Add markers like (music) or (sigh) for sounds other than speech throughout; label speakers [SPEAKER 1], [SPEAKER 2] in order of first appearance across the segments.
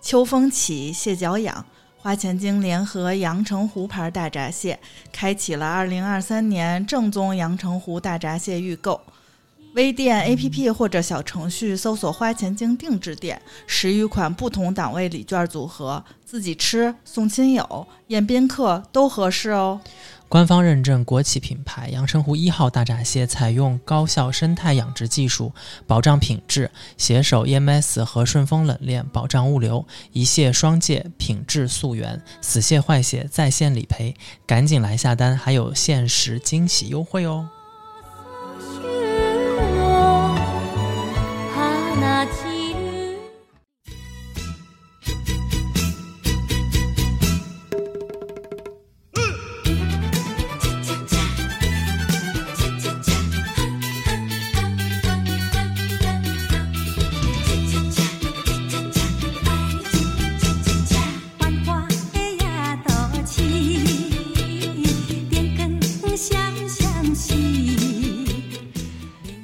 [SPEAKER 1] 秋风起，蟹脚痒。花钱精联合阳澄湖牌大闸蟹，开启了2023年正宗阳澄湖大闸蟹预购。微店、APP 或者小程序搜索“花钱精定制店”，十余款不同档位礼券组合，自己吃、送亲友、宴宾客都合适哦。
[SPEAKER 2] 官方认证国企品牌阳澄湖一号大闸蟹采用高效生态养殖技术，保障品质，携手 EMS 和顺丰冷链保障物流，一蟹双借，品质溯源，死蟹坏蟹在线理赔，赶紧来下单，还有限时惊喜优惠哦！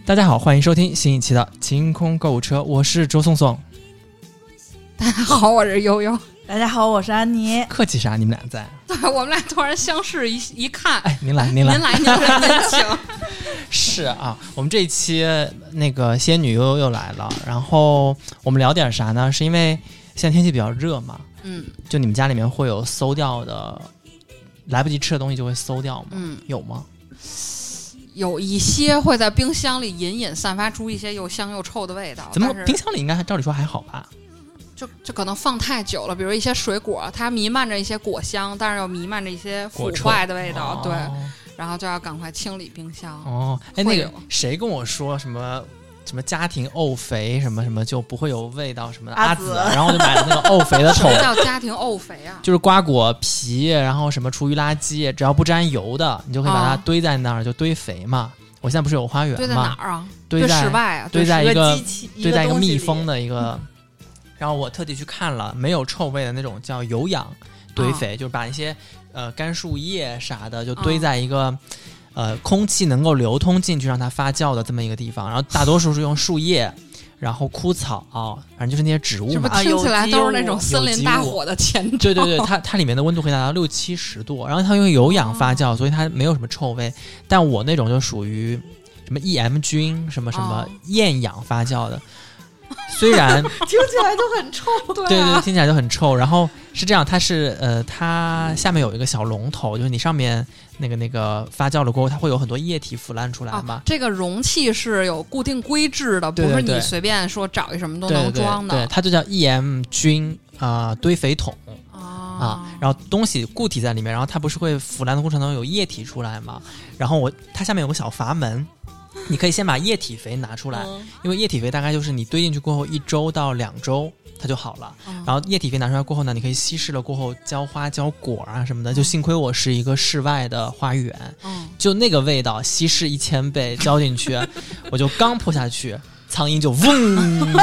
[SPEAKER 2] 大家好，欢迎收听新一期的清空购物车，我是周颂颂。
[SPEAKER 3] 大家好，我是悠悠。
[SPEAKER 1] 大家好，我是安妮。
[SPEAKER 2] 客气啥？你们俩在？
[SPEAKER 3] 对，我们俩突然相视一一看，
[SPEAKER 2] 哎，您来，
[SPEAKER 3] 您
[SPEAKER 2] 来，
[SPEAKER 3] 来，您来，您请。
[SPEAKER 2] 是啊，我们这一期那个仙女悠悠又来了，然后我们聊点啥呢？是因为现在天气比较热嘛，
[SPEAKER 3] (laughs) 嗯
[SPEAKER 2] 就你们家里面会有馊掉的，来不及吃的东西就会馊掉吗？
[SPEAKER 3] 嗯，
[SPEAKER 2] 有吗？
[SPEAKER 3] 有一些会在冰箱里隐隐散发出一些又香又臭的味道，
[SPEAKER 2] 咱们
[SPEAKER 3] 哦但
[SPEAKER 2] 冰
[SPEAKER 3] 是
[SPEAKER 2] 箱里应该还照理说还好吧？
[SPEAKER 3] 就就可能放太久了，比如一些水果，它弥漫着一些果香，但是又弥漫着一些腐
[SPEAKER 2] 果臭
[SPEAKER 3] 坏的味道，对，
[SPEAKER 2] 哦
[SPEAKER 3] 然后就要赶快清理冰箱。
[SPEAKER 2] 哦，哎，
[SPEAKER 3] 会
[SPEAKER 2] 那
[SPEAKER 3] 有
[SPEAKER 2] 个谁跟我说什么什么家庭沤肥什么什么就不会有味道什么的
[SPEAKER 1] 阿
[SPEAKER 2] 阿
[SPEAKER 1] 紫
[SPEAKER 2] 紫，啊然后我就买了那个沤肥的
[SPEAKER 3] 什
[SPEAKER 2] 桶
[SPEAKER 3] 么，叫家庭沤肥啊？
[SPEAKER 2] 就是瓜果皮，然后什么厨余垃圾，只要不沾油的，你就可以把它
[SPEAKER 3] 哦
[SPEAKER 2] 堆在那儿，就堆肥嘛。我现在不是有花园
[SPEAKER 3] 堆在哪
[SPEAKER 2] 嘛，
[SPEAKER 3] 儿啊？
[SPEAKER 2] 堆在
[SPEAKER 3] 室外啊？
[SPEAKER 2] 堆
[SPEAKER 3] 对
[SPEAKER 2] 在一个
[SPEAKER 1] 机器，
[SPEAKER 2] 堆在一个
[SPEAKER 1] 东西
[SPEAKER 2] 密
[SPEAKER 1] 里
[SPEAKER 2] 封的一个。然后我特地去看了，没有臭味的那种叫有氧堆肥，就是把一些呃干树叶啥的就堆
[SPEAKER 3] 哦
[SPEAKER 2] 在一个。呃，空气能够流通进去，让它发酵的这么一个地方，然后大多数是用树叶，然后枯草，反正就是那些植物
[SPEAKER 3] 这不
[SPEAKER 2] 嘛。
[SPEAKER 1] 啊
[SPEAKER 3] 听起来
[SPEAKER 1] 有机
[SPEAKER 3] 都是那
[SPEAKER 1] 物
[SPEAKER 3] 种森
[SPEAKER 2] 有
[SPEAKER 3] 林
[SPEAKER 2] 机
[SPEAKER 3] 大
[SPEAKER 2] 物
[SPEAKER 3] 火的前 (laughs) 兆。
[SPEAKER 2] 对对对，它它里面的温度可以达到六七十度，然后它用有氧发
[SPEAKER 3] 哦
[SPEAKER 2] 酵，所以它没有什么臭味。但我那种就属于什么 EM 菌什么什么
[SPEAKER 3] 哦
[SPEAKER 2] 厌氧发酵的，虽
[SPEAKER 3] (laughs)
[SPEAKER 2] 然
[SPEAKER 1] 听起来都很臭。
[SPEAKER 2] 对
[SPEAKER 3] 啊
[SPEAKER 2] 对，听起来就很臭。然后是这样，它是呃，它下面有一个小龙头，就是你上面那个那个发酵了过后，它会有很多液体腐烂出来嘛
[SPEAKER 3] 啊。。这个容器是有固定规制的，
[SPEAKER 2] 对对
[SPEAKER 3] 不是
[SPEAKER 2] 对
[SPEAKER 3] 你随便说找一什么都
[SPEAKER 2] 对对
[SPEAKER 3] 能
[SPEAKER 2] 对
[SPEAKER 3] 装的
[SPEAKER 2] 对，它就叫 EM 菌啊、呃堆肥桶啊
[SPEAKER 3] 啊。，
[SPEAKER 2] 然后东西固体在里面，然后它不是会腐烂的过程当中有液体出来嘛？然后我它下面有个小阀门，你可以先把液体肥拿出来，
[SPEAKER 3] 嗯
[SPEAKER 2] 因为液体肥大概就是你堆进去过后一周到两周它就好了。
[SPEAKER 3] 嗯
[SPEAKER 2] 然后液体肥拿出来过后呢，你可以稀释了过后浇花浇果啊什么的。就幸亏我是一个室外的花园，
[SPEAKER 3] 嗯，
[SPEAKER 2] 就那个味道，稀释一千倍浇进去，我就刚扑下去，苍蝇就嗡，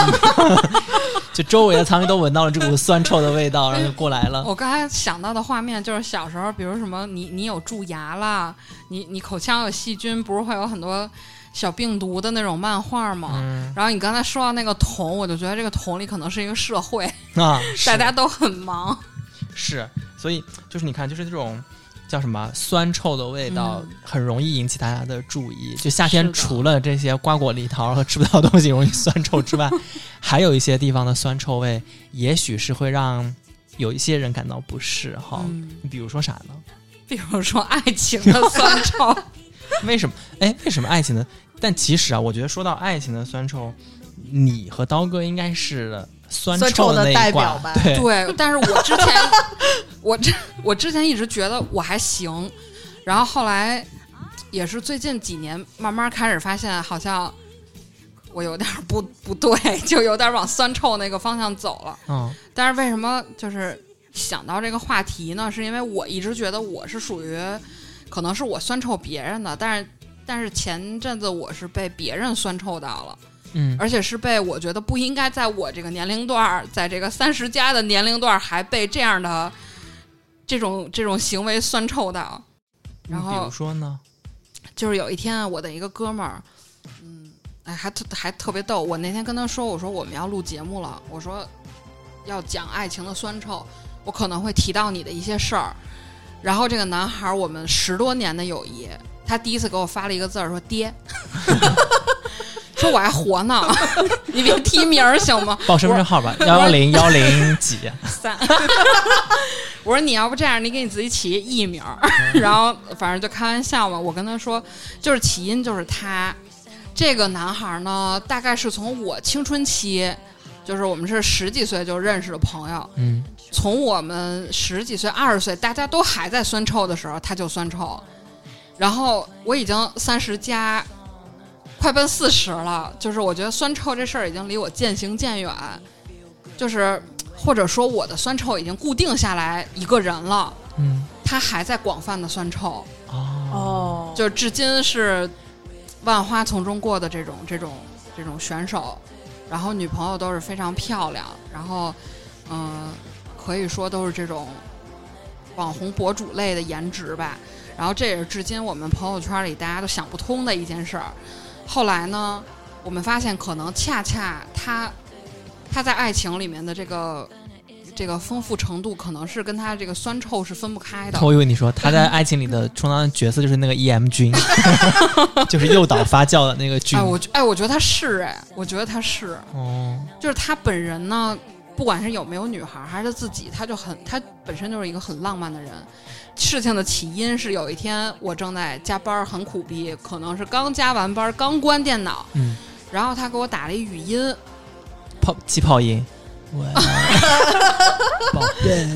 [SPEAKER 2] 就周围的苍蝇都闻到了这股酸臭的味道，然后就过来了。
[SPEAKER 3] 我刚才想到的画面就是小时候，比如什么你你有蛀牙啦，你你口腔有细菌，不是会有很多小病毒的那种漫画吗？
[SPEAKER 2] 嗯
[SPEAKER 3] 然后你刚才说到那个桶，我就觉得这个桶里可能是一个社会，
[SPEAKER 2] 啊，是
[SPEAKER 3] (laughs) 大家都很忙。
[SPEAKER 2] 是，所以就是你看，就是这种叫什么酸臭的味道，
[SPEAKER 3] 嗯
[SPEAKER 2] 很容易引起大家的注意。就夏
[SPEAKER 3] 是
[SPEAKER 2] 天
[SPEAKER 3] 的
[SPEAKER 2] 除了这些瓜果梨桃和吃不到东西容易酸臭之
[SPEAKER 3] (laughs)
[SPEAKER 2] 外，还有一些地方的酸臭味，也许是会让有一些人感到不适哈。
[SPEAKER 3] 嗯，
[SPEAKER 2] 你比如说啥呢？
[SPEAKER 3] 比如说爱情的 (laughs) 酸臭，
[SPEAKER 2] 为什么？哎，为什么爱情的？但其实啊，我觉得说到爱情的酸臭，你和刀哥应该是酸
[SPEAKER 1] 酸臭的
[SPEAKER 2] 那
[SPEAKER 1] 代
[SPEAKER 2] 一挂
[SPEAKER 1] 表吧，
[SPEAKER 2] 对，
[SPEAKER 3] 对，但是我之前我之我之前一直觉得我还行，然后后来也是最近几年慢慢开始发现，好像我有点儿不不对，就有点儿往酸臭那个方向走了。
[SPEAKER 2] 嗯，
[SPEAKER 3] 但是为什么就是想到这个话题呢？是因为我一直觉得我是属于，可能是我酸臭别人的，但是但是前阵子我是被别人酸臭到了。
[SPEAKER 2] 嗯，
[SPEAKER 3] 而且是被我觉得不应该在我这个年龄段儿，在这个三十加的年龄段儿还被这样的这种这种行为酸臭到。然
[SPEAKER 2] 比
[SPEAKER 3] 后
[SPEAKER 2] 如说呢？
[SPEAKER 3] 就是有一天，啊我的一个哥们儿，嗯，哎，还特还特别逗。我那天跟他说，我说我们要录节目了，我说要讲爱情的酸臭，我可能会提到你的一些事儿。然后这个男孩儿，我们十多年的友谊，他第一次给我发了一个字儿，说“爹”， (laughs) 说我还活呢， (laughs) 你别提名儿行吗？
[SPEAKER 2] 报身份证号吧，幺幺零幺零几，
[SPEAKER 3] 三。 (laughs) 我说你要不这样，你给你自己起一艺名儿， (laughs) 然后反正就开玩笑嘛。我跟他说，就是起因就是他这个男孩儿呢，大概是从我青春期，就是我们是十几岁就认识的朋友，
[SPEAKER 2] 嗯，
[SPEAKER 3] 从我们十几岁、二十岁，大家都还在酸臭的时候，他就酸臭。然后我已经三十加，快奔四十了，就是我觉得酸臭这事儿已经离我渐行渐远，就是或者说我的酸臭已经固定下来一个人了，
[SPEAKER 2] 嗯，
[SPEAKER 3] 他还在广泛的酸臭，
[SPEAKER 2] 哦，
[SPEAKER 1] 哦，
[SPEAKER 3] 就是至今是万花丛中过的这种这种这种选手，然后女朋友都是非常漂亮，然后嗯、呃可以说都是这种网红博主类的颜值吧。然后这也是至今我们朋友圈里大家都想不通的一件事儿。后来呢，我们发现可能恰恰他他在爱情里面的这个这个丰富程度，可能是跟他这个酸臭是分不开的。
[SPEAKER 2] 我以为你说他在爱情里的充当的角色就是那个 EM (laughs) 君，就是诱导发酵的那个君
[SPEAKER 3] 哎，，我觉哎，我觉得他是哎，我觉得他是，
[SPEAKER 2] 哦，
[SPEAKER 3] 就是他本人呢，不管是有没有女孩，还是他自己，他就很，他本身就是一个很浪漫的人。事情的起因是有一天我正在加班，很苦逼，可能是刚加完班，刚关电脑，
[SPEAKER 2] 嗯，
[SPEAKER 3] 然后他给我打了一语音，
[SPEAKER 2] 泡气泡音，
[SPEAKER 3] (laughs)
[SPEAKER 2] 我宝贝，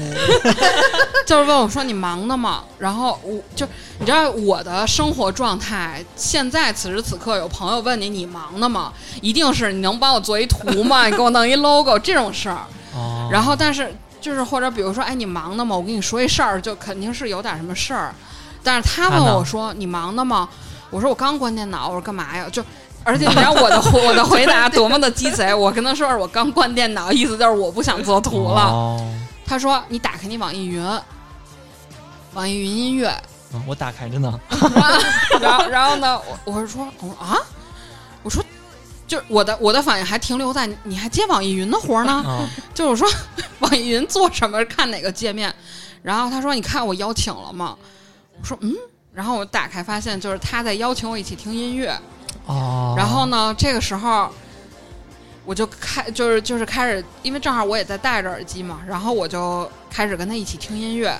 [SPEAKER 3] 就是问我说你忙呢吗？然后我就你知道我的生活状态，现在此时此刻有朋友问你你忙呢吗？一定是你能帮我做一图吗？你给我弄一 logo 这种事儿。
[SPEAKER 2] 哦，
[SPEAKER 3] 然后但是就是或者比如说，哎，你忙呢吗？我跟你说一事儿，就肯定是有点什么事儿。但是他问
[SPEAKER 2] 他呢
[SPEAKER 3] 我说你忙呢吗？我说我刚关电脑，我说干嘛呀？
[SPEAKER 2] (laughs)
[SPEAKER 3] 就。而且你知道我的我的回答多么的鸡贼，我跟他说我刚关电脑，意思就是我不想做图了。
[SPEAKER 2] 哦
[SPEAKER 3] 他说你打开你网易云，网易云音乐，
[SPEAKER 2] 嗯我打开着呢， (laughs)
[SPEAKER 3] 然后然后呢，我我是说我说啊，我说就是我的我的反应还停留在你你还接网易云的活儿呢，
[SPEAKER 2] 啊，
[SPEAKER 3] 就是我说网易云做什么，看哪个界面。然后他说：“你看我邀请了吗？”我说：“嗯。”然后我打开发现，就是他在邀请我一起听音乐。
[SPEAKER 2] 哦，
[SPEAKER 3] 然后呢，这个时候我就开，就是就是开始，因为正好我也在戴着耳机嘛，然后我就开始跟他一起听音乐。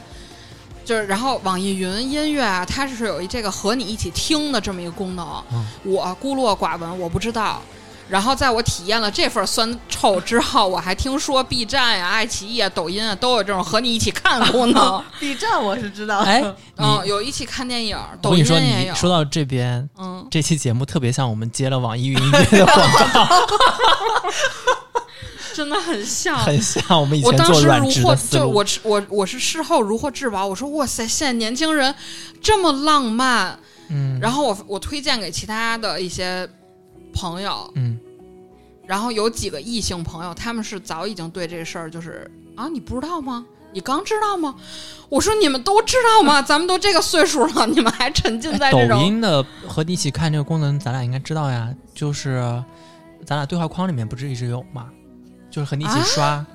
[SPEAKER 3] 就是，然后网易云音乐啊，它是有一这个和你一起听的这么一个功能。
[SPEAKER 2] 嗯
[SPEAKER 3] 我孤陋寡闻，我不知道。然后在我体验了这份酸臭之后，我还听说 B 站呀、爱奇艺啊、抖音啊都有这种和你一起看的功
[SPEAKER 2] (laughs)
[SPEAKER 3] 能。
[SPEAKER 1] B 站我是知道，
[SPEAKER 2] 哎，你
[SPEAKER 3] 嗯，有一起看电影，
[SPEAKER 2] 我
[SPEAKER 3] 抖
[SPEAKER 2] 跟
[SPEAKER 3] 音
[SPEAKER 2] 你说，
[SPEAKER 3] 也
[SPEAKER 2] 你
[SPEAKER 3] 有。
[SPEAKER 2] 说到这边，
[SPEAKER 3] 嗯，
[SPEAKER 2] 这期节目特别像我们接了网易云音乐的
[SPEAKER 3] (laughs)
[SPEAKER 2] 广告，
[SPEAKER 3] 真的很像，
[SPEAKER 2] 很像我们以
[SPEAKER 3] 我
[SPEAKER 2] 前
[SPEAKER 3] 当
[SPEAKER 2] 做
[SPEAKER 3] 时
[SPEAKER 2] 软
[SPEAKER 3] 如
[SPEAKER 2] 质
[SPEAKER 3] 获
[SPEAKER 2] 的思
[SPEAKER 3] 就
[SPEAKER 2] 路。
[SPEAKER 3] 我吃我我是事后如获至宝，我说哇塞，现在年轻人这么浪漫。
[SPEAKER 2] 嗯，
[SPEAKER 3] 然
[SPEAKER 2] 后
[SPEAKER 3] 后我我推荐给其他的一些朋友，
[SPEAKER 2] 嗯，
[SPEAKER 3] 然后有几个异性朋友，他们是早已经对这事儿就是啊，你不知道吗？你刚知道吗？我说你们都知道吗？咱们都这个岁数了，你们还沉浸在
[SPEAKER 2] 哎抖
[SPEAKER 3] 这种
[SPEAKER 2] 音的和你一起看这个功能，咱俩应该知道呀，就是咱俩对话框里面不是一直有吗？就是和你一起
[SPEAKER 3] 啊
[SPEAKER 2] 刷，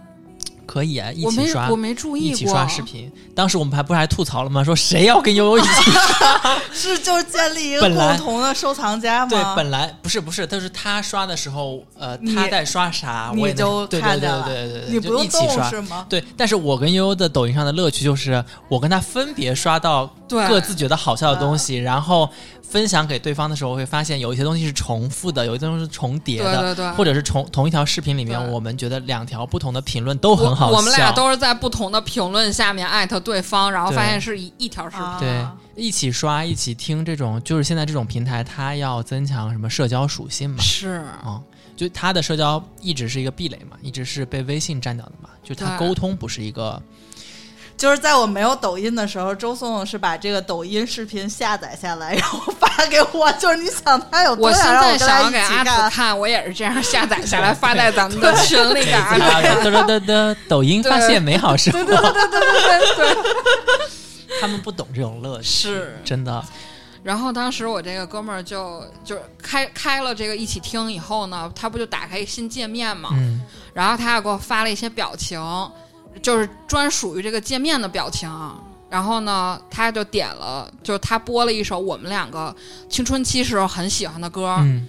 [SPEAKER 2] 可以啊，一
[SPEAKER 3] 我
[SPEAKER 2] 起
[SPEAKER 3] 没
[SPEAKER 2] 刷
[SPEAKER 3] 我。没注意
[SPEAKER 2] 一
[SPEAKER 3] 过，
[SPEAKER 2] 起刷视频，当时我们还不是还吐槽了吗？说谁要跟悠悠一
[SPEAKER 3] (laughs)
[SPEAKER 2] 起？
[SPEAKER 1] (laughs) 是就是建立一个
[SPEAKER 2] 本来
[SPEAKER 1] 共同的收藏家
[SPEAKER 2] 对，
[SPEAKER 1] 吗？
[SPEAKER 2] 本来不是不是，但是他刷的时候，呃，
[SPEAKER 1] 你
[SPEAKER 2] 他在刷啥，啊我
[SPEAKER 1] 你
[SPEAKER 2] 也在
[SPEAKER 1] 就
[SPEAKER 2] 对
[SPEAKER 1] 看
[SPEAKER 2] 对
[SPEAKER 1] 见
[SPEAKER 2] 对
[SPEAKER 1] 了，
[SPEAKER 2] 对对对，
[SPEAKER 1] 你
[SPEAKER 2] 就
[SPEAKER 1] 不用
[SPEAKER 2] 一起
[SPEAKER 1] 动
[SPEAKER 2] 刷
[SPEAKER 1] 是吗？
[SPEAKER 2] 对，但是我跟悠悠的抖音上的乐趣就是，我跟他分别刷到
[SPEAKER 3] 对
[SPEAKER 2] 各自觉得好笑的东西，然后分享给对方的时候，会发现有一些东西是重复的，有一些东西是重叠
[SPEAKER 3] 对
[SPEAKER 2] 的，
[SPEAKER 3] 对对，
[SPEAKER 2] 或者是重同一条视频里面，
[SPEAKER 3] 对
[SPEAKER 2] 我们觉得两条不同的评论都很好笑。
[SPEAKER 3] 我。我们俩都是在不同的评论下面艾特对方，然后发现是一一条视频。
[SPEAKER 1] 啊
[SPEAKER 2] 对，一起刷，一起听，这种就是现在这种平台，它要增强什么社交属性嘛？
[SPEAKER 3] 是，
[SPEAKER 2] 啊、就它的社交一直是一个壁垒嘛，一直是被微信占掉的嘛，就它
[SPEAKER 3] 对
[SPEAKER 2] 沟通不是一个
[SPEAKER 1] 就是在我没有抖音的时候，周颂是把这个抖音视频下载下来，然后发给我。就是你想他有多
[SPEAKER 3] 我现
[SPEAKER 1] 想让
[SPEAKER 3] 在
[SPEAKER 1] 我跟
[SPEAKER 3] 想
[SPEAKER 1] 他
[SPEAKER 3] 要
[SPEAKER 1] 一
[SPEAKER 3] 给
[SPEAKER 1] 起
[SPEAKER 3] 阿紫
[SPEAKER 1] 看，
[SPEAKER 3] 看，我也是这样下载下 (laughs) 来发在咱们的群 (laughs) 里给阿
[SPEAKER 2] 哒
[SPEAKER 3] 紫看。
[SPEAKER 2] 哒哒哒哒，抖音发现美好生活，
[SPEAKER 3] 对对对对对，
[SPEAKER 2] (laughs) 他们不懂这种乐趣，
[SPEAKER 3] 是。
[SPEAKER 2] 真的。
[SPEAKER 3] 然后当时我这个哥们儿就就开开了这个一起听以后呢，他不就打开一新界面嘛，
[SPEAKER 2] 嗯，
[SPEAKER 3] 然后他还给我发了一些表情，就是专属于这个界面的表情。然后呢，他就点了，就是他播了一首我们两个青春期时候很喜欢的歌。
[SPEAKER 2] 嗯，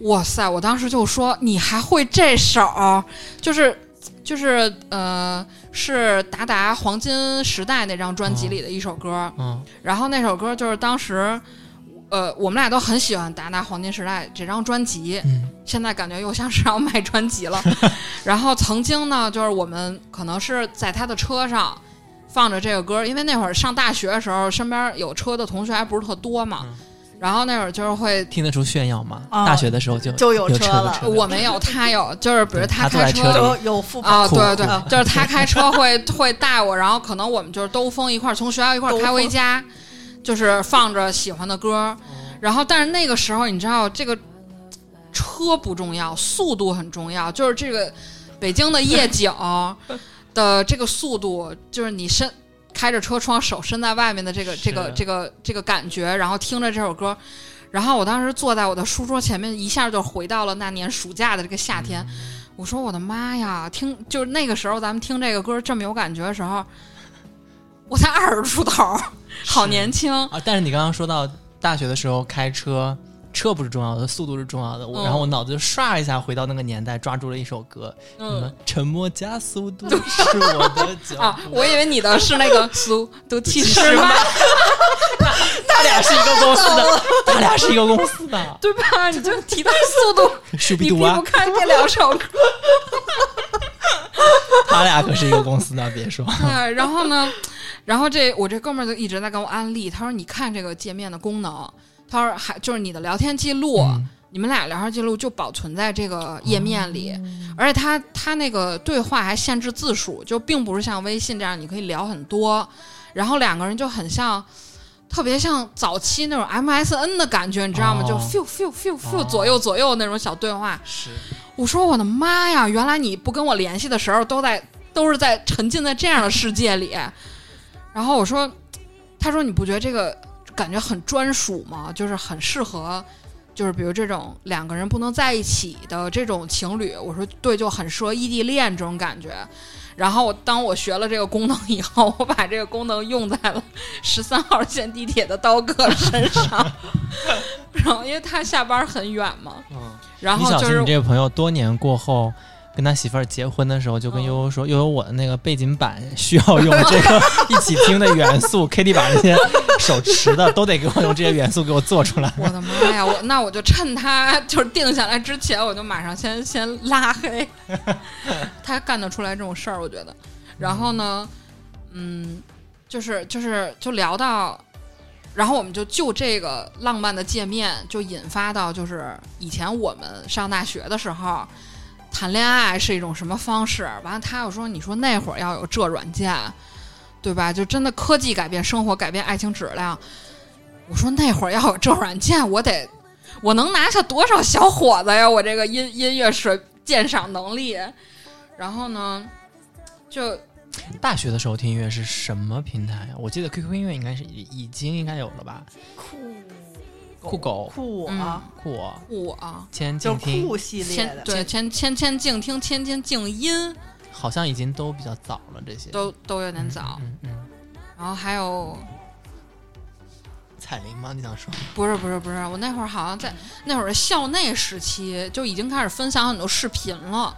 [SPEAKER 3] 哇塞！我当时就说你还会这首儿，就是就是呃，是达达黄金时代那张专辑里的一首歌。
[SPEAKER 2] 嗯，
[SPEAKER 3] 然后那首歌就是当时，呃，我们俩都很喜欢达达黄金时代这张专辑，
[SPEAKER 2] 嗯，
[SPEAKER 3] 现在感觉又像是要卖专辑了。然后曾经呢，就是我们可能是在他的车上放着这个歌，因为那会儿上大学的时候，身边有车的同学还不是特多嘛。
[SPEAKER 2] 嗯
[SPEAKER 3] 然后那会儿就是会，
[SPEAKER 2] 听得出炫耀吗？
[SPEAKER 1] 啊
[SPEAKER 2] 大学的时候就
[SPEAKER 1] 就有
[SPEAKER 2] 有
[SPEAKER 1] 车
[SPEAKER 2] 车的
[SPEAKER 1] 了
[SPEAKER 2] 车
[SPEAKER 3] 我没有，他有，就是比如
[SPEAKER 2] 他坐在
[SPEAKER 3] 开
[SPEAKER 2] 车里
[SPEAKER 1] 有有富
[SPEAKER 3] 啊，
[SPEAKER 2] 酷
[SPEAKER 3] 对对
[SPEAKER 2] 酷，
[SPEAKER 3] 就是他开车会 (laughs) 会带我，然后可能我们就是兜风一块儿从学校一块儿开回家，就是放着喜欢的歌，然后但是那个时候你知道这个车不重要，速度很重要，就是这个北京的夜景的这个速度，就是你伸开着车窗手伸在外面的这个这个
[SPEAKER 2] 是
[SPEAKER 3] 这个这个感觉，然后听着这首歌。然后我当时坐在我的书桌前面，一下就回到了那年暑假的这个夏天。我说我的妈呀，听就是那个时候咱们听这个歌这么有感觉的时候，我才二十出头儿，好年轻。
[SPEAKER 2] 啊！但是你刚刚说到大学的时候开车，车不是重要的，速度是重要的。我、
[SPEAKER 3] 嗯
[SPEAKER 2] 然后我脑子就唰一下回到那个年代，抓住了一首歌，什么
[SPEAKER 3] 嗯
[SPEAKER 2] “沉默加速度是我的脚
[SPEAKER 3] (laughs) 啊，
[SPEAKER 2] 步
[SPEAKER 3] 我以为你的是那个苏都气
[SPEAKER 2] 其
[SPEAKER 3] 势
[SPEAKER 2] 实
[SPEAKER 3] 吧，。
[SPEAKER 2] 他俩是一个公司 (laughs) 的，他俩是一个公司的
[SPEAKER 3] 对吧？你就提到速度，
[SPEAKER 2] 鼠
[SPEAKER 3] (laughs) 你
[SPEAKER 2] 比
[SPEAKER 3] 避
[SPEAKER 2] 度啊
[SPEAKER 3] (laughs) 不，开这两首歌。
[SPEAKER 2] 他俩可是一个公司的，别说。
[SPEAKER 3] (laughs) 对，然后呢，然后这我这哥们儿就一直在跟我安利，他说你看这个界面的功能，他说还就是你的聊天记录。
[SPEAKER 2] 嗯哦
[SPEAKER 3] 你们俩聊天记录就保存在这个页面里，而且他他那个对话还限制字数，就并不是像微信这样你可以聊很多，然后两个人就很像，特别像早期那种 MSN 的感觉，你知道吗？
[SPEAKER 2] 哦
[SPEAKER 3] 就 feel feel feel feel
[SPEAKER 2] 哦
[SPEAKER 3] 左右左右那种小对话。
[SPEAKER 2] 是，
[SPEAKER 3] 我说我的妈呀，原来你不跟我联系的时候都在都是在沉浸在这样的世界里。然后我说，他说你不觉得这个感觉很专属吗？就是很适合，就是比如这种两个人不能在一起的这种情侣，我说对，就很适合异地恋这种感觉。然后我当我学了这个功能以后，我把这个功能用在了十三号线地铁的刀哥身上。 (laughs) 然后因为他下班很远嘛，
[SPEAKER 2] 嗯，
[SPEAKER 3] 然
[SPEAKER 2] 你
[SPEAKER 3] 后
[SPEAKER 2] 小
[SPEAKER 3] 就
[SPEAKER 2] 心
[SPEAKER 3] 是
[SPEAKER 2] 你这个朋友多年过后。跟他媳妇儿结婚的时候，就跟
[SPEAKER 3] 嗯
[SPEAKER 2] 悠悠说：“悠悠，我的那个背景板需要用这个一起听的元素，Kitty 把那些手持的都得给我用这些元素给我做出来。
[SPEAKER 3] (laughs) 我的妈呀！我那我就趁他就是定下来之前，我就马上先先拉黑。他干得出来这种事儿，我觉得。然后呢，嗯，就是就是就聊到，然后我们就就这个浪漫的界面，就引发到就是以前我们上大学的时候。谈恋爱是一种什么方式？完了，他又说：“你说那会儿要有这软件，对吧？就真的科技改变生活，改变爱情质量。”我说那会儿要有这软件，我得我能拿下多少小伙子呀？我这个音音乐水鉴赏能力。然后呢，就
[SPEAKER 2] 大学的时候听音乐是什么平台啊？我记得 QQ 音乐应该是已已经应该有了吧？
[SPEAKER 1] 酷
[SPEAKER 2] 酷狗、
[SPEAKER 1] 酷我、
[SPEAKER 3] 嗯
[SPEAKER 2] 酷我、
[SPEAKER 3] 酷啊，
[SPEAKER 2] 千
[SPEAKER 1] 就
[SPEAKER 2] 静
[SPEAKER 1] 是
[SPEAKER 2] 听，
[SPEAKER 1] 酷系列
[SPEAKER 3] 千
[SPEAKER 1] 的，
[SPEAKER 3] 对千千千静听，千千静音，
[SPEAKER 2] 好像已经都比较早了。这些
[SPEAKER 3] 都都有点早。
[SPEAKER 2] 嗯嗯，
[SPEAKER 3] 然后还有
[SPEAKER 2] 彩铃吗？你想说？
[SPEAKER 3] 不是不是不是，我那会儿好像在那会儿校内时期就已经开始分享很多视频了，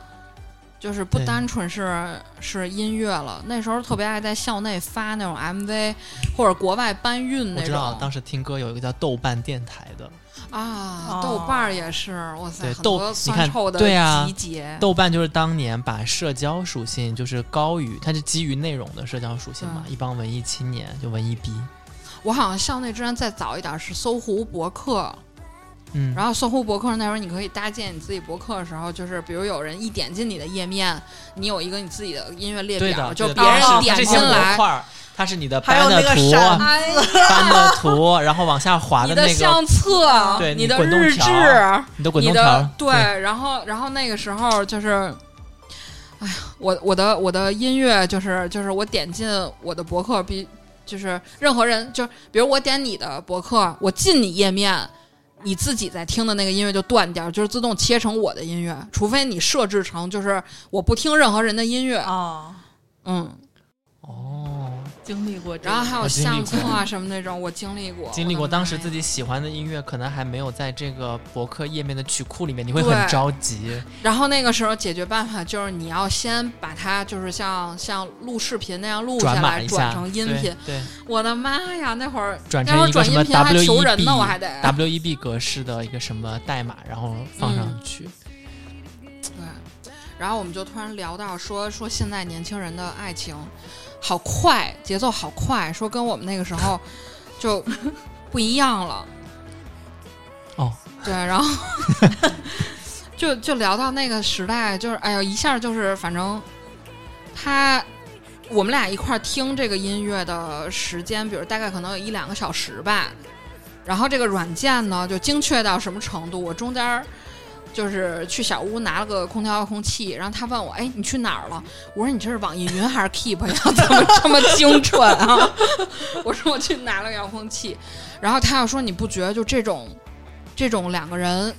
[SPEAKER 3] 就是不
[SPEAKER 2] 对
[SPEAKER 3] 单纯是是音乐了。那时候特别爱在校内发那种 MV 或者国外搬运
[SPEAKER 2] 我
[SPEAKER 3] 那
[SPEAKER 2] 知道当
[SPEAKER 3] 种
[SPEAKER 2] 时听歌有一个叫豆瓣电台的，
[SPEAKER 1] 哦，
[SPEAKER 3] 啊豆瓣儿也是，哇塞，
[SPEAKER 2] 对
[SPEAKER 3] 很
[SPEAKER 2] 豆
[SPEAKER 3] 多
[SPEAKER 2] 你看
[SPEAKER 3] 酸臭的
[SPEAKER 2] 对啊
[SPEAKER 3] 集结。
[SPEAKER 2] 豆瓣就是当年把社交属性就是高于，它是基于内容的社交属性嘛，
[SPEAKER 3] 嗯
[SPEAKER 2] 一帮文艺青年就文艺逼，
[SPEAKER 3] 我好像校内之前再早一点是搜狐博客，
[SPEAKER 2] 嗯，
[SPEAKER 3] 然后搜狐博客那会儿，你可以搭建你自己博客的时候，就是比如有人一点进你的页面，你有一个你自己的音乐列
[SPEAKER 2] 对
[SPEAKER 3] 表，
[SPEAKER 2] 的，
[SPEAKER 3] 就
[SPEAKER 2] 对的
[SPEAKER 3] 别人
[SPEAKER 1] 哦
[SPEAKER 2] 它
[SPEAKER 3] 一
[SPEAKER 2] 是
[SPEAKER 3] 点
[SPEAKER 2] 这
[SPEAKER 3] 进
[SPEAKER 2] 些模
[SPEAKER 3] 来，
[SPEAKER 2] 块儿，它是你的
[SPEAKER 1] 还有那
[SPEAKER 2] 班的
[SPEAKER 1] 个
[SPEAKER 2] 图，
[SPEAKER 1] 闪
[SPEAKER 3] 哎呀，
[SPEAKER 2] 班的图，然后往下滑
[SPEAKER 3] 你
[SPEAKER 2] 那
[SPEAKER 3] 的
[SPEAKER 2] 个，
[SPEAKER 3] 相册，
[SPEAKER 2] 对
[SPEAKER 3] 你
[SPEAKER 2] 你
[SPEAKER 3] 的
[SPEAKER 2] 滚动
[SPEAKER 3] 日
[SPEAKER 2] 条
[SPEAKER 3] 志，
[SPEAKER 2] 你的滚
[SPEAKER 3] 你
[SPEAKER 2] 动
[SPEAKER 3] 的
[SPEAKER 2] 条，
[SPEAKER 3] 对，然后然后那个时候就是，哎呀，我我的我的音乐就是就是我点进我的博客必就是任何人就是比如我点你的博客，我进你页面，你自己在听的那个音乐就断掉，就是自动切成我的音乐，除非你设置成就是我不听任何人的音乐。
[SPEAKER 1] 哦，
[SPEAKER 3] 嗯，
[SPEAKER 2] 哦，
[SPEAKER 1] 经历过这个，
[SPEAKER 3] 然后还有
[SPEAKER 2] 我经历
[SPEAKER 3] 相册啊
[SPEAKER 2] 过
[SPEAKER 3] 什么那种，我经历过，
[SPEAKER 2] 经历
[SPEAKER 3] 我
[SPEAKER 2] 过
[SPEAKER 3] 的妈
[SPEAKER 2] 当时
[SPEAKER 3] 呀
[SPEAKER 2] 自己喜欢的音乐，可能还没有在这个博客页面的曲库里面，你会
[SPEAKER 3] 对
[SPEAKER 2] 很着急。
[SPEAKER 3] 然后那个时候解决办法就是你要先把它就是像像录视频那样录下
[SPEAKER 2] 转码
[SPEAKER 3] 来，
[SPEAKER 2] 一
[SPEAKER 3] 转
[SPEAKER 2] 下，
[SPEAKER 3] 成音
[SPEAKER 2] 对
[SPEAKER 3] 频。
[SPEAKER 2] 对，
[SPEAKER 3] 我的妈呀，那会儿
[SPEAKER 2] 转
[SPEAKER 3] 那会
[SPEAKER 2] 成一个
[SPEAKER 3] 儿转
[SPEAKER 2] 什
[SPEAKER 3] 音
[SPEAKER 2] 么
[SPEAKER 3] 频还
[SPEAKER 2] W
[SPEAKER 3] 求人
[SPEAKER 2] E
[SPEAKER 3] 呢，我还
[SPEAKER 2] B
[SPEAKER 3] 得 (laughs)
[SPEAKER 2] W E B 格式的一个什么代码，然后放
[SPEAKER 3] 嗯
[SPEAKER 2] 上去。
[SPEAKER 3] 对。然后我们就突然聊到说说现在年轻人的爱情好快，节奏好快，说跟我们那个时候就不一样了。
[SPEAKER 2] 哦，
[SPEAKER 3] 对，然后就就聊到那个时代，就是哎呦，一下就是反正他我们俩一块儿听这个音乐的时间，比如大概可能有一两个小时吧。然后这个软件呢，就精确到什么程度？我中间儿就是去小屋拿了个空调遥控器，然后他问我：“哎，你去哪儿了？”我说：“你这是网易云还是 Keep 呀？怎么这么精准啊？” (laughs) 我说：“我去拿了个遥控器。”然后他要说：“你不觉得就这种这种两个人，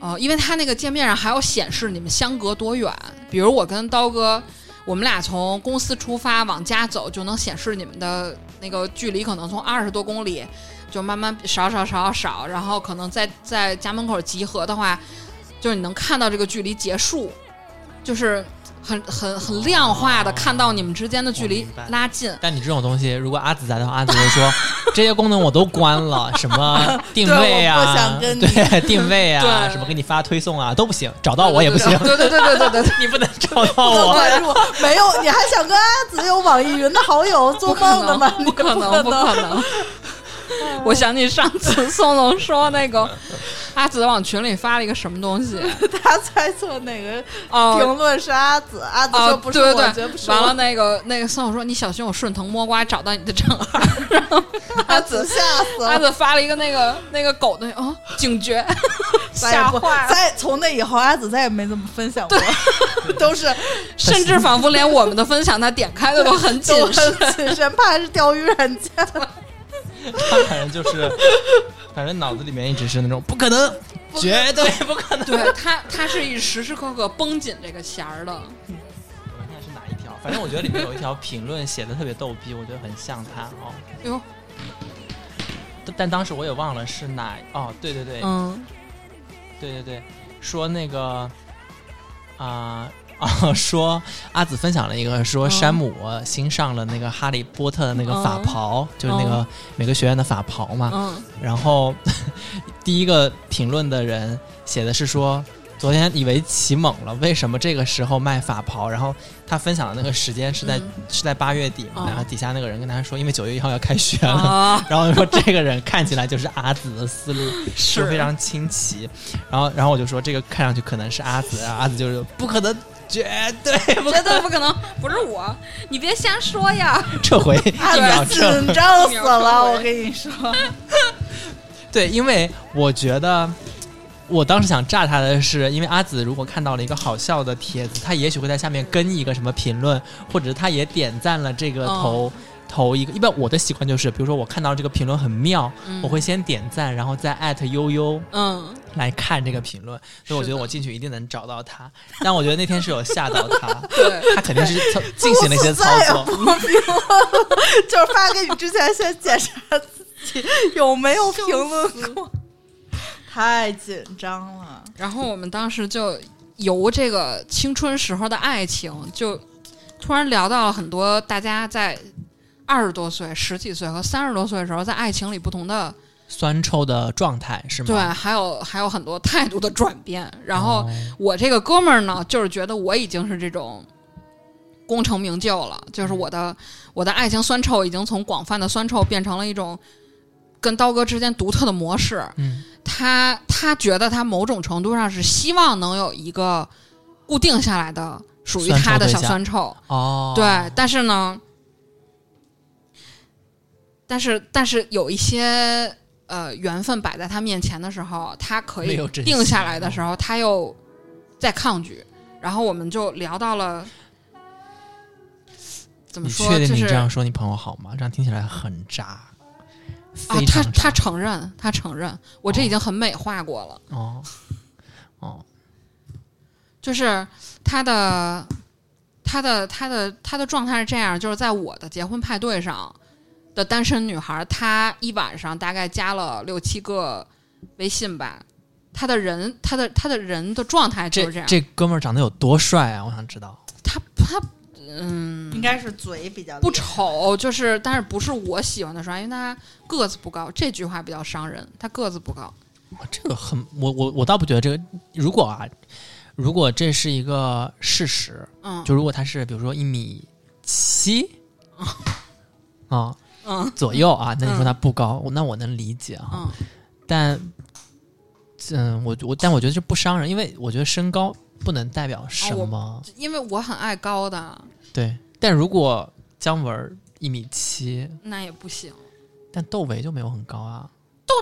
[SPEAKER 3] 呃，因为他那个界面上还有显示你们相隔多远，比如我跟刀哥，我们俩从公司出发往家走，就能显示你们的那个距离，可能从二十多公里就慢慢少少少少，然后可能在在家门口集合的话，就是你能看到这个距离结束，就是很很很量化的
[SPEAKER 2] 哦
[SPEAKER 3] 看到你们之间的距
[SPEAKER 2] 我
[SPEAKER 3] 离
[SPEAKER 2] 明白
[SPEAKER 3] 拉近。
[SPEAKER 2] 但你这种东西，如果阿紫在的话，阿紫会说这些功能我都关了，什么定位
[SPEAKER 1] 对我
[SPEAKER 2] 啊，
[SPEAKER 1] 不想跟你
[SPEAKER 2] 对定位啊，
[SPEAKER 3] 对
[SPEAKER 2] 什么给你发推送啊都不行，找到我也不行，
[SPEAKER 3] 对对对对对对
[SPEAKER 1] (laughs)
[SPEAKER 3] 对，
[SPEAKER 2] 你不能找
[SPEAKER 1] 不能 (laughs)
[SPEAKER 2] 到我。
[SPEAKER 1] 关注，没有，你还想跟阿紫有网易云的好友做
[SPEAKER 3] (laughs) 不可
[SPEAKER 1] 梦
[SPEAKER 3] 能，
[SPEAKER 1] 的吗？你
[SPEAKER 3] 不可能，不可
[SPEAKER 1] (laughs)
[SPEAKER 3] 能。我想起上次宋总说那个阿紫往群里发了一个什么
[SPEAKER 1] (laughs)
[SPEAKER 3] 东西
[SPEAKER 1] 他猜测哪个
[SPEAKER 3] 哦
[SPEAKER 1] 评论是阿紫，阿紫
[SPEAKER 3] 哦
[SPEAKER 1] 说，不是
[SPEAKER 3] 对
[SPEAKER 1] 我，
[SPEAKER 3] 对
[SPEAKER 1] 绝不
[SPEAKER 3] 对，
[SPEAKER 1] 是
[SPEAKER 3] 完了
[SPEAKER 1] 我。
[SPEAKER 3] 那个那个宋总说你小心我顺藤摸瓜找到你
[SPEAKER 1] (laughs)
[SPEAKER 3] 的账号，
[SPEAKER 1] 阿紫吓死
[SPEAKER 3] 阿
[SPEAKER 1] 了，
[SPEAKER 3] 紫发了一个那个那个狗的哦
[SPEAKER 1] (laughs)
[SPEAKER 3] 警觉，
[SPEAKER 1] 再也
[SPEAKER 3] 吓
[SPEAKER 1] 不
[SPEAKER 3] 坏了，
[SPEAKER 1] 再从那以后，阿紫再也没怎么分享过， (laughs) 都是
[SPEAKER 3] 甚至仿佛连我们的分享他点开 (laughs) 的都很谨
[SPEAKER 1] 都
[SPEAKER 3] 慎。
[SPEAKER 1] 很谨慎，怕是钓鱼软
[SPEAKER 3] (laughs)
[SPEAKER 1] 件。
[SPEAKER 2] 他反正就是，反正脑子里面一直是那种不可能，绝对不可能。
[SPEAKER 3] 对他，他是一时时刻刻绷紧这个弦儿的。
[SPEAKER 2] 哎我看是哪一条，反正我觉得里面有一条评论写的特别逗逼，我觉得很像他哦。
[SPEAKER 3] 哎呦，
[SPEAKER 2] 但但当时我也忘了是哪哦，对对对，
[SPEAKER 3] 嗯，
[SPEAKER 2] 对对对，说那个啊。 (laughs) 啊，说阿紫分享了一个，说
[SPEAKER 3] 嗯
[SPEAKER 2] 山姆新上了那个哈利波特的那个法
[SPEAKER 3] 嗯
[SPEAKER 2] 袍，就是那个每个学院的法袍嘛。 (laughs)
[SPEAKER 3] 嗯，
[SPEAKER 2] 然后第一个评论的人写的是说，昨天以为起猛了，为什么这个时候卖法袍？然后他分享的那个时间是在、
[SPEAKER 3] 嗯
[SPEAKER 2] 是在八月底嘛，
[SPEAKER 3] 哦
[SPEAKER 2] 然后底下那个人跟他说，因为九月一号要开学了。
[SPEAKER 3] 啊，
[SPEAKER 2] 然后说这个人看起来就是阿紫的思路
[SPEAKER 3] 是
[SPEAKER 2] 就非常清奇，然后然后我就说这个看上去可能是阿紫，啊然后阿紫就是不可能，绝对
[SPEAKER 3] (laughs)
[SPEAKER 2] 不可
[SPEAKER 3] 绝对不可能，不是我，你别瞎说呀！
[SPEAKER 2] 撤回一秒
[SPEAKER 1] 阿紫
[SPEAKER 2] 撤回
[SPEAKER 1] 紧张死
[SPEAKER 3] (laughs) 秒撤
[SPEAKER 1] 了，
[SPEAKER 3] 回
[SPEAKER 1] 我跟你说，
[SPEAKER 2] 对，因为我觉得我当时想炸他的是，因为阿紫如果看到了一个好笑的帖子，他也许会在下面跟一个什么评论，或者他也点赞了这
[SPEAKER 1] 哦
[SPEAKER 2] 个头。头一个，一般我的习惯就是，比如说我看到这个评论很妙，
[SPEAKER 1] 嗯
[SPEAKER 2] 我会先点赞，然后再艾特悠悠
[SPEAKER 3] 嗯，
[SPEAKER 2] 来看这个评论，所以我
[SPEAKER 3] 是
[SPEAKER 2] 觉得
[SPEAKER 3] 的
[SPEAKER 2] 我进去一定能找到他。但我觉得那天是有吓到他，
[SPEAKER 3] (laughs) 对，
[SPEAKER 2] 他肯定是操进行了一些操
[SPEAKER 1] 我
[SPEAKER 2] 作。
[SPEAKER 3] 啊
[SPEAKER 1] 不评论了，就是发给你之前先检查自己有没有评论过，太紧张了。
[SPEAKER 3] 然后我们当时就由这个青春时候的爱情，就突然聊到了很多大家在二十多岁、十几岁和三十多岁的时候，在爱情里不同的
[SPEAKER 2] 酸臭的状态是吗？
[SPEAKER 3] 对，还有还有很多态度的转变。然后
[SPEAKER 2] 哦
[SPEAKER 3] 我这个哥们儿呢，就是觉得我已经是这种功成名就了，就是我的我的爱情酸臭已经从广泛的酸臭变成了一种跟刀哥之间独特的模式。
[SPEAKER 2] 嗯，
[SPEAKER 3] 他他觉得他某种程度上是希望能有一个固定下来的属于
[SPEAKER 2] 酸臭
[SPEAKER 3] 他的
[SPEAKER 2] 对
[SPEAKER 3] 小
[SPEAKER 2] 象
[SPEAKER 3] 酸臭，
[SPEAKER 2] 哦，
[SPEAKER 3] 对，但是呢，但是但是有一些呃缘分摆在他面前的时候，他可
[SPEAKER 2] 没
[SPEAKER 3] 以
[SPEAKER 2] 有珍惜
[SPEAKER 3] 定下来的时候，他又在抗拒。然后我们就聊到了怎么
[SPEAKER 2] 你
[SPEAKER 3] 说，
[SPEAKER 2] 确定
[SPEAKER 3] 就
[SPEAKER 2] 你
[SPEAKER 3] 是
[SPEAKER 2] 这样说你朋友好吗？这样听起来很渣。
[SPEAKER 3] 啊
[SPEAKER 2] 非，
[SPEAKER 3] 他
[SPEAKER 2] 常
[SPEAKER 3] 他
[SPEAKER 2] 差
[SPEAKER 3] 承认，他承认，我这已经很美化过了，
[SPEAKER 2] 哦哦
[SPEAKER 3] 就是他的他的他的他的状态是这样，就是在我的结婚派对上的单身女孩，她一晚上大概加了六七个微信吧，她的人，她的她的人的状态就是
[SPEAKER 2] 这
[SPEAKER 3] 样，
[SPEAKER 2] 这哥们儿长得有多帅啊？我想知道。
[SPEAKER 3] 她她嗯。
[SPEAKER 1] 应该是嘴比较
[SPEAKER 3] 不
[SPEAKER 1] 厉害
[SPEAKER 3] 丑，就是但是不是我喜欢的帅，因为他个子不高。这句话比较伤人，他个子不高。
[SPEAKER 2] 哇这个很，我我我倒不觉得这个。如果啊，如果这是一个事实，
[SPEAKER 3] 嗯
[SPEAKER 2] 就如果他是比如说一米七啊、
[SPEAKER 3] 嗯
[SPEAKER 2] 左右啊，那你说他不高，那我能理解啊。
[SPEAKER 3] 嗯，
[SPEAKER 2] 但嗯，我我但我觉得这不伤人，因为我觉得身高不能代
[SPEAKER 3] 啊
[SPEAKER 2] 表什么。
[SPEAKER 3] 因为我很爱高的，
[SPEAKER 2] 对，但如果姜文儿一米七，
[SPEAKER 3] 那也不行。
[SPEAKER 2] 但窦唯就没有很高啊。
[SPEAKER 3] 窦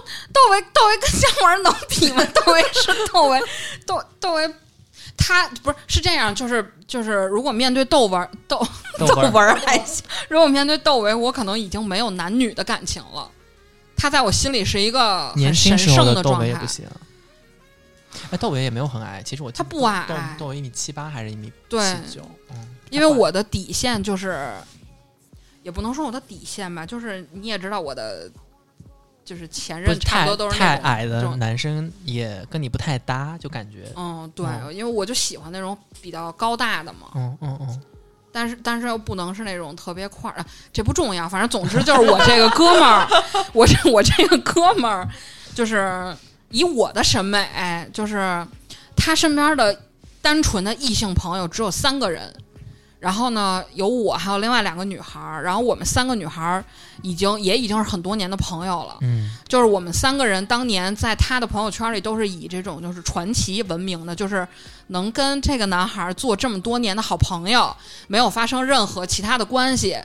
[SPEAKER 3] 唯，窦唯跟姜文能比
[SPEAKER 2] (laughs)
[SPEAKER 3] 吗？窦唯是窦唯，窦窦唯，他不是是这样，就是就是，如果面对窦文窦
[SPEAKER 2] 窦
[SPEAKER 3] 窦
[SPEAKER 2] 唯儿
[SPEAKER 3] 文儿还行，如果面对窦唯，我可能已经没有男女的感情了。他在我心里是一个
[SPEAKER 2] 年
[SPEAKER 3] 很
[SPEAKER 2] 轻
[SPEAKER 3] 神
[SPEAKER 2] 时
[SPEAKER 3] 圣
[SPEAKER 2] 候的窦
[SPEAKER 3] 状
[SPEAKER 2] 唯也
[SPEAKER 3] 态
[SPEAKER 2] 不。行。哎，窦唯也没有很矮，其实我记
[SPEAKER 3] 他
[SPEAKER 2] 得
[SPEAKER 3] 不
[SPEAKER 2] 窦
[SPEAKER 3] 矮
[SPEAKER 2] 窦窦唯一米七八还是一米
[SPEAKER 3] 对
[SPEAKER 2] 七九，嗯，
[SPEAKER 3] 因为我的底线就是，也不能说我的底线吧，就是你也知道我的，就是前
[SPEAKER 2] 不
[SPEAKER 3] 任差
[SPEAKER 2] 太
[SPEAKER 3] 不多都是
[SPEAKER 2] 太
[SPEAKER 3] 那种
[SPEAKER 2] 矮
[SPEAKER 3] 这
[SPEAKER 2] 的
[SPEAKER 3] 种
[SPEAKER 2] 男生也跟你不太搭，就感觉，
[SPEAKER 3] 嗯，对，
[SPEAKER 2] 嗯
[SPEAKER 3] 因为我就喜欢那种比较高大的嘛，
[SPEAKER 2] 嗯嗯嗯，
[SPEAKER 3] 但是但是又不能是那种特别块儿、啊，这不重要，反正总之就是我这个哥们儿，我这我这个哥们儿，就是以我的审美，哎就是他身边的单纯的异性朋友只有三个人，然后呢有我还有另外两个女孩儿，然后我们三个女孩儿已经也已经是很多年的朋友了，
[SPEAKER 2] 嗯，
[SPEAKER 3] 就是我们三个人当年在他的朋友圈里都是以这种就是传奇闻名的，就是能跟这个男孩做这么多年的好朋友，没有发生任何其他的关系。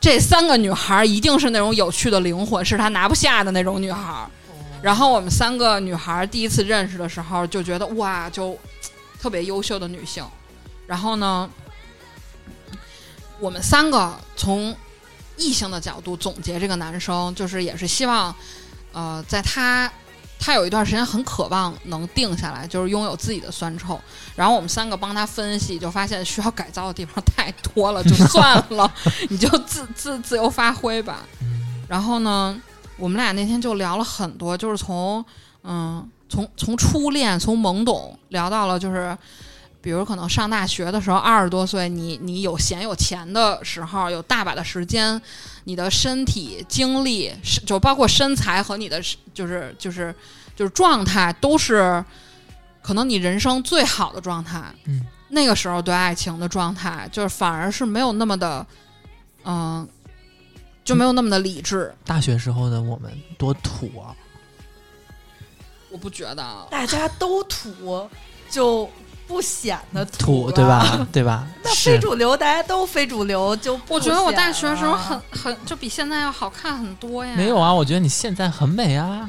[SPEAKER 3] 这三个女孩一定是那种有趣的灵魂，是他拿不下的那种女孩。然后我们三个女孩第一次认识的时候就觉得哇，就嘖特别优秀的女性。然后呢，我们三个从异性的角度总结这个男生，就是也是希望呃，在他他有一段时间很渴望能定下来，就是拥有自己的酸臭。然后我们三个帮他分析，就发现需要改造的地方太多了，就算了，你就自自自由发挥吧。然后呢，我们俩那天就聊了很多，就是从嗯，从从初恋，从懵懂聊到了就是。比如可能上大学的时候，二十多岁，你你有闲有钱的时候，有大把的时间，你的身体、精力，是就包括身材和你的是就是就是就是状态，都是可能你人生最好的状态。
[SPEAKER 2] 嗯，
[SPEAKER 3] 那个时候对爱情的状态，就是反而是没有那么的，嗯、就没有那么的理智。
[SPEAKER 2] 大学时候的我们多土啊，
[SPEAKER 3] 我不觉得啊，
[SPEAKER 1] 大家都土，就不显得
[SPEAKER 2] 土
[SPEAKER 1] 了
[SPEAKER 3] 啊
[SPEAKER 2] 对？
[SPEAKER 3] (laughs)
[SPEAKER 2] 吧？对吧？
[SPEAKER 1] 那非
[SPEAKER 2] 是，
[SPEAKER 1] 主流，大家都非主流，就不啊
[SPEAKER 3] 我觉得我大学
[SPEAKER 1] 显
[SPEAKER 3] 的时候
[SPEAKER 1] 了
[SPEAKER 3] 很很就比现在要好看很多呀。
[SPEAKER 2] 没有啊，我觉得你现在很美啊，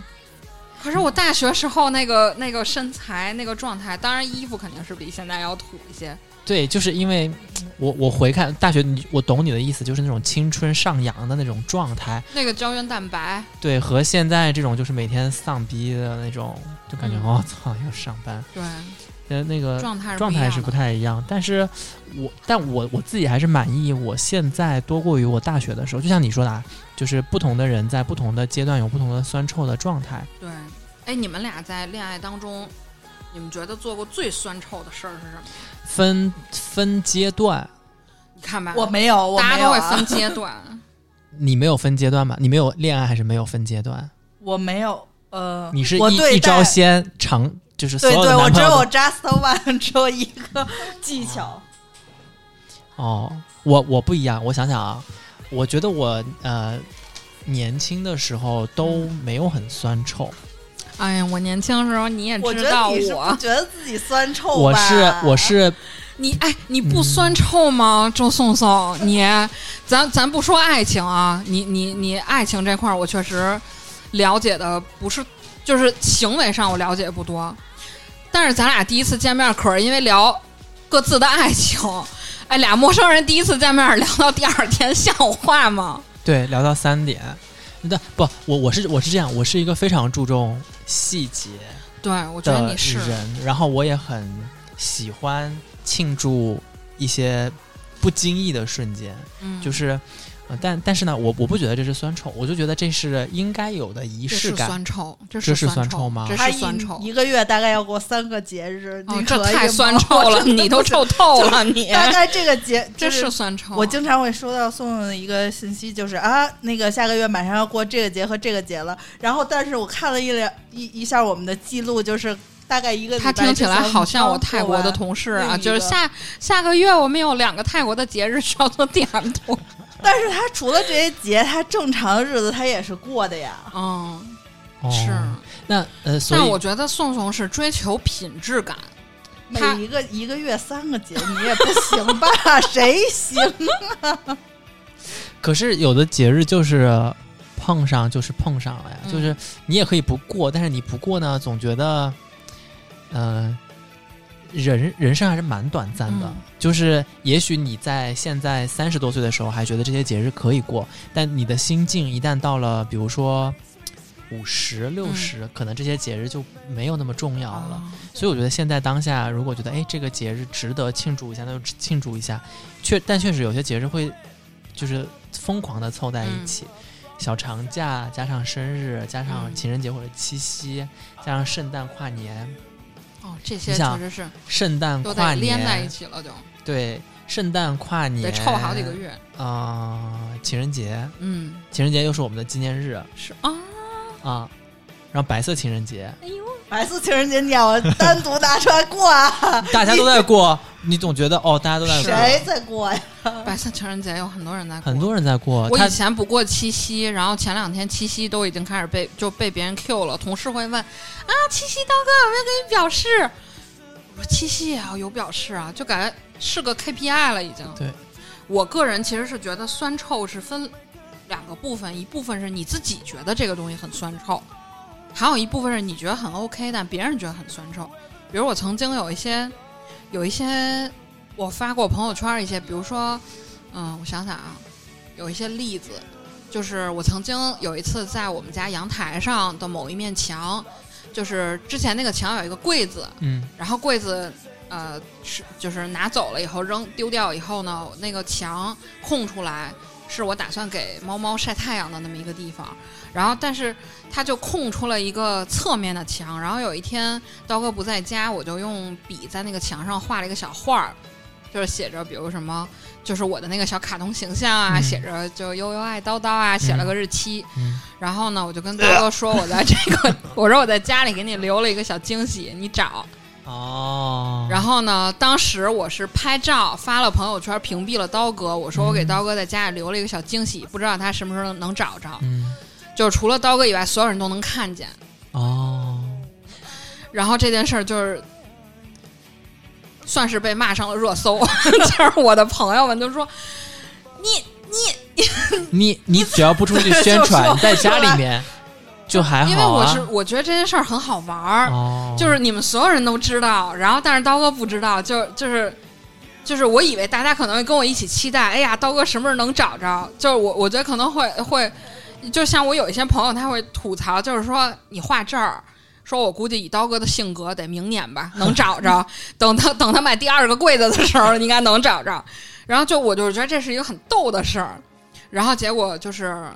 [SPEAKER 3] 可是我大学时候那个那个身材那个状态，当然衣服肯定是比现在要土一些。
[SPEAKER 2] 对，就是因为我我回看大学，你我懂你的意思，就是那种青春上扬的那种状态，
[SPEAKER 3] 那个胶原蛋白，
[SPEAKER 2] 对，和现在这种就是每天丧逼的那种，就感觉
[SPEAKER 3] 嗯
[SPEAKER 2] 我操、要上班，
[SPEAKER 3] 对，
[SPEAKER 2] 呃，那个
[SPEAKER 3] 状态
[SPEAKER 2] 状态是不
[SPEAKER 3] 不一样的
[SPEAKER 2] 太一样。但是我但我我自己还是满意我现在多过于我大学的时候，就像你说的，啊，就是不同的人在不同的阶段有不同的酸臭的状态。
[SPEAKER 3] 对。哎，你们俩在恋爱当中，你们觉得做过最酸臭的事儿是什么？
[SPEAKER 2] 分分阶段，
[SPEAKER 3] 你看吧，
[SPEAKER 1] 我没有，我没
[SPEAKER 3] 大家都
[SPEAKER 1] 有
[SPEAKER 3] 会
[SPEAKER 1] 啊
[SPEAKER 3] 分阶
[SPEAKER 1] (laughs)
[SPEAKER 3] 段。
[SPEAKER 2] 你没有分阶段吗？你没有恋爱还是没有分阶段？
[SPEAKER 1] 我没有，呃，
[SPEAKER 2] 你是
[SPEAKER 1] 我
[SPEAKER 2] 一
[SPEAKER 1] 对
[SPEAKER 2] 一招
[SPEAKER 1] 待
[SPEAKER 2] 鲜尝，就是所
[SPEAKER 1] 对
[SPEAKER 2] 有
[SPEAKER 1] 对，
[SPEAKER 2] 的
[SPEAKER 1] 我
[SPEAKER 2] 男
[SPEAKER 1] 只
[SPEAKER 2] 朋友
[SPEAKER 1] 有
[SPEAKER 2] 都
[SPEAKER 1] just one，只有一个技巧。
[SPEAKER 2] 哦，我我不一样，我想想啊，我觉得我呃年轻的时候都
[SPEAKER 1] 嗯
[SPEAKER 2] 没有很酸臭，
[SPEAKER 3] 哎呀，我年轻时候你也
[SPEAKER 1] 我觉
[SPEAKER 3] 知道
[SPEAKER 1] 得
[SPEAKER 3] 我，
[SPEAKER 1] 你是不觉得自己酸臭哦吧？
[SPEAKER 2] 我是我是
[SPEAKER 3] 你哎，你不
[SPEAKER 2] 嗯
[SPEAKER 3] 酸臭吗？周颂颂，你，咱咱不说爱情啊，你你你爱情这块儿，我确实了解的不是，就是行为上我了解不多，但是咱俩第一次见面，可是因为聊各自的爱情，哎，俩陌生人第一次见面聊到第二天像话吗？
[SPEAKER 2] 对聊到三点，那不，我我是我是这样，我是一个非常注重细节
[SPEAKER 3] 对，我觉得
[SPEAKER 2] 的
[SPEAKER 3] 你是
[SPEAKER 2] 人，然后我也很喜欢庆祝一些不经意的瞬间，
[SPEAKER 3] 嗯，
[SPEAKER 2] 就是，呃、但但是呢，我我不觉得这是酸臭，我就觉得这是应该有的仪
[SPEAKER 3] 这
[SPEAKER 2] 式
[SPEAKER 3] 是
[SPEAKER 2] 感。
[SPEAKER 3] 酸臭，这
[SPEAKER 2] 这
[SPEAKER 3] 是
[SPEAKER 2] 是酸臭
[SPEAKER 3] 臭
[SPEAKER 2] 吗
[SPEAKER 3] 这
[SPEAKER 1] 他
[SPEAKER 3] 是
[SPEAKER 1] 一
[SPEAKER 3] 酸臭。
[SPEAKER 1] 一个月大概要过三个节日，
[SPEAKER 3] 哦
[SPEAKER 1] 你，
[SPEAKER 3] 这
[SPEAKER 1] 可以
[SPEAKER 3] 太
[SPEAKER 1] 吗
[SPEAKER 3] 酸 (laughs) 臭了，你都。臭透了，你
[SPEAKER 1] 我大概这个节，
[SPEAKER 3] 这
[SPEAKER 1] 就是
[SPEAKER 3] 是酸臭。啊
[SPEAKER 1] 我经常会收到送的一个信息，就是啊，那个下个月马上要过这个节和这个节了。然后，但是我看了一两一一下我们的记录，就是大概一个礼
[SPEAKER 3] 他
[SPEAKER 1] 拜
[SPEAKER 3] 听起来
[SPEAKER 1] 之前
[SPEAKER 3] 好像我
[SPEAKER 1] 刚做
[SPEAKER 3] 泰国的
[SPEAKER 1] 完
[SPEAKER 3] 同事啊，
[SPEAKER 1] 另一
[SPEAKER 3] 就是
[SPEAKER 1] 个
[SPEAKER 3] 下下个月我们有两个泰国的节日需要做 DM 图。
[SPEAKER 1] 但是他除了这些节，他正常的日子他也是过的呀。
[SPEAKER 3] 嗯，
[SPEAKER 2] 哦
[SPEAKER 3] 是。
[SPEAKER 2] 那呃，所以
[SPEAKER 3] 但我觉得宋宋是追求品质感，
[SPEAKER 1] 每
[SPEAKER 3] 他
[SPEAKER 1] 一个一个月三个节，你也不行吧？谁行？
[SPEAKER 2] 可是有的节日就是碰上就是碰上了呀，
[SPEAKER 3] 嗯
[SPEAKER 2] 就是你也可以不过，但是你不过呢，总觉得，呃，人人生还是蛮短暂的。
[SPEAKER 3] 嗯
[SPEAKER 2] 就是也许你在现在三十多岁的时候还觉得这些节日可以过，但你的心境一旦到了，比如说。五十六十，
[SPEAKER 3] 嗯
[SPEAKER 2] 可能这些节日就没有那么重要了。
[SPEAKER 3] 啊
[SPEAKER 2] 所以我觉得现在当下，如果觉得哎这个节日值得庆祝一下，那就庆祝一下。确，但确实有些节日会就是疯狂的凑在一起，小长假加上生日，加上
[SPEAKER 3] 嗯
[SPEAKER 2] 情人节或者七夕，加上圣诞跨年，
[SPEAKER 3] 哦，这些
[SPEAKER 2] 你想
[SPEAKER 3] 确实是
[SPEAKER 2] 圣诞
[SPEAKER 3] 都
[SPEAKER 2] 跨
[SPEAKER 3] 得
[SPEAKER 2] 年
[SPEAKER 3] 连在一起了，就
[SPEAKER 2] 对，圣诞跨年
[SPEAKER 3] 得臭好几个月。
[SPEAKER 2] 啊、情人节，
[SPEAKER 3] 嗯，
[SPEAKER 2] 情人节又是我们的纪念日啊、
[SPEAKER 3] 是啊，
[SPEAKER 2] 然后白色情人 (laughs) 节，
[SPEAKER 3] 哎呦，
[SPEAKER 1] 白色情人节你要单独拿出来过
[SPEAKER 3] (laughs)
[SPEAKER 1] 啊？
[SPEAKER 2] 大家都在过，你总觉得哦，大家都在
[SPEAKER 3] 啊
[SPEAKER 2] 过，
[SPEAKER 1] 谁在过呀？
[SPEAKER 3] 白色情人节有很多人在过
[SPEAKER 2] 很多人在过，
[SPEAKER 3] 我
[SPEAKER 2] 他
[SPEAKER 3] 以前不过七夕，然后前两天七夕都已经开始被就被别人 Q 了，同事会问啊，七夕刀哥有没有给你表示？我说七夕也要有表示啊，就感觉是个 KPI 了已经。
[SPEAKER 2] 对，
[SPEAKER 3] 我个人其实是觉得酸臭是分两个部分，一部分是你自己觉得这个东西很酸臭，还有一部分是你觉得很 OK，但别人觉得很酸臭。比如我曾经有一些有一些我发过朋友圈一些，比如说，嗯，我想想啊，有一些例子，就是我曾经有一次在我们家阳台上的某一面墙，就是之前那个墙有一个柜子，
[SPEAKER 2] 嗯。
[SPEAKER 3] 然后柜子呃是就是拿走了以后扔丢掉以后呢，那个墙空出来是我打算给猫猫晒太阳的那么一个地方，然后但是它就空出了一个侧面的墙，然后有一天刀哥不在家，我就用笔在那个墙上画了一个小画儿。就是写着，比如什么，就是我的那个小卡通形象啊，
[SPEAKER 2] 嗯
[SPEAKER 3] 写着就悠悠爱叨叨啊，写了个日期，
[SPEAKER 2] 嗯
[SPEAKER 3] 然后呢，我就跟刀哥说，我在这个， (laughs) 我说我在家里给你留了一个小惊喜，你找。
[SPEAKER 2] 哦，
[SPEAKER 3] 然后呢，当时我是拍照发了朋友圈，屏蔽了刀哥。我说我给
[SPEAKER 2] 嗯
[SPEAKER 3] 刀哥在家里留了一个小惊喜，不知道他什么时候能找着。
[SPEAKER 2] 嗯，
[SPEAKER 3] 就是除了刀哥以外，所有人都能看见。
[SPEAKER 2] 哦，
[SPEAKER 3] 然后这件事儿就是。算是被骂上了热搜， (laughs) 就是我的朋友们都说
[SPEAKER 2] 你你只要不出去宣
[SPEAKER 1] 就
[SPEAKER 3] (laughs)
[SPEAKER 2] 传，
[SPEAKER 1] 说
[SPEAKER 2] 你在家里面就还
[SPEAKER 3] 因为
[SPEAKER 2] 好
[SPEAKER 3] 我
[SPEAKER 2] 啊
[SPEAKER 3] 是。我觉得这件事儿很好玩儿，
[SPEAKER 2] 哦，
[SPEAKER 3] 就是你们所有人都知道，然后但是刀哥不知道，就就是就是我以为大家可能会跟我一起期待，哎呀，刀哥什么时候能找着？就是我我觉得可能会会，就像我有一些朋友他会吐槽，就是说你画这儿。说我估计以刀哥的性格，得明年吧能找着。等他等他买第二个柜子的时候， (laughs) 应该能找着。然后就我就是觉得这是一个很逗的事儿。然后结果就是，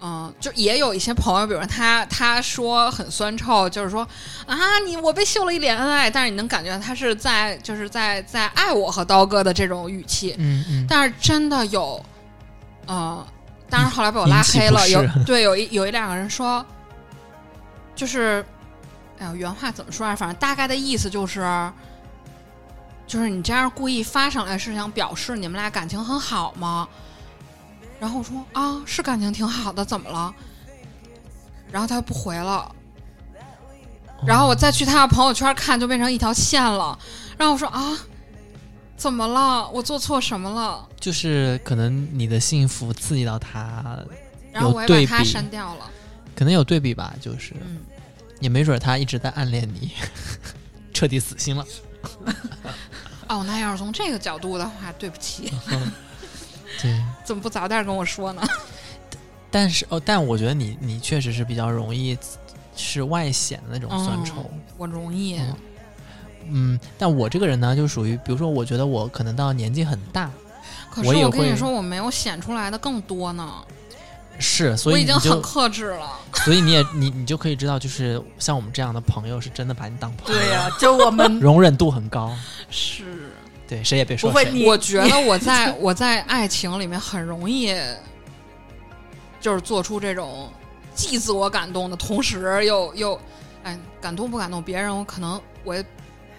[SPEAKER 3] 嗯、就也有一些朋友，比如他他说很酸臭，就是说啊，你我被秀了一脸恩爱，但是你能感觉他是在就是在在爱我和刀哥的这种语气，
[SPEAKER 2] 嗯嗯，
[SPEAKER 3] 但是真的有，呃，当然后来被我拉黑了，
[SPEAKER 2] 引起不 (laughs)
[SPEAKER 3] 有
[SPEAKER 2] 适
[SPEAKER 3] 对有一有一两个人说，就是，哎呦，原话怎么说啊？反正大概的意思就是。就是你这样故意发上来是想表示你们俩感情很好吗？然后我说啊，是感情挺好的，怎么了？然后他就不回
[SPEAKER 2] 哦
[SPEAKER 3] 了，然后我再去他的朋友圈看，就变成一条线了。然后我说啊，怎么了？我做错什么了？
[SPEAKER 2] 就是可能你的幸福刺激到他，
[SPEAKER 3] 然后
[SPEAKER 2] 有
[SPEAKER 3] 我也
[SPEAKER 2] 对
[SPEAKER 3] 把
[SPEAKER 2] 比
[SPEAKER 3] 他删掉了。
[SPEAKER 2] 可能有对比吧，就是
[SPEAKER 3] 嗯，
[SPEAKER 2] 也没准他一直在暗恋你， (laughs) 彻底死心了。
[SPEAKER 3] 哦，那要是从这个角度的话，对不起，
[SPEAKER 2] (laughs) 对，
[SPEAKER 3] 怎么不早点跟我说呢？
[SPEAKER 2] 但是哦，但我觉得你你确实是比较容易是外显的那种
[SPEAKER 3] 哦
[SPEAKER 2] 酸臭。
[SPEAKER 3] 我容易，
[SPEAKER 2] 嗯嗯，但我这个人呢，就属于，比如说，我觉得我可能到年纪很大，
[SPEAKER 3] 可
[SPEAKER 2] 我
[SPEAKER 3] 是
[SPEAKER 2] 也
[SPEAKER 3] 我跟
[SPEAKER 2] 会
[SPEAKER 3] 你说，我没有显出来的更多呢，
[SPEAKER 2] 是，所
[SPEAKER 3] 我
[SPEAKER 2] 以
[SPEAKER 3] 已
[SPEAKER 2] 你
[SPEAKER 3] 经很
[SPEAKER 2] 就，
[SPEAKER 3] 克制
[SPEAKER 2] (laughs)
[SPEAKER 3] 了。
[SPEAKER 2] 所以你也你你就可以知道，就是像我们这样的朋友是真的把你当朋友，
[SPEAKER 1] 对呀、就我们
[SPEAKER 2] 容忍度很高，
[SPEAKER 3] 是，
[SPEAKER 2] 对，谁也别说
[SPEAKER 1] 不会
[SPEAKER 2] 谁
[SPEAKER 1] 你
[SPEAKER 3] 我觉得我在我在爱情里面很容易，就是做出这种既自我感动的同时又又，哎，感动不感动别人，我可能我也，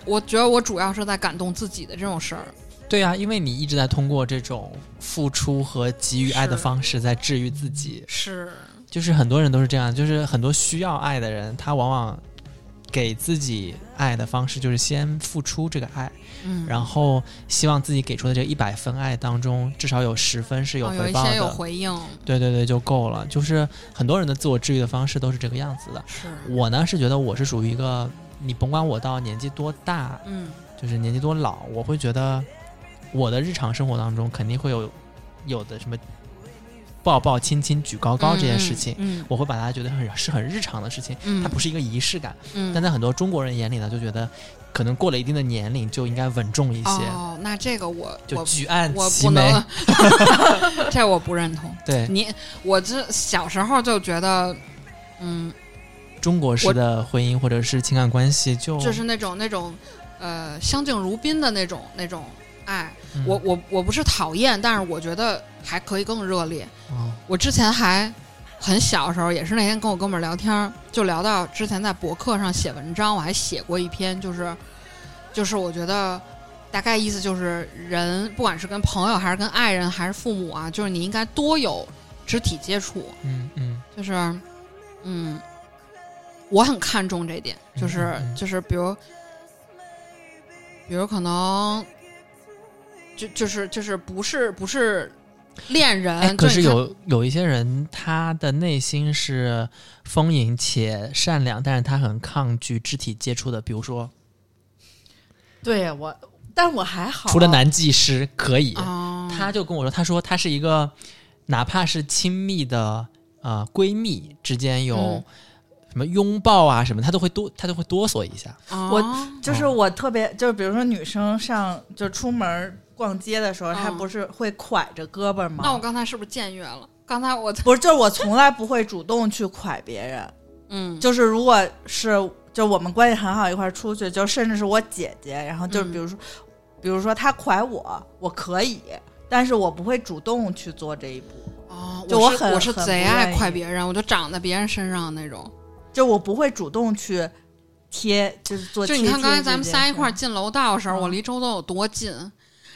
[SPEAKER 3] 我觉得我主要是在感动自己的这种事儿。
[SPEAKER 2] 对啊，因为你一直在通过这种付出和给予爱的
[SPEAKER 3] 是
[SPEAKER 2] 方式在治愈自己，
[SPEAKER 3] 是，
[SPEAKER 2] 就是很多人都是这样，就是很多需要爱的人，他往往给自己爱的方式就是先付出这个爱，
[SPEAKER 3] 嗯，
[SPEAKER 2] 然后希望自己给出的这一百分爱当中，至少有十分是有
[SPEAKER 3] 哦
[SPEAKER 2] 回
[SPEAKER 3] 一
[SPEAKER 2] 报的，
[SPEAKER 3] 些有回应，
[SPEAKER 2] 对对对就够了。就是很多人的自我治愈的方式都是这个样子的。
[SPEAKER 3] 是，
[SPEAKER 2] 我呢是觉得我是属于一个，你甭管我到年纪多大，
[SPEAKER 3] 嗯，
[SPEAKER 2] 就是年纪多老，我会觉得我的日常生活当中肯定会有有的什么抱抱、亲亲、举高高这件事情，
[SPEAKER 3] 嗯，
[SPEAKER 2] 我会把它觉得很是很日常的事情，
[SPEAKER 3] 嗯，
[SPEAKER 2] 它不是一个仪式感。
[SPEAKER 3] 嗯，
[SPEAKER 2] 但在很多中国人眼里呢，就觉得可能过了一定的年龄就应该稳重一些，
[SPEAKER 3] 哦，那这个我
[SPEAKER 2] 就
[SPEAKER 3] 我
[SPEAKER 2] 举案
[SPEAKER 3] 我
[SPEAKER 2] 齐
[SPEAKER 3] 不
[SPEAKER 2] 眉。
[SPEAKER 3] 能， (laughs) 这我不认同。
[SPEAKER 2] 对，
[SPEAKER 3] 你我这小时候就觉得，嗯，
[SPEAKER 2] 中国式的婚姻或者是情感关系就，
[SPEAKER 3] 就是那种那种呃相敬如宾的那种那种爱。
[SPEAKER 2] 嗯
[SPEAKER 3] 我我我不是讨厌，但是我觉得还可以更热烈。
[SPEAKER 2] 哦
[SPEAKER 3] 我之前还很小的时候，也是那天跟我哥们儿聊天儿，就聊到之前在博客上写文章，我还写过一篇，就是就是我觉得大概意思就是人不管是跟朋友还是跟爱人还是父母啊，就是你应该多有肢体接触，
[SPEAKER 2] 嗯嗯
[SPEAKER 3] 就是嗯，我很看重这点，就是
[SPEAKER 2] 嗯嗯嗯
[SPEAKER 3] 就是比如比如可能就就是就是不是不是。恋人，
[SPEAKER 2] 哎，
[SPEAKER 3] 就
[SPEAKER 2] 可
[SPEAKER 3] 你
[SPEAKER 2] 是
[SPEAKER 3] 看
[SPEAKER 2] 有有一些人，他的内心是丰盈且善良，但是他很抗拒肢体接触的，比如说，
[SPEAKER 1] 对我，但我还好，啊
[SPEAKER 2] 除了男技师可以，
[SPEAKER 3] 哦，
[SPEAKER 2] 他就跟我说，他说他是一个，哪怕是亲密的呃闺蜜之间有
[SPEAKER 3] 嗯
[SPEAKER 2] 什么拥抱啊什么，他都会哆，他都会哆嗦一下。
[SPEAKER 1] 我
[SPEAKER 3] 哦
[SPEAKER 1] 就是我特别，就是比如说女生上就出门逛街的时候，
[SPEAKER 3] 嗯
[SPEAKER 1] 她不是会挎着胳膊吗？
[SPEAKER 3] 那我刚才是不是僭越了？刚才我在
[SPEAKER 1] 不是，就是我从来不会主动去挎别人，
[SPEAKER 3] 嗯
[SPEAKER 1] 就是如果是就我们关系很好一块儿出去，就甚至是我姐姐，然后就
[SPEAKER 3] 嗯
[SPEAKER 1] 比如说，比如说她挎我，我可以，但是我不会主动去做这一步，
[SPEAKER 3] 哦，
[SPEAKER 1] 就
[SPEAKER 3] 我
[SPEAKER 1] 我
[SPEAKER 3] 是
[SPEAKER 1] 很
[SPEAKER 3] 我是
[SPEAKER 1] 很
[SPEAKER 3] 贼
[SPEAKER 1] 不
[SPEAKER 3] 爱
[SPEAKER 1] 愿
[SPEAKER 3] 快
[SPEAKER 1] 意
[SPEAKER 3] 别人，我就长在别人身上那种。
[SPEAKER 1] 就我不会主动去贴，就是做
[SPEAKER 3] 就
[SPEAKER 1] 贴
[SPEAKER 3] 你
[SPEAKER 1] 贴。
[SPEAKER 3] 看刚才咱们仨一块儿，进楼道的时候，我
[SPEAKER 1] 嗯
[SPEAKER 3] 离周总有多近，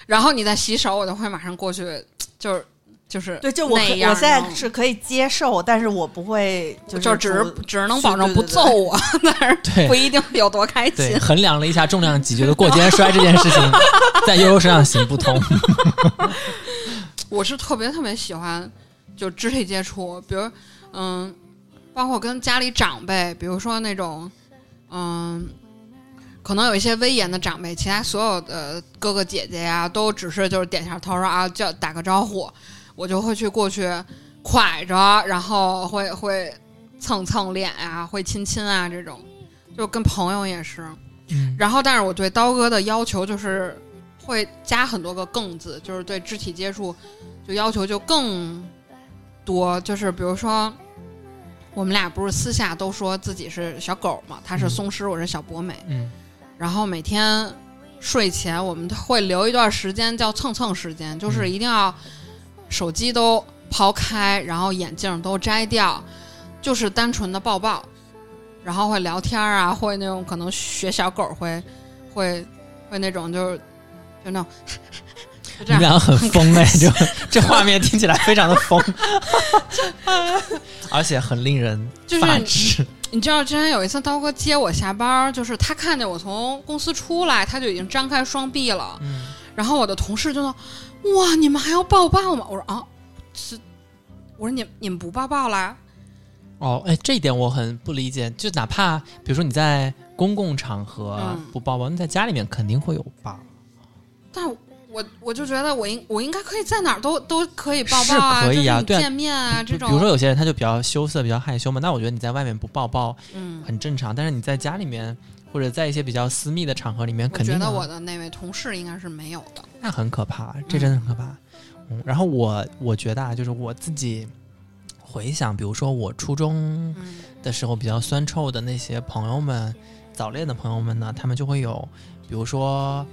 [SPEAKER 3] 然后你在洗手，我就会马上过去，就是就是
[SPEAKER 1] 对，就我可
[SPEAKER 3] 那
[SPEAKER 1] 我
[SPEAKER 3] 样
[SPEAKER 1] 现在
[SPEAKER 3] 弄
[SPEAKER 1] 是可以接受，但是我不会
[SPEAKER 3] 就是只
[SPEAKER 1] 主
[SPEAKER 3] 只能
[SPEAKER 1] 去
[SPEAKER 3] 保证
[SPEAKER 1] 对
[SPEAKER 3] 不
[SPEAKER 1] 对对 (laughs)
[SPEAKER 3] 揍我， (laughs) 但是
[SPEAKER 2] 对
[SPEAKER 3] 不，一定有多开
[SPEAKER 2] 对，
[SPEAKER 3] 心。
[SPEAKER 2] 衡量了一下重量级，觉得过肩摔这件事情在悠悠身上行不通。
[SPEAKER 3] 我是特别特别喜欢就肢体接触，比如嗯，包括跟家里长辈，比如说那种嗯，可能有一些威严的长辈，其他所有的哥哥姐姐呀，都只是就是点下头说啊叫打个招呼，我就会去过去挎着，然后会会蹭蹭脸啊，会亲亲啊这种，就跟朋友也是。
[SPEAKER 2] 嗯
[SPEAKER 3] 然后，但是我对刀哥的要求就是会加很多个“更”字，就是对肢体接触就要求就更多。就是比如说，我们俩不是私下都说自己是小狗嘛，他是
[SPEAKER 2] 嗯
[SPEAKER 3] 松狮，我是小博美。
[SPEAKER 2] 嗯
[SPEAKER 3] 然后每天睡前我们都会留一段时间叫蹭蹭时间，就是一定要手机都抛开，然后眼镜都摘掉，就是单纯的抱抱，然后会聊天啊，会那种可能学小狗会会会那种就是就那种 (laughs) 就
[SPEAKER 2] 你
[SPEAKER 3] 这
[SPEAKER 2] 们
[SPEAKER 3] 样。
[SPEAKER 2] 俩很疯 (laughs) 哎，就这画面听起来非常的疯， (laughs) 而且很令人
[SPEAKER 3] 就是
[SPEAKER 2] 发指。
[SPEAKER 3] 你知道之前有一次刀哥接我下班儿，就是他看见我从公司出来，他就已经张开双臂了。
[SPEAKER 2] 嗯，
[SPEAKER 3] 然后我的同事就说：“哇，你们还要抱抱吗？”我说：“啊，是，我说你你们不抱抱啦
[SPEAKER 2] (laughs) 哦，哎，这一点我很不理解。就哪怕比如说你在公共场合啊
[SPEAKER 3] 嗯
[SPEAKER 2] 不抱抱，那在家里面肯定会有吧？？”
[SPEAKER 3] 但我我就觉得我应我应该可以在哪儿都都可以抱抱啊，
[SPEAKER 2] 是可以啊
[SPEAKER 3] 就是你
[SPEAKER 2] 对啊
[SPEAKER 3] 见面啊这种。
[SPEAKER 2] 比如说，有些人他就比较羞涩、比较害羞嘛，那我觉得你在外面不抱抱
[SPEAKER 3] 嗯，
[SPEAKER 2] 很正常，但是你在家里面或者在一些比较私密的场合里面，
[SPEAKER 3] 我
[SPEAKER 2] 肯定
[SPEAKER 3] 觉
[SPEAKER 2] 的
[SPEAKER 3] 得我的那位同事应该是没有的。
[SPEAKER 2] 那很可怕，这真的很可怕。嗯，然后我我觉得啊，就是我自己回想，比如说我初中
[SPEAKER 3] 嗯
[SPEAKER 2] 的时候比较酸臭的那些朋友们，早恋的朋友们呢，他们就会有，比如说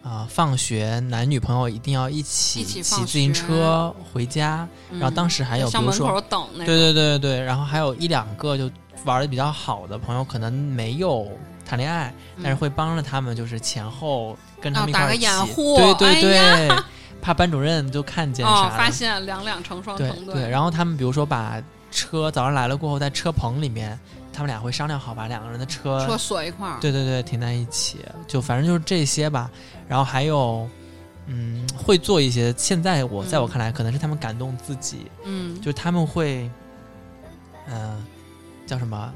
[SPEAKER 2] 啊、放学男女朋友一定要一起
[SPEAKER 3] 一起
[SPEAKER 2] 骑
[SPEAKER 3] 放
[SPEAKER 2] 自行
[SPEAKER 3] 学
[SPEAKER 2] 车回家，
[SPEAKER 3] 嗯，
[SPEAKER 2] 然后当时还有比
[SPEAKER 3] 在校
[SPEAKER 2] 如
[SPEAKER 3] 门
[SPEAKER 2] 说
[SPEAKER 3] 口等那
[SPEAKER 2] 对
[SPEAKER 3] 种
[SPEAKER 2] 对对对对，然后还有一两个就玩的比较好的朋友，可能没有谈恋爱，
[SPEAKER 3] 嗯
[SPEAKER 2] 但是会帮着他们，就是前后跟他们一
[SPEAKER 3] 啊
[SPEAKER 2] 块
[SPEAKER 3] 打
[SPEAKER 2] 儿
[SPEAKER 3] 个
[SPEAKER 2] 骑
[SPEAKER 3] 掩护
[SPEAKER 2] 对对
[SPEAKER 3] 哎
[SPEAKER 2] 对，怕班主任就看见啥
[SPEAKER 3] 哦
[SPEAKER 2] 的，，
[SPEAKER 3] 发现两两成双
[SPEAKER 2] 对
[SPEAKER 3] 成
[SPEAKER 2] 对，然后他们比如说把车早上来了过后，在车棚里面，他们俩会商量好把两个人的车，
[SPEAKER 3] 车锁一块儿，
[SPEAKER 2] 对对对停在一起，就反正就是这些吧，然后还有。嗯，会做一些。现在我在我看来，可能是他们感动自己，
[SPEAKER 3] 嗯，
[SPEAKER 2] 就是他们会，嗯、叫什么？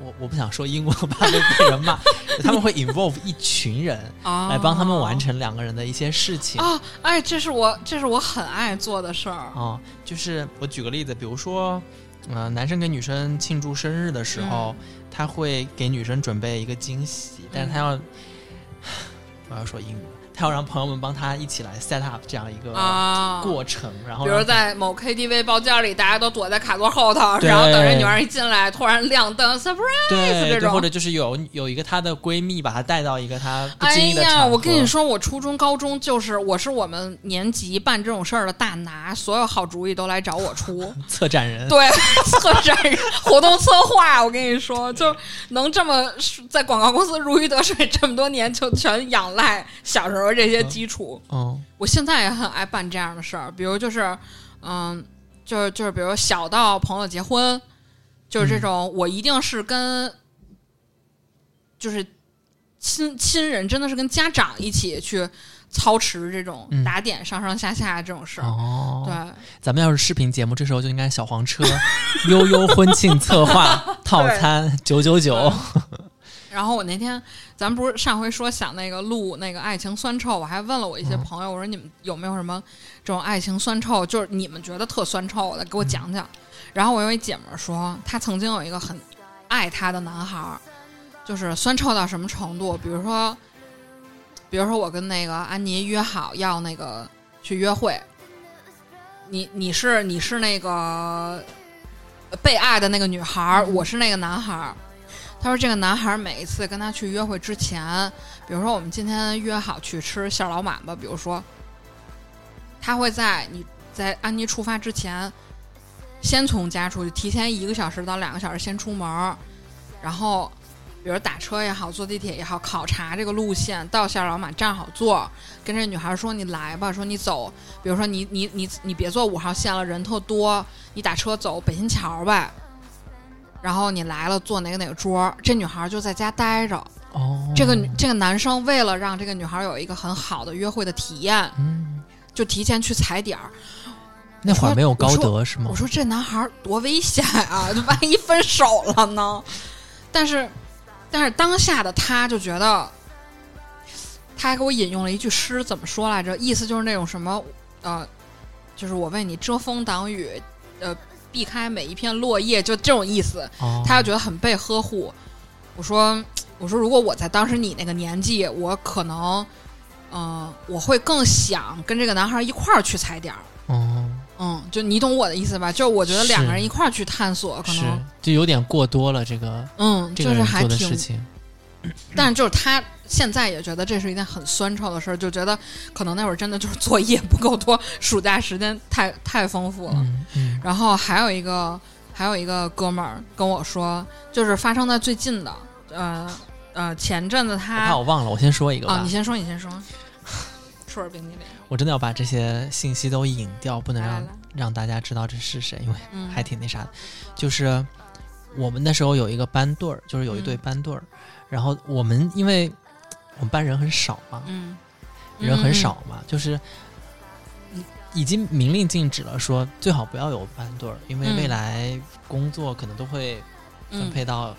[SPEAKER 2] 我我不想说英文，我怕被被人
[SPEAKER 3] (laughs)
[SPEAKER 2] 骂。他们会 involve 一群人来
[SPEAKER 3] 来
[SPEAKER 2] 帮他们完。成两个人的一些事情。
[SPEAKER 3] 啊，哎，这是我这是我很爱做的事儿。
[SPEAKER 2] 啊、就是我举个例子，比如说，呃，男生给女生庆祝生日的时候，
[SPEAKER 3] 嗯
[SPEAKER 2] 他会给女生准备一个惊喜，但是他要， (sighs) 我要说英语了，他要让朋友们帮他一起来 set up 这样一个
[SPEAKER 3] 啊，
[SPEAKER 2] 哦过程，然后
[SPEAKER 3] 比如
[SPEAKER 2] 让
[SPEAKER 3] 在某 KTV 包间里，大家都躲在卡座后头，
[SPEAKER 2] 对
[SPEAKER 3] 然后等着女孩一进来，突然亮灯，surprise！
[SPEAKER 2] 对，
[SPEAKER 3] 这
[SPEAKER 2] 就或
[SPEAKER 3] 种
[SPEAKER 2] 者就是有有一个她的闺蜜把她带到一个她不
[SPEAKER 3] 哎
[SPEAKER 2] 经意的场合。
[SPEAKER 3] 呀，我跟你，说，我初中、高中就是我是我们年级办这种事儿的大拿，所有好主意都来找我出。
[SPEAKER 2] (laughs) (laughs) 策展人
[SPEAKER 3] 对， (laughs) 策展人、活动策划，我跟你说，就能这么在广告公司如鱼得水这么多年，就全仰赖小时候这些基础。
[SPEAKER 2] 嗯，
[SPEAKER 3] 我现在也很爱办这样的事儿，比如就是，嗯，就是就是，比如小到朋友结婚，就是这种，我一定是跟，就是亲亲人，真的是跟家长一起去操持这种
[SPEAKER 2] 嗯
[SPEAKER 3] 打点上上下下这种事儿。
[SPEAKER 2] 哦，
[SPEAKER 3] 啊对，
[SPEAKER 2] 咱们要是视频节目，这时候就应该小黄车悠悠婚庆策
[SPEAKER 3] (laughs)
[SPEAKER 2] 划套餐九九九，
[SPEAKER 3] 嗯然后我那天，咱们不是上回说想那个录那个爱情酸臭，我还问了我一些朋友，我说你们有没有什么这种爱情酸臭，就是你们觉得特酸臭的，给我讲讲。然后我有一姐们儿说，她曾经有一个很爱她的男孩儿，就是酸臭到什么程度，比如说，比如说我跟那个安妮约好要那个去约会，你你是你是那个被爱的那个女孩儿，我是那个男孩儿。他说这个男孩每一次跟他去约会之前，比如说我们今天约好去吃馅儿老满吧，比如说，他会在你在安妮出发之前，先从家出去，提前一个小时到两个小时先出门儿，然后比如打车也好，坐地铁也好，考察这个路线，到馅儿老满站好座，跟这女孩说你来吧，说你走，比如说你你你你别坐五号线了，人特多，你打车走北新桥吧。然后你来了，坐哪个哪个桌儿，这女孩就在家待着。
[SPEAKER 2] 哦，
[SPEAKER 3] 这个女这个男生为了让这个女孩有一个很好的约会的体验，
[SPEAKER 2] 嗯，
[SPEAKER 3] 就提前去踩点儿。
[SPEAKER 2] 那会儿没有高
[SPEAKER 3] 我
[SPEAKER 2] 德是吗
[SPEAKER 3] 我？说这男孩多危险啊！ (laughs) 就万一分手了呢？但是，但是当下的他就觉得，他还给我引用了一句诗，怎么说来着？意思就是那种什么，呃，就是我为你遮风挡雨，呃，避开每一片落叶，就这种意思。
[SPEAKER 2] 哦，
[SPEAKER 3] 他就觉得很被呵护。我说，我说，如果我在当时你那个年纪，我可能，嗯、我会更想跟这个男孩一块儿去踩点儿。
[SPEAKER 2] 哦，
[SPEAKER 3] 嗯，就你懂我的意思吧？就是我觉得两个人
[SPEAKER 2] 是
[SPEAKER 3] 一块儿去探索，可
[SPEAKER 2] 是
[SPEAKER 3] 能，
[SPEAKER 2] 就有点过多了这个
[SPEAKER 3] 嗯，
[SPEAKER 2] 这
[SPEAKER 3] 就
[SPEAKER 2] 个
[SPEAKER 3] 是
[SPEAKER 2] 人
[SPEAKER 3] 还
[SPEAKER 2] 做的
[SPEAKER 3] 挺
[SPEAKER 2] 事情，
[SPEAKER 3] 但是就是他现在也觉得这是一件很酸臭的事儿，就觉得可能那会儿真的就是作业不够多，暑假时间太太丰富了。
[SPEAKER 2] 嗯嗯，
[SPEAKER 3] 然后还有一个还有一个哥们儿跟我说，就是发生在最近的，呃呃，前阵子
[SPEAKER 2] 我怕
[SPEAKER 3] 他
[SPEAKER 2] 我忘了，我先说一个
[SPEAKER 3] 啊，
[SPEAKER 2] 吧
[SPEAKER 3] 你，先说，你 (laughs) 先说，出尔冰激凌，
[SPEAKER 2] 我真的要把这些信息都隐掉，不能
[SPEAKER 3] 来来
[SPEAKER 2] 让
[SPEAKER 3] 来，
[SPEAKER 2] 让大家知道这是谁，因为。
[SPEAKER 3] 嗯，
[SPEAKER 2] 还挺那啥的，就是我们那时候有一个班队儿，就是有一队
[SPEAKER 3] 嗯
[SPEAKER 2] 班队儿，然后我们因为我们班人很少嘛，
[SPEAKER 3] 嗯，
[SPEAKER 2] 人很
[SPEAKER 3] 嗯，
[SPEAKER 2] 少嘛，就是已经明令禁止了，说最好不要有班队儿，因为
[SPEAKER 3] 嗯
[SPEAKER 2] 未来工作可能都会分
[SPEAKER 3] 嗯
[SPEAKER 2] 配到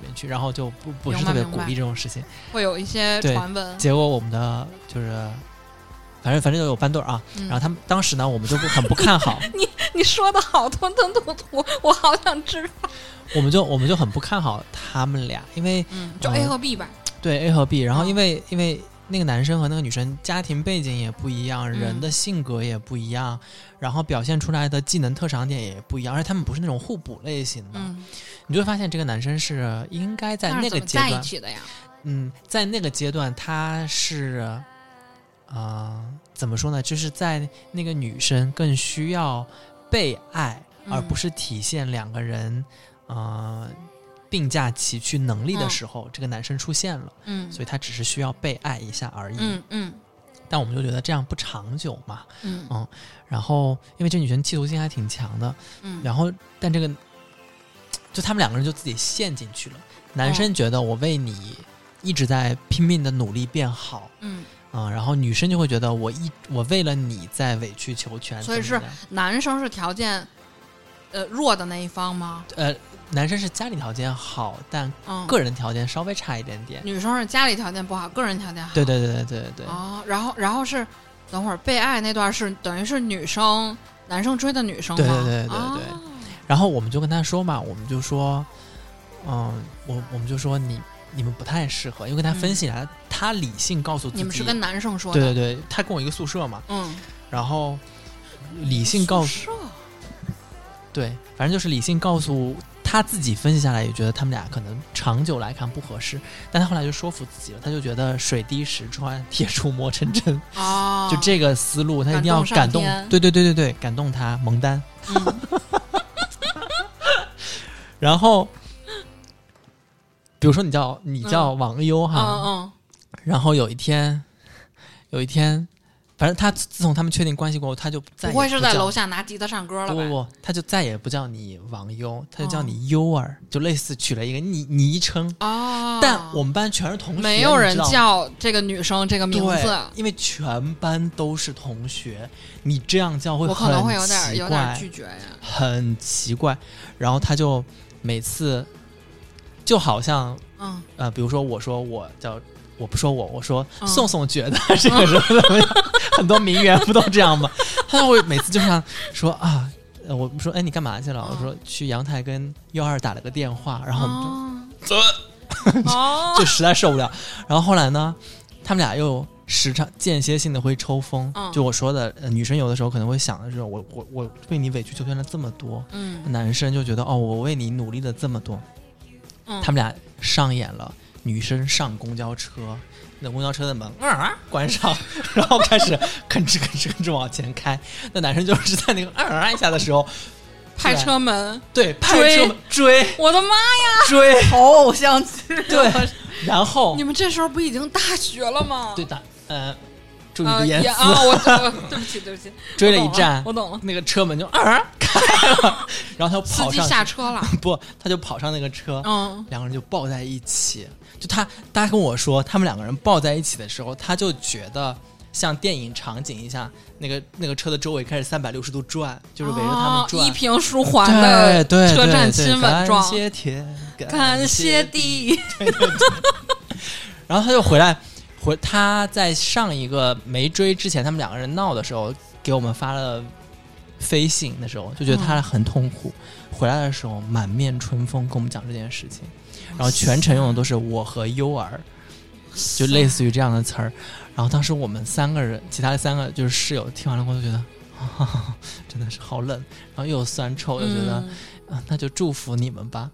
[SPEAKER 2] 面去，然后就不不是
[SPEAKER 3] 明
[SPEAKER 2] 特
[SPEAKER 3] 白
[SPEAKER 2] 别
[SPEAKER 3] 明
[SPEAKER 2] 鼓
[SPEAKER 3] 白
[SPEAKER 2] 励这种事情。
[SPEAKER 3] 会有一些
[SPEAKER 2] 对
[SPEAKER 3] 传闻，
[SPEAKER 2] 结果我们的就是，反正反正有班队儿啊，
[SPEAKER 3] 嗯
[SPEAKER 2] 然后他们当时呢，我们就不很不看好，
[SPEAKER 3] (laughs) 你说的好吞吞吐吐，我好想知道。
[SPEAKER 2] 我们就我们就很不看好他们俩，因为
[SPEAKER 3] 嗯，就
[SPEAKER 2] 嗯
[SPEAKER 3] A 和 B 吧。
[SPEAKER 2] 对 A 和 B，然后
[SPEAKER 3] 嗯
[SPEAKER 2] 因为、因为那个男生和那个女生家庭背景也不一样，
[SPEAKER 3] 嗯
[SPEAKER 2] 人的性格也不一样，然后表现出来的技能特长点也不一样，而且他们不是那种互补类型的，
[SPEAKER 3] 嗯，
[SPEAKER 2] 你就会发现这个男生是应该在
[SPEAKER 3] 那
[SPEAKER 2] 那
[SPEAKER 3] 是
[SPEAKER 2] 个
[SPEAKER 3] 怎么
[SPEAKER 2] 阶
[SPEAKER 3] 在一
[SPEAKER 2] 段，
[SPEAKER 3] 起的呀？
[SPEAKER 2] 嗯，在那个阶段他是，啊、怎么说呢？就是在那个女生更需要被爱，
[SPEAKER 3] 嗯
[SPEAKER 2] 而不是体现两个人，呃，并驾齐驱能力的
[SPEAKER 3] 嗯
[SPEAKER 2] 时候，这个男生出现了，
[SPEAKER 3] 嗯
[SPEAKER 2] 所以他只是需要被爱一下而已。
[SPEAKER 3] 嗯嗯
[SPEAKER 2] 但我们就觉得这样不长久嘛。
[SPEAKER 3] 嗯
[SPEAKER 2] 然后，因为这女生企图心还挺强的，
[SPEAKER 3] 嗯
[SPEAKER 2] 然后但这个，就他们两个人就自己陷进去了。男生觉得我为你一直在拼命的努力变好
[SPEAKER 3] 嗯，
[SPEAKER 2] 啊、然后女生就会觉得我一我为了你在委曲求全，
[SPEAKER 3] 所以
[SPEAKER 2] 怎么样
[SPEAKER 3] 男生是条件呃弱的那一方吗？
[SPEAKER 2] 呃，男生是家里条件好，但
[SPEAKER 3] 嗯，
[SPEAKER 2] 个人条件稍微差一点点。
[SPEAKER 3] 女生是家里条件不好，个人条件好。
[SPEAKER 2] 对对对对对对对，
[SPEAKER 3] 哦，然后然后是等会儿被爱那段是等于是女生男生追的女生吗？
[SPEAKER 2] 对对对对对
[SPEAKER 3] 哦
[SPEAKER 2] 然后我们就跟他说嘛，我们就说，嗯，我我们就说你你们不太适合，因为跟他分析来，他理性告诉自己，
[SPEAKER 3] 嗯你们是跟男生说的？
[SPEAKER 2] 对对对，他跟我一个宿舍嘛，
[SPEAKER 3] 嗯，
[SPEAKER 2] 然后理性告诉
[SPEAKER 3] 宿舍
[SPEAKER 2] 对，反正就是理性告诉他自己分析下来也觉得他们俩可能长久来看不合适，但他后来就说服自己了，他就觉得水滴石穿，铁杵磨成针，
[SPEAKER 3] 哦，
[SPEAKER 2] 就这个思路，他一定要感
[SPEAKER 3] 感
[SPEAKER 2] 动
[SPEAKER 3] 动上天，
[SPEAKER 2] 对对对对对，感动他蒙丹。 (laughs)
[SPEAKER 3] 嗯
[SPEAKER 2] 然后，比如说你叫你叫网优
[SPEAKER 3] 嗯
[SPEAKER 2] 哈，
[SPEAKER 3] 嗯
[SPEAKER 2] 然后有一天，有一天，反正他自从他们确定关系过后，他就再
[SPEAKER 3] 不
[SPEAKER 2] 也
[SPEAKER 3] 会是在
[SPEAKER 2] 叫
[SPEAKER 3] 楼下拿吉他唱歌了
[SPEAKER 2] 不不
[SPEAKER 3] 吧？
[SPEAKER 2] 不，他就再也不叫你王优，他就叫
[SPEAKER 3] 哦
[SPEAKER 2] 你优儿，就类似取了一个昵昵称。
[SPEAKER 3] 哦，
[SPEAKER 2] 但我们班全是同学，
[SPEAKER 3] 没有人
[SPEAKER 2] 你知道吗
[SPEAKER 3] 叫这个女生这个名字，
[SPEAKER 2] 对，因为全班都是同学，你这样叫会
[SPEAKER 3] 我可能会有
[SPEAKER 2] 很
[SPEAKER 3] 点
[SPEAKER 2] 奇
[SPEAKER 3] 有点
[SPEAKER 2] 怪
[SPEAKER 3] 拒绝呀。
[SPEAKER 2] 很奇怪。然后他就每次就好像
[SPEAKER 3] 嗯，
[SPEAKER 2] 呃，比如说我说我叫我不说我，我说
[SPEAKER 3] 嗯
[SPEAKER 2] 宋宋觉得这个什么怎么样，很多名媛不都这样吗？他会每次就像说啊，呃我说哎你干嘛去了？
[SPEAKER 3] 嗯
[SPEAKER 2] 我说去阳台跟幺二打了个电话，然后我们就、
[SPEAKER 3] 哦，哦，
[SPEAKER 2] (laughs) 就实在受不了。然后后来呢，他们俩又时常间歇性的会抽风，
[SPEAKER 3] 嗯
[SPEAKER 2] 就我说的、呃女生有的时候可能会想的是我我我为你委曲求全了这么多，
[SPEAKER 3] 嗯
[SPEAKER 2] 男生就觉得哦我为你努力了这么多，
[SPEAKER 3] 嗯，
[SPEAKER 2] 他们俩上演了女生上公交车，那公交车的门
[SPEAKER 3] 嗯
[SPEAKER 2] 啊关上， (laughs) 然后开始吭哧吭哧吭哧往前开。那男生就是在那个啊一下的时候，
[SPEAKER 3] 拍车门，
[SPEAKER 2] 对，拍车追
[SPEAKER 3] 我的妈呀！
[SPEAKER 2] 追，
[SPEAKER 1] 好偶像剧，
[SPEAKER 2] 对，然后
[SPEAKER 3] 你们这时候不已经大学了吗？
[SPEAKER 2] 哦对的，呃，注意你
[SPEAKER 3] 啊
[SPEAKER 2] 的
[SPEAKER 3] 也
[SPEAKER 2] 言辞，
[SPEAKER 3] 啊，我我 (laughs) 对不起对不起，
[SPEAKER 2] (laughs) 追了一站
[SPEAKER 3] 我，懂了，
[SPEAKER 2] 那个车门就啊开了， (laughs) 然后他就
[SPEAKER 3] 司
[SPEAKER 2] 跑
[SPEAKER 3] 机
[SPEAKER 2] 上
[SPEAKER 3] 下车了，
[SPEAKER 2] 不，他就跑上那个车，
[SPEAKER 3] 嗯，
[SPEAKER 2] 两个人就抱在一起。就他，他跟我说，他们两个人抱在一起的时候，他就觉得像电影场景一样，那个那个车的周围开始三百六十度转，就是围着他
[SPEAKER 3] 哦
[SPEAKER 2] 们转。
[SPEAKER 3] 一平舒缓的
[SPEAKER 2] 对对
[SPEAKER 3] 车
[SPEAKER 2] 对
[SPEAKER 3] 站
[SPEAKER 2] 对
[SPEAKER 3] 亲吻
[SPEAKER 2] 感
[SPEAKER 3] 状，
[SPEAKER 2] 谢天，
[SPEAKER 3] 感谢
[SPEAKER 2] 谢。
[SPEAKER 3] 地，
[SPEAKER 2] 然后他就回来，回他在上一个没追之前，他们两个人闹的时候，给我们发了飞信的时候，就觉得他很痛苦。回来的时候满面春风，跟我们讲这件事情。然后全程用的都是我和优儿，就类似于这样的词儿。然后当时我们三个人，其他的三个就是室友，听完了过后就觉得。 (laughs) 哈哈，真的是好冷，然后又酸臭，又觉得、
[SPEAKER 3] 嗯，
[SPEAKER 2] 啊，那就祝福你们吧。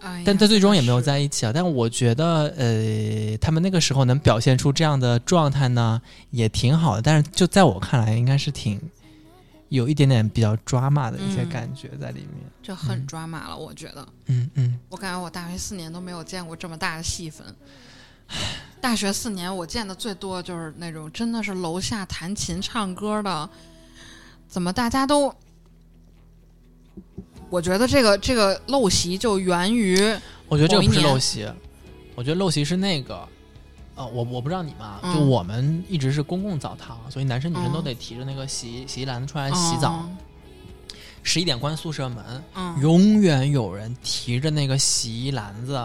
[SPEAKER 3] 哎呀
[SPEAKER 2] 但他最终也没有
[SPEAKER 3] 是
[SPEAKER 2] 在一起啊。但我觉得，呃，他们那个时候能表现出这样的状态呢，也挺好的。但是就在我看来，应该是挺有一点点比较抓马的一些
[SPEAKER 3] 嗯
[SPEAKER 2] 感觉在里面。
[SPEAKER 3] 这很
[SPEAKER 2] 嗯
[SPEAKER 3] 抓马了，我觉得。
[SPEAKER 2] 嗯嗯，
[SPEAKER 3] 我感觉我大学四年都没有见过这么大的戏份。大学四年我见的最多就是那种真的是楼下弹琴唱歌的，怎么大家都？我觉得这个这个陋习就源于
[SPEAKER 2] 我觉得这个
[SPEAKER 3] 某一
[SPEAKER 2] 不是
[SPEAKER 3] 年
[SPEAKER 2] 陋习，我觉得陋习是那个，呃，我我不知道你们啊，
[SPEAKER 3] 嗯
[SPEAKER 2] 就我们一直是公共澡堂，所以男生女生
[SPEAKER 3] 嗯哦
[SPEAKER 2] 都得提着那个洗洗衣篮子出来洗澡。
[SPEAKER 3] 嗯
[SPEAKER 2] 十一点关宿舍门，
[SPEAKER 3] 嗯，
[SPEAKER 2] 永远有人提着那个洗衣篮子，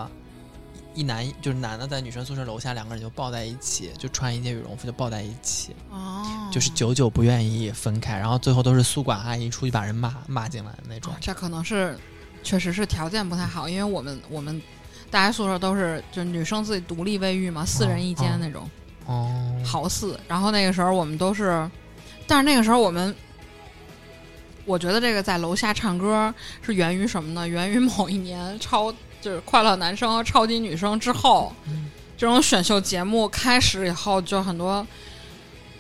[SPEAKER 2] 一男一就是男的在女生宿舍楼下，两个人就抱在一起，就穿一件羽绒服就抱在一起，
[SPEAKER 3] 哦，
[SPEAKER 2] 就是久久不愿意分开，然后最后都是宿管阿姨出去把人骂骂进来的那种
[SPEAKER 3] 哦。这可能是确实是条件不太好，因为我们我们大家宿舍都是就是女生自己独立卫浴嘛，四人一间那种
[SPEAKER 2] 哦，
[SPEAKER 3] 豪四。然后那个时候我们都是，但是那个时候我们。我觉得这个在楼下唱歌是源于什么呢？源于某一年超就是《快乐男生》和《超级女生》之后，
[SPEAKER 2] 嗯
[SPEAKER 3] 这种选秀节目开始以后，就很多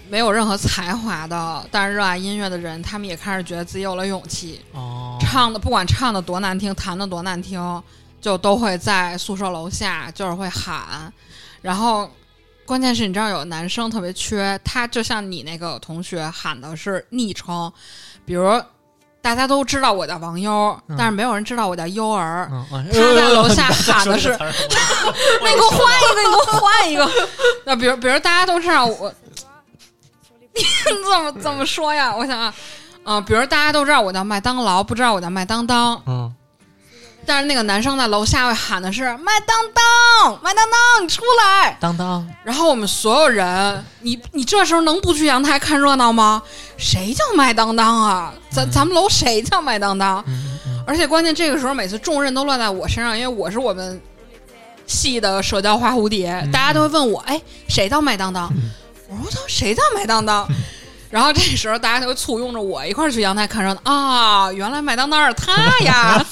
[SPEAKER 3] 没有任何才华的，但是热爱音乐的人，他们也开始觉得自己有了勇气，
[SPEAKER 2] 哦，
[SPEAKER 3] 唱的不管唱的多难听，弹的多难听，就都会在宿舍楼下就是会喊，然后。关键是你知道有男生特别缺，他就像你那个同学喊的是昵称，比如大家都知道我叫王优，
[SPEAKER 2] 嗯
[SPEAKER 3] 但是没有人知道我叫优儿，
[SPEAKER 2] 嗯，嗯
[SPEAKER 3] 他在楼下喊的是
[SPEAKER 2] 呃 (laughs) 说这个词儿
[SPEAKER 3] 那你给我换一个，你给我换一个。 (laughs) 那比如，比如大家都知道我，你怎么怎么说呀？我想啊，嗯、比如大家都知道我叫麦当劳，不知道我叫麦当当，
[SPEAKER 2] 嗯，
[SPEAKER 3] 但是那个男生在楼下会喊的是麦当当，麦当当，你出来！
[SPEAKER 2] 当当，
[SPEAKER 3] 然后我们所有人，你你这时候能不去阳台看热闹吗？谁叫麦当当啊？咱咱们楼谁叫麦当当？
[SPEAKER 2] 嗯嗯
[SPEAKER 3] 而且关键这个时候，每次重任都落在我身上，因为我是我们系的社交花蝴蝶，
[SPEAKER 2] 嗯
[SPEAKER 3] 大家都会问我，哎，谁当麦当当？
[SPEAKER 2] 嗯
[SPEAKER 3] 我说我操，谁当麦当当？然后这时候大家就会簇拥着我一块儿去阳台看热闹啊！原来麦当当是他
[SPEAKER 2] (laughs)
[SPEAKER 3] 呀！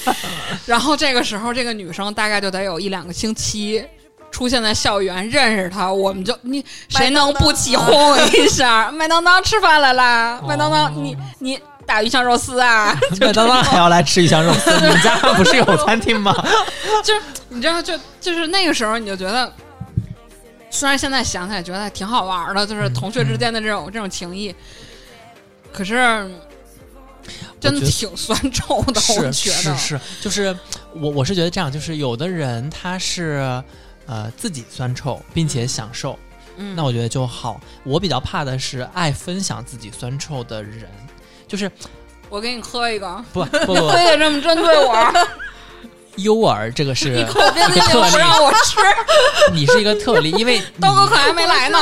[SPEAKER 3] 然后这个时候，这个女生大概就得有一两个星期出现在校园，认识她，我们就你谁能不起哄一下？麦当当吃饭来啦！麦当当
[SPEAKER 2] 哦，
[SPEAKER 3] 你你打鱼香肉丝啊！
[SPEAKER 2] 嗯 (laughs) 麦当当还要来吃鱼香肉丝，你们家不是有餐厅吗？
[SPEAKER 3] 你知道，就就是那个时候，你就觉得，虽然现在想起来觉得还挺好玩儿的，就是
[SPEAKER 2] 嗯
[SPEAKER 3] 同学之间的这种、这种情谊，可是真的
[SPEAKER 2] 觉得
[SPEAKER 3] 挺酸臭的，
[SPEAKER 2] 是
[SPEAKER 3] 我觉
[SPEAKER 2] 是
[SPEAKER 3] 得。
[SPEAKER 2] 是，就是我我是觉得这样，就是有的人他是呃自己酸臭，并且享受，
[SPEAKER 3] 嗯，
[SPEAKER 2] 那我觉得就好。我比较怕的是爱分享自己酸臭的人，就是
[SPEAKER 3] 我给你喝一个，
[SPEAKER 2] 不不不
[SPEAKER 3] 非得这么针对
[SPEAKER 2] (laughs)
[SPEAKER 3] 我，
[SPEAKER 2] 优儿这个
[SPEAKER 3] 你
[SPEAKER 2] 是
[SPEAKER 3] 口边的酒不让我吃，
[SPEAKER 2] 你是一个特例，因为你
[SPEAKER 3] (laughs) 刀哥可还没来呢。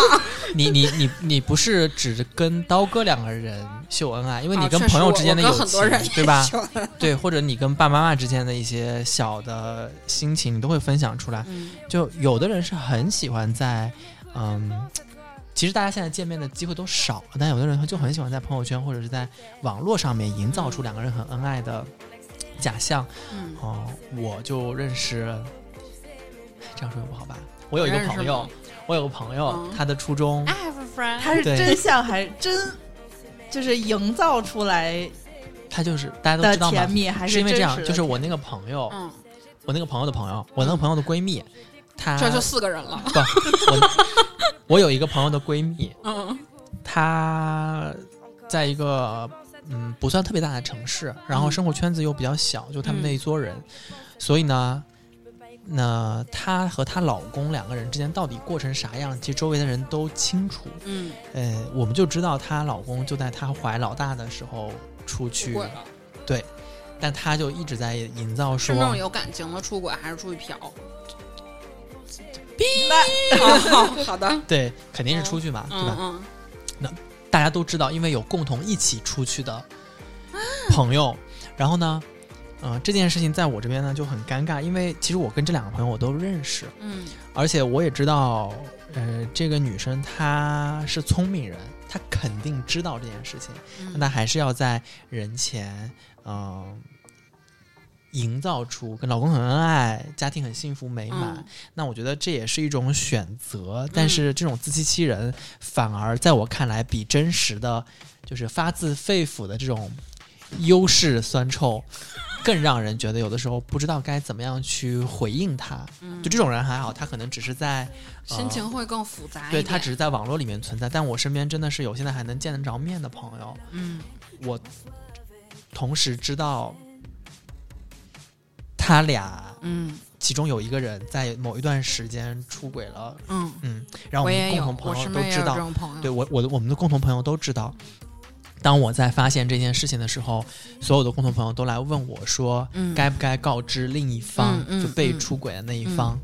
[SPEAKER 2] 你你你你不是只跟刀哥两个人秀恩爱，因为你
[SPEAKER 3] 啊
[SPEAKER 2] 跟
[SPEAKER 3] 确实
[SPEAKER 2] 朋友
[SPEAKER 3] 我
[SPEAKER 2] 之间的
[SPEAKER 3] 我
[SPEAKER 2] 友
[SPEAKER 3] 跟很
[SPEAKER 2] 情，
[SPEAKER 3] 多人
[SPEAKER 2] 对
[SPEAKER 3] (laughs)
[SPEAKER 2] 吧
[SPEAKER 3] 也？秀
[SPEAKER 2] 对，或者你跟爸妈妈之间的一些小的心情，你都会分享出来。
[SPEAKER 3] 嗯
[SPEAKER 2] 就有的人是很喜欢在，嗯，其实大家现在见面的机会都少，但有的人就很喜欢在朋友圈或者是在网络上面营造出两个人很恩爱的假象。
[SPEAKER 3] 嗯，
[SPEAKER 2] 哦、我就认识，这样说也不好吧？我有一个
[SPEAKER 3] 认识
[SPEAKER 2] 朋友
[SPEAKER 3] 吗，
[SPEAKER 2] 我有个朋友，
[SPEAKER 3] 嗯
[SPEAKER 2] 他的初中
[SPEAKER 3] I have a friend，
[SPEAKER 1] 他是
[SPEAKER 2] 对
[SPEAKER 1] 真相还是真，就是营造出来
[SPEAKER 2] 他就是大家都
[SPEAKER 1] 的
[SPEAKER 2] 知道嘛
[SPEAKER 1] 甜，蜜，还
[SPEAKER 2] 是因为
[SPEAKER 1] 真
[SPEAKER 2] 这
[SPEAKER 1] 实
[SPEAKER 2] 样，
[SPEAKER 1] 的
[SPEAKER 2] 就是我那个朋友，
[SPEAKER 3] 嗯，
[SPEAKER 2] 我那个朋友的朋友，我那个朋友的闺蜜，她
[SPEAKER 3] 这就四个人了，
[SPEAKER 2] 不，我我有一个朋友的闺蜜，
[SPEAKER 3] 嗯
[SPEAKER 2] 她在一个嗯不算特别大的城市，然
[SPEAKER 3] 嗯
[SPEAKER 2] 后生活圈子又比较小，就他们那一撮人，所以呢，那她和她老公两个人之间到底过成啥样，其实周围的人都清楚。
[SPEAKER 3] 嗯，
[SPEAKER 2] 呃，我们就知道她老公就在她怀老大的时候出
[SPEAKER 3] 出
[SPEAKER 2] 去
[SPEAKER 3] 轨，了，
[SPEAKER 2] 但她就一直在营造
[SPEAKER 3] 是那
[SPEAKER 2] 说
[SPEAKER 3] 种，有感情的出轨，还是出去嫖？
[SPEAKER 1] 那
[SPEAKER 3] (laughs) 哦好的，
[SPEAKER 2] 对，肯定是出去嘛，对吧
[SPEAKER 3] 嗯？嗯，
[SPEAKER 2] 大家都知道，因为有共同一起出去的朋友。然后呢，嗯、这件事情在我这边呢就很尴尬，因为其实我跟这两个朋友我都认识，
[SPEAKER 3] 嗯
[SPEAKER 2] 而且我也知道，呃，这个女生她是聪明人，她肯定知道这件事情，
[SPEAKER 3] 嗯，
[SPEAKER 2] 但她还是要在人前，嗯、营造出跟老公很恩爱，家庭很幸福美满，
[SPEAKER 3] 嗯
[SPEAKER 2] 那我觉得这也是一种选择，但是这种自欺欺人，反而在我看来比真实的，就是发自肺腑的这种优势酸臭，更让人觉得有的时候不知道该怎么样去回应他。
[SPEAKER 3] 嗯
[SPEAKER 2] 就这种人还好，他可能只是在
[SPEAKER 3] 心情会更复杂一
[SPEAKER 2] 啊对
[SPEAKER 3] 点。
[SPEAKER 2] 他只是在网络里面存在，但我身边真的是有现在还能见得着面的朋友，
[SPEAKER 3] 嗯
[SPEAKER 2] 我同时知道他俩
[SPEAKER 3] 嗯
[SPEAKER 2] 其中有一个人在某一段时间出轨了。
[SPEAKER 3] 嗯，
[SPEAKER 2] 嗯，然后
[SPEAKER 3] 我
[SPEAKER 2] 们
[SPEAKER 3] 也
[SPEAKER 2] 共
[SPEAKER 3] 有
[SPEAKER 2] 同，
[SPEAKER 3] 我
[SPEAKER 2] 朋友
[SPEAKER 3] 身
[SPEAKER 2] 都
[SPEAKER 3] 边也
[SPEAKER 2] 知
[SPEAKER 3] 有这
[SPEAKER 2] 道，
[SPEAKER 3] 种朋友。
[SPEAKER 2] 对我我的我们的共同朋友都知道，当我在发现这件事情的时候，所有的共同朋友都来问我说，
[SPEAKER 3] 嗯
[SPEAKER 2] 该不该告知另一方
[SPEAKER 3] 嗯，嗯
[SPEAKER 2] 就被出轨的那一方？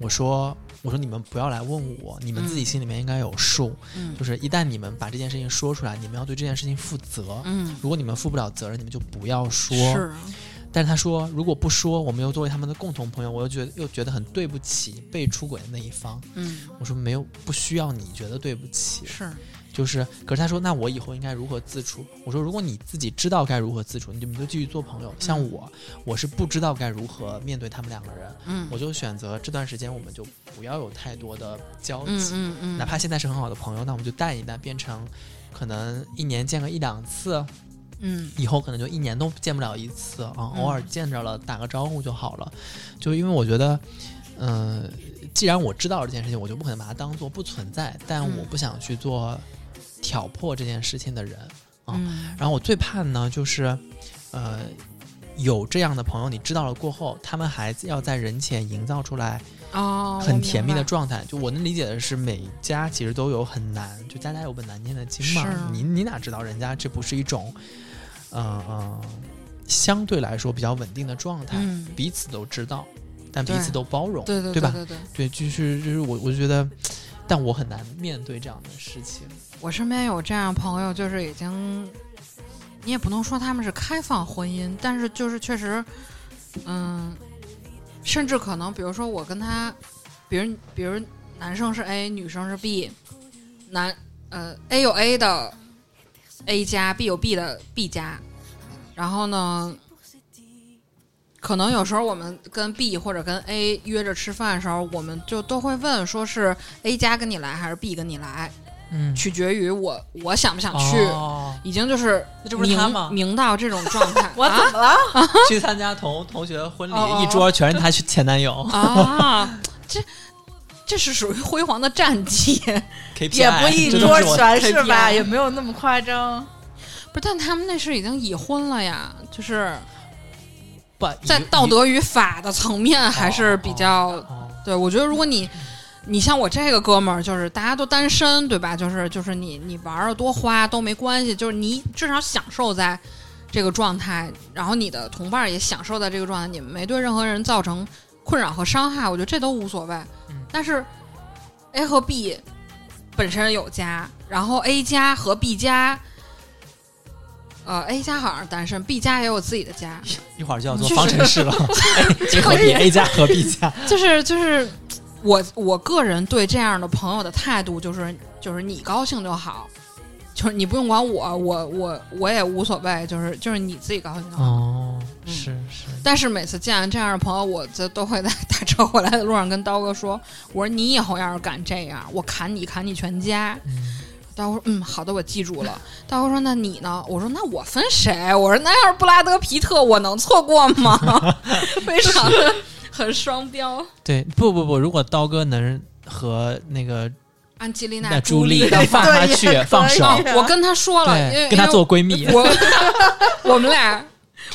[SPEAKER 2] 我说，我说你们不要来问我，你们自己心里面应该有数。
[SPEAKER 3] 嗯
[SPEAKER 2] 就是一旦你们把这件事情说出来，你们要对这件事情负责。
[SPEAKER 3] 嗯，
[SPEAKER 2] 如果你们负不了责任，你们就不要说。
[SPEAKER 3] 是
[SPEAKER 2] 但是他说，如果不说，我们又作为他们的共同朋友，我又觉得又觉得很对不起被出轨的那一方。
[SPEAKER 3] 嗯
[SPEAKER 2] 我说没有，不需要你觉得对不起，
[SPEAKER 3] 是
[SPEAKER 2] 就是。可是他说，那我以后应该如何自处？我说，如果你自己知道该如何自处，你就你就继续做朋友。像我，我是不知道该如何面对他们两个人，
[SPEAKER 3] 嗯
[SPEAKER 2] 我就选择这段时间我们就不要有太多的交集，
[SPEAKER 3] 嗯嗯嗯，
[SPEAKER 2] 哪怕现在是很好的朋友，那我们就淡一淡，变成可能一年见个一两次，
[SPEAKER 3] 嗯
[SPEAKER 2] 以后可能就一年都见不了一次啊，
[SPEAKER 3] 嗯
[SPEAKER 2] 偶尔见着了打个招呼就好了。就因为我觉得，嗯、既然我知道这件事情，我就不可能把它当做不存在，但
[SPEAKER 3] 嗯
[SPEAKER 2] 我不想去做挑破这件事情的人。啊
[SPEAKER 3] 嗯
[SPEAKER 2] 然后我最怕的呢，就是，呃，有这样的朋友，你知道了过后，他们还要在人前营造出来
[SPEAKER 3] 哦，
[SPEAKER 2] 很甜蜜的状
[SPEAKER 3] 状
[SPEAKER 2] 态。就我能理解的是，每家其实都有很难，就家家有本难念的经
[SPEAKER 3] 是
[SPEAKER 2] 嘛
[SPEAKER 3] 啊。
[SPEAKER 2] 你你哪知道人家这不是一种，嗯、嗯、相对来说比较稳定的状态，
[SPEAKER 3] 嗯，
[SPEAKER 2] 彼此都知道，但彼
[SPEAKER 3] 对
[SPEAKER 2] 此都包容，
[SPEAKER 3] 对对
[SPEAKER 2] 吧？
[SPEAKER 3] 对对，
[SPEAKER 2] 对，就是就是我我就觉得，但我很难面对这样的事情。
[SPEAKER 3] 我身边有这样的朋友，就是已经，你也不能说他们是开放婚姻，但是就是确实，嗯，甚至可能，比如说我跟他，比如比如男生是 A，女生是 B，男呃 A 有 A 的 A 加，B 有 B 的 B 加，然后呢，可能有时候我们跟 B 或者跟 A 约着吃饭的时候，我们就都会问说是 A 加跟你来还是 B 跟你来。
[SPEAKER 2] 嗯，
[SPEAKER 3] 取决于我我想不想去，
[SPEAKER 2] 哦、
[SPEAKER 3] 已经就是
[SPEAKER 2] 那这不是他吗
[SPEAKER 3] 明明到这种状
[SPEAKER 2] (laughs)
[SPEAKER 3] 态
[SPEAKER 1] 我怎么了？
[SPEAKER 2] 去参加同同学婚礼，
[SPEAKER 3] 哦哦
[SPEAKER 2] 一桌全是她去前男友 (laughs)
[SPEAKER 3] 啊啊，这这是属于辉煌的战绩， (laughs)
[SPEAKER 2] ，KPI
[SPEAKER 1] 也
[SPEAKER 3] 哎
[SPEAKER 1] 不一
[SPEAKER 2] 这都
[SPEAKER 1] 桌
[SPEAKER 2] 是我
[SPEAKER 1] 全
[SPEAKER 2] 的
[SPEAKER 1] 是吧，
[SPEAKER 3] 啊
[SPEAKER 2] KPI
[SPEAKER 1] 也没有那么夸张。
[SPEAKER 3] 不是？但他们那是已经已婚了呀，就是
[SPEAKER 2] 不
[SPEAKER 3] 在
[SPEAKER 2] 一
[SPEAKER 3] 道
[SPEAKER 2] 一
[SPEAKER 3] 德与法的层面还是比较、
[SPEAKER 2] 哦
[SPEAKER 3] 对。我觉得如果你你像我这个哥们儿，就是大家都单身，对吧？就是就是你你玩儿的多花都没关系，就是你至少享受在这个状态，然后你的同伴儿也享受在这个状态，你们没对任何人造成困扰和伤害，我觉得这都无所谓。
[SPEAKER 2] 嗯
[SPEAKER 3] 但是 A 和 B 本身有加，然后 A 加和 B 加。呃，A 加好像是单身，B 加也有自己的家，
[SPEAKER 2] 一会儿就要做
[SPEAKER 3] 就是
[SPEAKER 2] 方程式
[SPEAKER 3] (laughs)
[SPEAKER 2] 了哎，A 和 B，A 加和 B 加，
[SPEAKER 3] 就是就是我我个人对这样的朋友的态度就是就是你高兴就好，就是你不用管我，我我我也无所谓，就是就是你自己高兴就好。
[SPEAKER 2] 哦，
[SPEAKER 3] 嗯
[SPEAKER 2] 是是，
[SPEAKER 3] 但是每次见这样的朋友，我就都会在打车回来的路上跟刀哥说：“我说你以后要是敢这样，我砍你砍你全家。
[SPEAKER 2] 嗯，”
[SPEAKER 3] 刀哥说：“嗯，好的，我记住了。”刀哥说：“那你呢？”我说：“那我分谁？”我说：“那要是布拉德皮特，我能错过吗？” (laughs) 非常的很双标。
[SPEAKER 2] 对，不不不，如果刀哥能和那个
[SPEAKER 3] 安吉丽
[SPEAKER 2] 那
[SPEAKER 3] 娜
[SPEAKER 2] 朱
[SPEAKER 3] 朱
[SPEAKER 2] 莉
[SPEAKER 3] 莉
[SPEAKER 2] 能放他
[SPEAKER 1] 对
[SPEAKER 2] 去
[SPEAKER 1] 也可以
[SPEAKER 2] 放手，
[SPEAKER 1] 哦
[SPEAKER 3] 我跟他说了，因为
[SPEAKER 2] 对，跟他做闺蜜
[SPEAKER 3] 因，为 (laughs) 我我们俩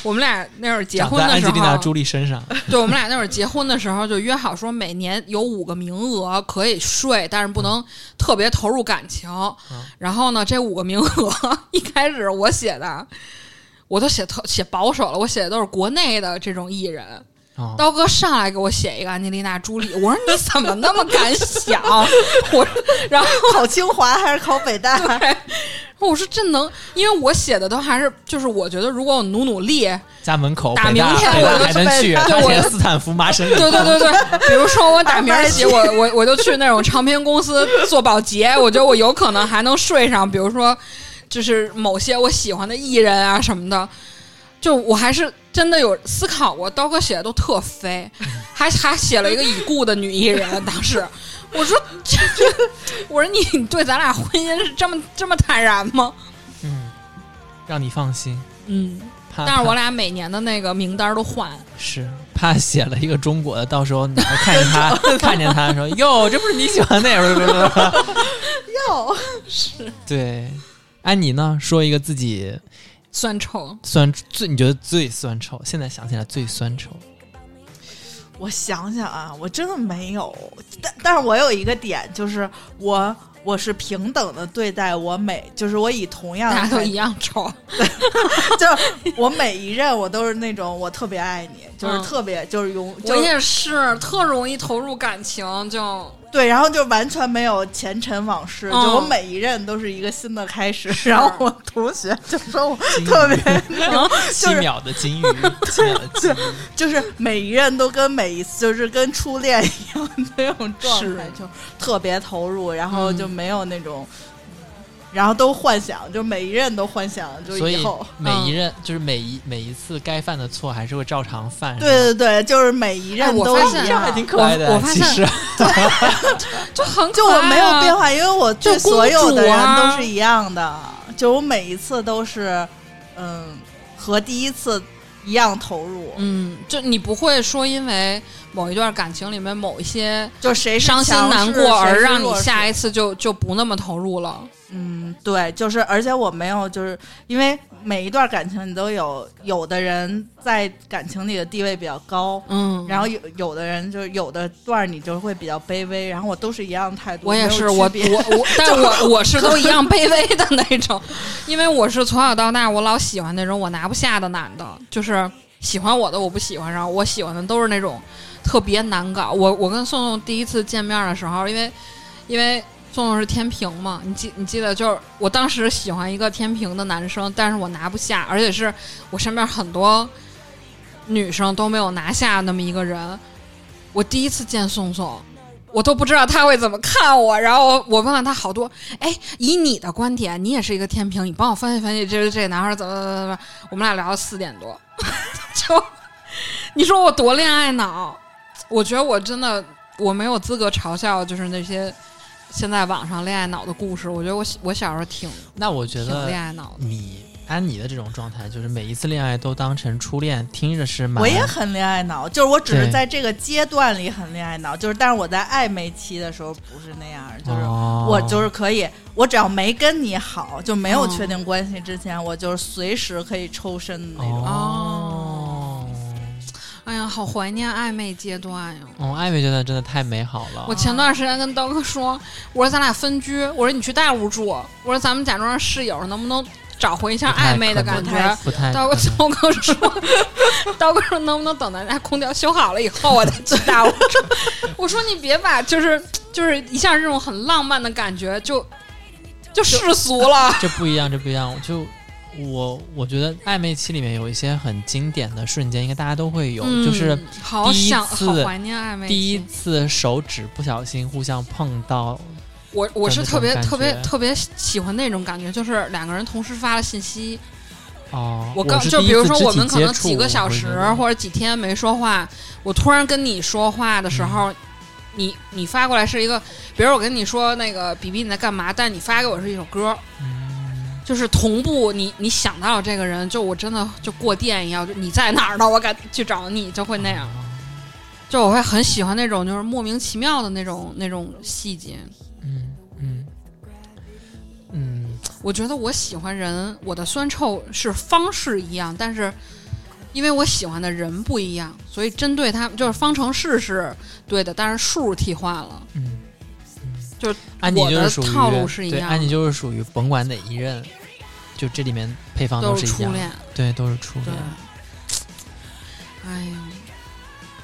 [SPEAKER 3] 我们俩那会儿结
[SPEAKER 2] 长
[SPEAKER 3] 婚
[SPEAKER 2] 在
[SPEAKER 3] 的
[SPEAKER 2] 安
[SPEAKER 3] 时
[SPEAKER 2] 吉丽娜
[SPEAKER 3] 候，
[SPEAKER 2] 朱莉身
[SPEAKER 3] (laughs)
[SPEAKER 2] 上，
[SPEAKER 3] 对，我们俩那会儿结婚的时候就约好说，每年有五个名额可以睡，但是不能特别投入感情。
[SPEAKER 2] 嗯
[SPEAKER 3] 然后呢，这五个名额一开始我写的，我都写特写保守了，我写的都是国内的这种艺人。
[SPEAKER 2] 哦，
[SPEAKER 3] 刀哥上来给我写一个安吉丽娜朱莉，我说你怎么那么敢想？ (laughs) 我然后。
[SPEAKER 1] 考清华还是考北大？ (laughs)
[SPEAKER 3] (laughs) 我说这能，因为我写的都还是就是我觉得如果我努努力，
[SPEAKER 2] 家门口
[SPEAKER 3] 打
[SPEAKER 2] 北大
[SPEAKER 3] 明天
[SPEAKER 2] 北
[SPEAKER 3] 我
[SPEAKER 2] 大
[SPEAKER 3] 就
[SPEAKER 2] 还
[SPEAKER 1] 去
[SPEAKER 2] 能
[SPEAKER 1] 北
[SPEAKER 3] (laughs)
[SPEAKER 2] 去，
[SPEAKER 1] 大
[SPEAKER 2] 发
[SPEAKER 3] 对我
[SPEAKER 2] 现
[SPEAKER 3] 就
[SPEAKER 2] 斯坦福麻省理
[SPEAKER 3] 对
[SPEAKER 2] 工，
[SPEAKER 3] 对对对，比如说我打明儿 (laughs) 起，
[SPEAKER 1] 二
[SPEAKER 3] 我我我就去那种唱片公司做保洁，我觉得我有可能还能睡上，比如说就是某些我喜欢的艺人啊什么的，就我还是真的有思考过，刀哥写的都特 (laughs) 飞，还还写了一个已故的女艺人，当时。我说这， (laughs) 我说你你对咱俩婚姻是这么这么坦然吗？
[SPEAKER 2] (laughs) 嗯，让你放心，
[SPEAKER 3] 嗯，
[SPEAKER 2] 怕
[SPEAKER 3] (laughs) 但是我
[SPEAKER 2] 怕
[SPEAKER 3] 俩每年的那个名单都换，
[SPEAKER 2] 是怕写了一个中国的，到时候哪儿看见
[SPEAKER 3] (laughs)
[SPEAKER 2] 他看见他说哟，这不是你喜欢的呀，不是不是不是不是。
[SPEAKER 1] 哟，
[SPEAKER 2] 对，安妮呢？说一个自己
[SPEAKER 3] 酸
[SPEAKER 1] (laughs)
[SPEAKER 3] 臭。
[SPEAKER 2] 酸最你觉得最酸臭，现在想起来最酸臭。
[SPEAKER 1] 我想想啊，我真的没有，但但是我有一个点，就是我我是平等的对待我每，就是我以同样的
[SPEAKER 3] 大家都
[SPEAKER 1] 态
[SPEAKER 3] 一
[SPEAKER 1] 度，
[SPEAKER 3] 样丑，
[SPEAKER 1] (laughs) 就是我每一任我都是那种我特别爱你，就是
[SPEAKER 3] 嗯
[SPEAKER 1] 特别就是永，
[SPEAKER 3] 我
[SPEAKER 1] (laughs) 就是
[SPEAKER 3] 也是特容易投入感情，就
[SPEAKER 1] 对，然后就完全没有前尘往事，就
[SPEAKER 3] 嗯
[SPEAKER 1] 我每一任都是一个新的开始。然后我同学就说我特
[SPEAKER 3] (laughs)
[SPEAKER 1] 别 (laughs)
[SPEAKER 2] 七秒的金鱼，七秒的金鱼，
[SPEAKER 1] 就是每一任都跟每一次就是跟初恋一样的那种状态，就特别投入，然后就没有那种，
[SPEAKER 3] 嗯
[SPEAKER 1] 然后都幻想，就每一任都幻想，就
[SPEAKER 2] 所以
[SPEAKER 1] 后。嗯
[SPEAKER 2] 每一任、就是每一每一次该犯的错还是会照常犯，
[SPEAKER 1] 对对对，就是每一
[SPEAKER 3] 哎
[SPEAKER 1] 任
[SPEAKER 3] 我
[SPEAKER 1] 都
[SPEAKER 3] 发
[SPEAKER 1] 一
[SPEAKER 3] 现
[SPEAKER 1] 样，
[SPEAKER 3] 啊
[SPEAKER 2] 挺可爱的。
[SPEAKER 3] 我我发
[SPEAKER 2] 其
[SPEAKER 3] 现
[SPEAKER 2] 实
[SPEAKER 3] 就很
[SPEAKER 1] (laughs) 就我没有变
[SPEAKER 3] 化，
[SPEAKER 1] 化，因为我对
[SPEAKER 3] 哎就公
[SPEAKER 1] 所有的
[SPEAKER 3] 主
[SPEAKER 1] 人
[SPEAKER 3] 啊
[SPEAKER 1] 都是一样的，就我每一次都是，嗯，和第一次一样投入，
[SPEAKER 3] 嗯，就你不会说因为某一段感情里面某一些
[SPEAKER 1] 就谁是
[SPEAKER 3] 伤心
[SPEAKER 1] 强
[SPEAKER 3] 难
[SPEAKER 1] 势
[SPEAKER 3] 过而
[SPEAKER 1] 谁是
[SPEAKER 3] 让你
[SPEAKER 1] 弱势
[SPEAKER 3] 下一次就就不那么投入了，
[SPEAKER 1] 嗯，对，就是，而且我没有，就是因为每一段感情你都有，有的人在感情里的地位比较高，
[SPEAKER 3] 嗯，
[SPEAKER 1] 然后有有的人就是有的段儿你就会比较卑微，然后我都是一样的态度，
[SPEAKER 3] 我
[SPEAKER 1] 没
[SPEAKER 3] 也
[SPEAKER 1] 有
[SPEAKER 3] 是，
[SPEAKER 1] 区
[SPEAKER 3] 我
[SPEAKER 1] 别
[SPEAKER 3] 我
[SPEAKER 1] (laughs)
[SPEAKER 3] 我，但我我是都一样卑微的那种，因为我是从小到大我老喜欢那种我拿不下的男的，就是喜欢我的我不喜欢，然后我喜欢的都是那种特别难搞。我我跟宋宋第一次见面的时候，因为因为宋宋是天平嘛，你记你记得就是我当时喜欢一个天平的男生，但是我拿不下，而且是我身边很多女生都没有拿下那么一个人。我第一次见宋宋，我都不知道他会怎么看我，然后我我问了他好多，哎，以你的观点，你也是一个天平，你帮我分析分析，这这男孩怎么怎么怎么，我们俩聊到四点多， (laughs) 就你说我多恋爱脑，我觉得我真的我没有资格嘲笑，就是那些现在网上恋爱脑的故事，我觉得我我小时候挺
[SPEAKER 2] (laughs) 那我觉
[SPEAKER 3] 挺
[SPEAKER 2] 得
[SPEAKER 3] 恋爱脑的，
[SPEAKER 2] 你安妮的这种状态，就是每一次恋爱都当成初恋，听着是蛮
[SPEAKER 1] 我也很恋爱脑，就是我只是
[SPEAKER 2] 对
[SPEAKER 1] 在这个阶段里很恋爱脑，就是但是我在暧昧期的时候不是那样儿，就是
[SPEAKER 2] 哦
[SPEAKER 1] 我就是可以，我只要没跟你好，就没有
[SPEAKER 3] 哦
[SPEAKER 1] 确定关系之前，我就是随时可以抽身的那种。
[SPEAKER 2] 哦
[SPEAKER 3] 哦。哎呀，好怀念暧昧阶段呀、
[SPEAKER 2] 嗯，暧昧阶段真的太美好了。
[SPEAKER 3] 我前段时间跟刀哥说，我说咱俩分居，我说你去大屋住，我说咱们假装是室友，能不能找回一下暧昧的感
[SPEAKER 1] 不太可能
[SPEAKER 3] 觉？
[SPEAKER 2] 不太
[SPEAKER 3] 刀哥
[SPEAKER 2] 可能
[SPEAKER 3] 刀哥说，刀哥说 (laughs) 能不能等咱家空调修好了以后，我再去大屋住？ (laughs) 我说你别把就是就是一下这种很浪漫的感觉就就世俗了。
[SPEAKER 2] 这不一样，这不一样。我就我我觉得暧昧期里面有一些很经典的瞬间，应该大家都会有，
[SPEAKER 3] 嗯
[SPEAKER 2] 就是
[SPEAKER 3] 好
[SPEAKER 2] 第一
[SPEAKER 3] 想
[SPEAKER 2] 次
[SPEAKER 3] 好怀念暧昧期。
[SPEAKER 2] 第一次手指不小心互相碰到，
[SPEAKER 3] 我我是特别
[SPEAKER 2] 的那种
[SPEAKER 3] 特别
[SPEAKER 2] 感觉
[SPEAKER 3] 特别喜欢那种感觉，就是两个人同时发了信息，
[SPEAKER 2] 哦，
[SPEAKER 3] 我刚
[SPEAKER 2] 是
[SPEAKER 3] 就
[SPEAKER 2] 第一
[SPEAKER 3] 比如
[SPEAKER 2] 次
[SPEAKER 3] 说
[SPEAKER 2] 肢
[SPEAKER 3] 我
[SPEAKER 2] 体
[SPEAKER 3] 们可
[SPEAKER 2] 接
[SPEAKER 3] 能
[SPEAKER 2] 触
[SPEAKER 3] 几个小时或者几天没说话，我突然跟你说话的时
[SPEAKER 2] 嗯
[SPEAKER 3] 候，你你发过来是一个，比如我跟你说那个比比你在干嘛，但你发给我是一首歌，
[SPEAKER 2] 嗯
[SPEAKER 3] 就是同步你你想到了这个人，就我真的就过电一样，就你在哪儿呢？我赶去找你，就会那样，就我会很喜欢那种就是莫名其妙的那种那种细节。
[SPEAKER 2] 嗯嗯嗯，
[SPEAKER 3] 我觉得我喜欢人，我的酸臭是方式一样，但是因为我喜欢的人不一样，所以针对他们就是方程式是对的，但是数替换了。
[SPEAKER 2] 嗯，
[SPEAKER 3] 就是
[SPEAKER 2] 安妮
[SPEAKER 3] 我
[SPEAKER 2] 就
[SPEAKER 3] 的
[SPEAKER 2] 属于
[SPEAKER 3] 套路是一
[SPEAKER 2] 对，
[SPEAKER 3] 样
[SPEAKER 2] 安妮
[SPEAKER 3] 的
[SPEAKER 2] 就是属于甭管哪一任，就这里面配方
[SPEAKER 3] 都
[SPEAKER 2] 是
[SPEAKER 3] 是
[SPEAKER 2] 一
[SPEAKER 3] 初
[SPEAKER 2] 样，
[SPEAKER 3] 恋，
[SPEAKER 2] 对，都是初
[SPEAKER 3] 对
[SPEAKER 2] 恋。。
[SPEAKER 3] 哎呀，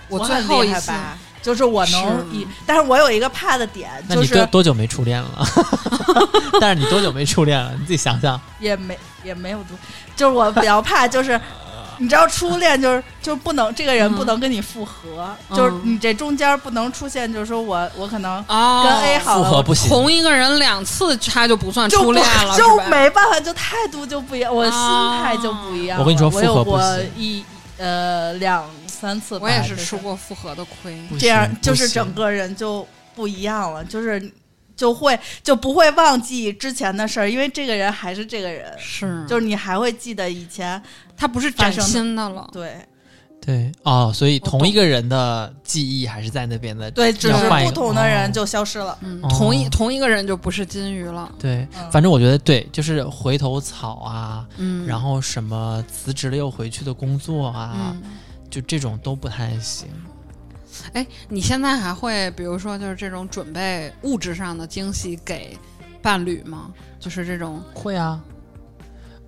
[SPEAKER 1] 我
[SPEAKER 3] 最
[SPEAKER 1] 很
[SPEAKER 3] 后
[SPEAKER 1] 厉
[SPEAKER 3] 一
[SPEAKER 1] 害
[SPEAKER 3] 次，
[SPEAKER 1] 吧，就是我能
[SPEAKER 3] 是
[SPEAKER 1] 以，但是我有一个怕的点，
[SPEAKER 2] 那
[SPEAKER 1] 就
[SPEAKER 2] 你多
[SPEAKER 1] 是
[SPEAKER 2] 多久没初恋了？ (laughs) 但是你多久没初恋了？你自己想想。
[SPEAKER 1] 也没也没有多，就是我比较怕，
[SPEAKER 2] (laughs)
[SPEAKER 1] 就是你知道初恋就是就不能这个人
[SPEAKER 3] 嗯
[SPEAKER 1] 不能跟你复合，
[SPEAKER 3] 嗯
[SPEAKER 1] 就是你这中间不能出现，就是说我我可能
[SPEAKER 3] 哦，
[SPEAKER 1] 跟 A 好
[SPEAKER 2] 复
[SPEAKER 1] 了，
[SPEAKER 2] 合不行，
[SPEAKER 3] 同一个人两次，他就不算
[SPEAKER 1] 就
[SPEAKER 3] 初
[SPEAKER 1] 不
[SPEAKER 3] 恋了，
[SPEAKER 1] 就是
[SPEAKER 3] 吧？
[SPEAKER 1] 没办法，就态度就不一样，我心
[SPEAKER 3] 啊
[SPEAKER 1] 态就不一样了。
[SPEAKER 2] 我跟你说复合
[SPEAKER 1] 有
[SPEAKER 2] 不
[SPEAKER 1] 过
[SPEAKER 2] 行
[SPEAKER 1] 一呃两三次吧，
[SPEAKER 3] 我也是
[SPEAKER 1] 就是
[SPEAKER 3] 吃过复合的亏。
[SPEAKER 2] 不
[SPEAKER 1] 这样
[SPEAKER 2] 行不
[SPEAKER 1] 就是
[SPEAKER 2] 行
[SPEAKER 1] 整个人就不一样了，就是就会就不会忘记之前的事儿，因为这个人还是这个人，
[SPEAKER 3] 是，
[SPEAKER 1] 就是你还会记得以前
[SPEAKER 3] 他不是
[SPEAKER 1] 发
[SPEAKER 3] 崭
[SPEAKER 1] 生的
[SPEAKER 3] 新的了，
[SPEAKER 1] 对
[SPEAKER 2] 对哦，所以
[SPEAKER 3] 我
[SPEAKER 2] 同
[SPEAKER 3] 懂
[SPEAKER 2] 一个人的记忆还是在那边的。
[SPEAKER 1] 对，只
[SPEAKER 2] 要
[SPEAKER 1] 是
[SPEAKER 2] 换一
[SPEAKER 1] 不
[SPEAKER 2] 个
[SPEAKER 1] 同的人
[SPEAKER 2] 哦
[SPEAKER 1] 就消失了。
[SPEAKER 3] 嗯
[SPEAKER 2] 哦，
[SPEAKER 3] 同一同一个人就不是金鱼了，
[SPEAKER 2] 对
[SPEAKER 1] 嗯
[SPEAKER 2] 反正我觉得对，就是回头草啊，
[SPEAKER 3] 嗯，
[SPEAKER 2] 然后什么辞职了又回去的工作啊，
[SPEAKER 3] 嗯。
[SPEAKER 2] 就这种都不太行。
[SPEAKER 3] 哎，你现在还会比如说就是这种准备物质上的惊喜给伴侣吗？就是这种，
[SPEAKER 2] 会啊，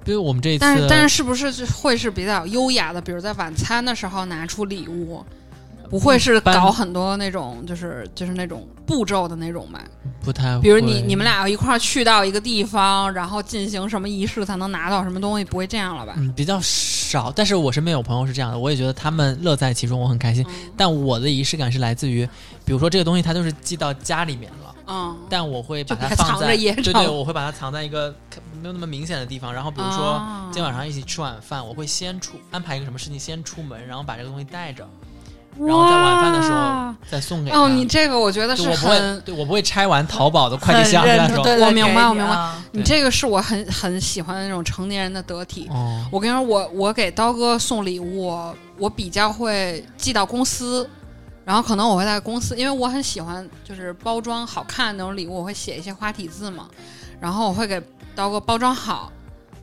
[SPEAKER 2] 比如我们这一次，
[SPEAKER 3] 但是但是是不是就会是比较优雅的？比如在晚餐的时候拿出礼物，不会是
[SPEAKER 2] 嗯般
[SPEAKER 3] 搞很多那种就是就是那种步骤的那种吧？
[SPEAKER 2] 不太会，
[SPEAKER 3] 比如你你们俩要一块儿去到一个地方，然后进行什么仪式才能拿到什么东西，不会这样了吧？
[SPEAKER 2] 嗯比较少，但是我身边有朋友是这样的，我也觉得他们乐在其中，我很开心。但我的仪式感是来自于，比如说这个东西它就是寄到家里面了。
[SPEAKER 3] 嗯，
[SPEAKER 2] 但我会把
[SPEAKER 3] 就
[SPEAKER 2] 它
[SPEAKER 3] 把它
[SPEAKER 2] 放
[SPEAKER 3] 藏
[SPEAKER 2] 在
[SPEAKER 3] 着掖着
[SPEAKER 2] 对对，我会把它藏在一个没有那么明显的地方。然后比如说、
[SPEAKER 3] 啊
[SPEAKER 2] 今天晚上一起吃晚饭，我会先出安排一个什么事情先出门，然后把这个东西带着，然后在晚饭的时
[SPEAKER 3] 嗯哇
[SPEAKER 2] 候再送给他。
[SPEAKER 3] 哦，你这个我觉得
[SPEAKER 2] 对
[SPEAKER 3] 是
[SPEAKER 2] 我不会，
[SPEAKER 3] 很，
[SPEAKER 2] 对我不会拆完淘宝的快递箱
[SPEAKER 1] 很
[SPEAKER 2] 跟
[SPEAKER 1] 认真
[SPEAKER 2] 他说，
[SPEAKER 1] 对
[SPEAKER 3] 我
[SPEAKER 1] 对
[SPEAKER 3] 明
[SPEAKER 1] 给
[SPEAKER 3] 白我
[SPEAKER 1] 你
[SPEAKER 3] 明白
[SPEAKER 1] 啊
[SPEAKER 3] 你这个是我很很喜欢的那种成年人的得体。
[SPEAKER 2] 哦，
[SPEAKER 3] 我跟你说，我我给刀哥送礼物，我比较会寄到公司，然后可能我会在公司，因为我很喜欢就是包装好看那种礼物，我会写一些花体字嘛，然后我会给刀哥包装好，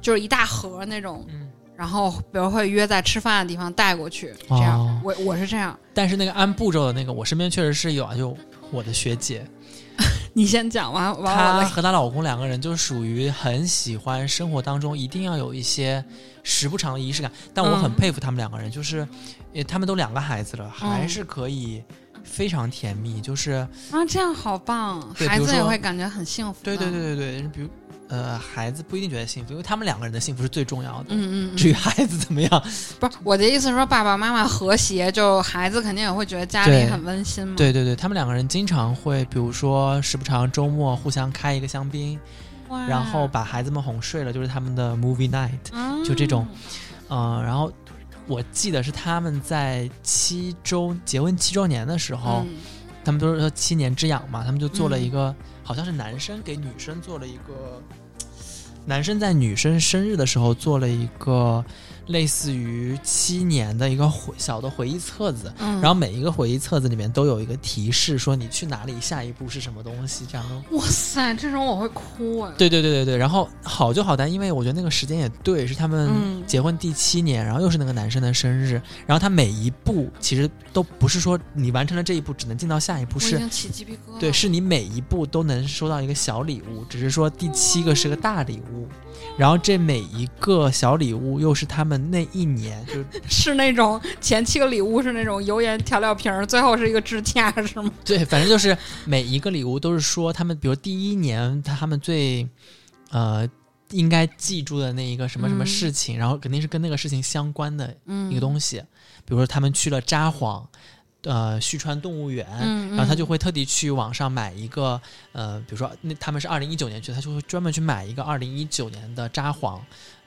[SPEAKER 3] 就是一大盒那种，
[SPEAKER 2] 嗯，
[SPEAKER 3] 然后比如会约在吃饭的地方带过去，这样，
[SPEAKER 2] 哦
[SPEAKER 3] 我我是这样，
[SPEAKER 2] 但是那个按步骤的那个，我身边确实是有啊，就我的学姐，
[SPEAKER 3] 你先讲完完我
[SPEAKER 2] 她
[SPEAKER 3] 的，
[SPEAKER 2] 和她老公两个人就属于很喜欢生活当中一定要有一些时不常的仪式感，但我
[SPEAKER 3] 嗯
[SPEAKER 2] 很佩服他们两个人，就是，呃，他们都两个孩子了，还
[SPEAKER 3] 嗯
[SPEAKER 2] 是可以非常甜蜜，就是
[SPEAKER 3] 啊，这样好棒，
[SPEAKER 2] 对
[SPEAKER 3] 孩
[SPEAKER 2] 比如
[SPEAKER 3] 子也
[SPEAKER 2] 说
[SPEAKER 3] 会感觉很幸福，
[SPEAKER 2] 对对，对对对，比如呃，孩子不一定觉得幸福，因为他们两个人的幸福是最重要的。
[SPEAKER 3] 嗯嗯嗯，嗯
[SPEAKER 2] 至于孩子怎么样，
[SPEAKER 3] 不是我的意思是说，爸爸妈妈和谐，就孩子肯定也会觉得家里
[SPEAKER 2] 对
[SPEAKER 3] 很温馨嘛。
[SPEAKER 2] 对对对，他们两个人经常会，比如说时不常周末互相开一个香槟，
[SPEAKER 3] 哇，
[SPEAKER 2] 然后把孩子们哄睡了，就是他们的 movie night。
[SPEAKER 3] 嗯
[SPEAKER 2] 就这种嗯，然后我记得是他们在七周结婚七周年的时候，
[SPEAKER 3] 嗯
[SPEAKER 2] 他们都是说七年之痒嘛，他们就做了
[SPEAKER 3] 嗯
[SPEAKER 2] 一个，好像是男生给女生做了一个，男生在女生生日的时候做了一个类似于七年的一个回小的回忆册子。
[SPEAKER 3] 嗯，
[SPEAKER 2] 然后每一个回忆册子里面都有一个提示，说你去哪里，下一步是什么东西，这样都。
[SPEAKER 3] 哇塞，这种我会哭啊。
[SPEAKER 2] 对对对对对，然后好就好在，因为我觉得那个时间也对，是他
[SPEAKER 3] 嗯
[SPEAKER 2] 们结婚第七年，然后又是那个男生的生日，然后他每一步其实都不是说你完成了这一步只能进到下一步，
[SPEAKER 3] 我已
[SPEAKER 2] 是
[SPEAKER 3] 经起鸡皮疙瘩了。
[SPEAKER 2] 对，是你每一步都能收到一个小礼物，只是说第七个是个大礼物，然后这每一个小礼物又是他们那一年就是
[SPEAKER 3] 是那种前七个礼物是那种油盐调料瓶儿，最后是一个支架是吗？
[SPEAKER 2] 对，反正就是每一个礼物都是说他们，比如第一年他们最呃应该记住的那一个什么什么
[SPEAKER 3] 嗯
[SPEAKER 2] 事情，然后肯定是跟那个事情相关的
[SPEAKER 3] 嗯
[SPEAKER 2] 一个东西，比如说他们去了札幌，呃，旭川动物园。
[SPEAKER 3] 嗯，嗯
[SPEAKER 2] 然后他就会特地去网上买一个，呃，比如说那他们是二零一九年去的，他就会专门去买一个二零一九年的札幌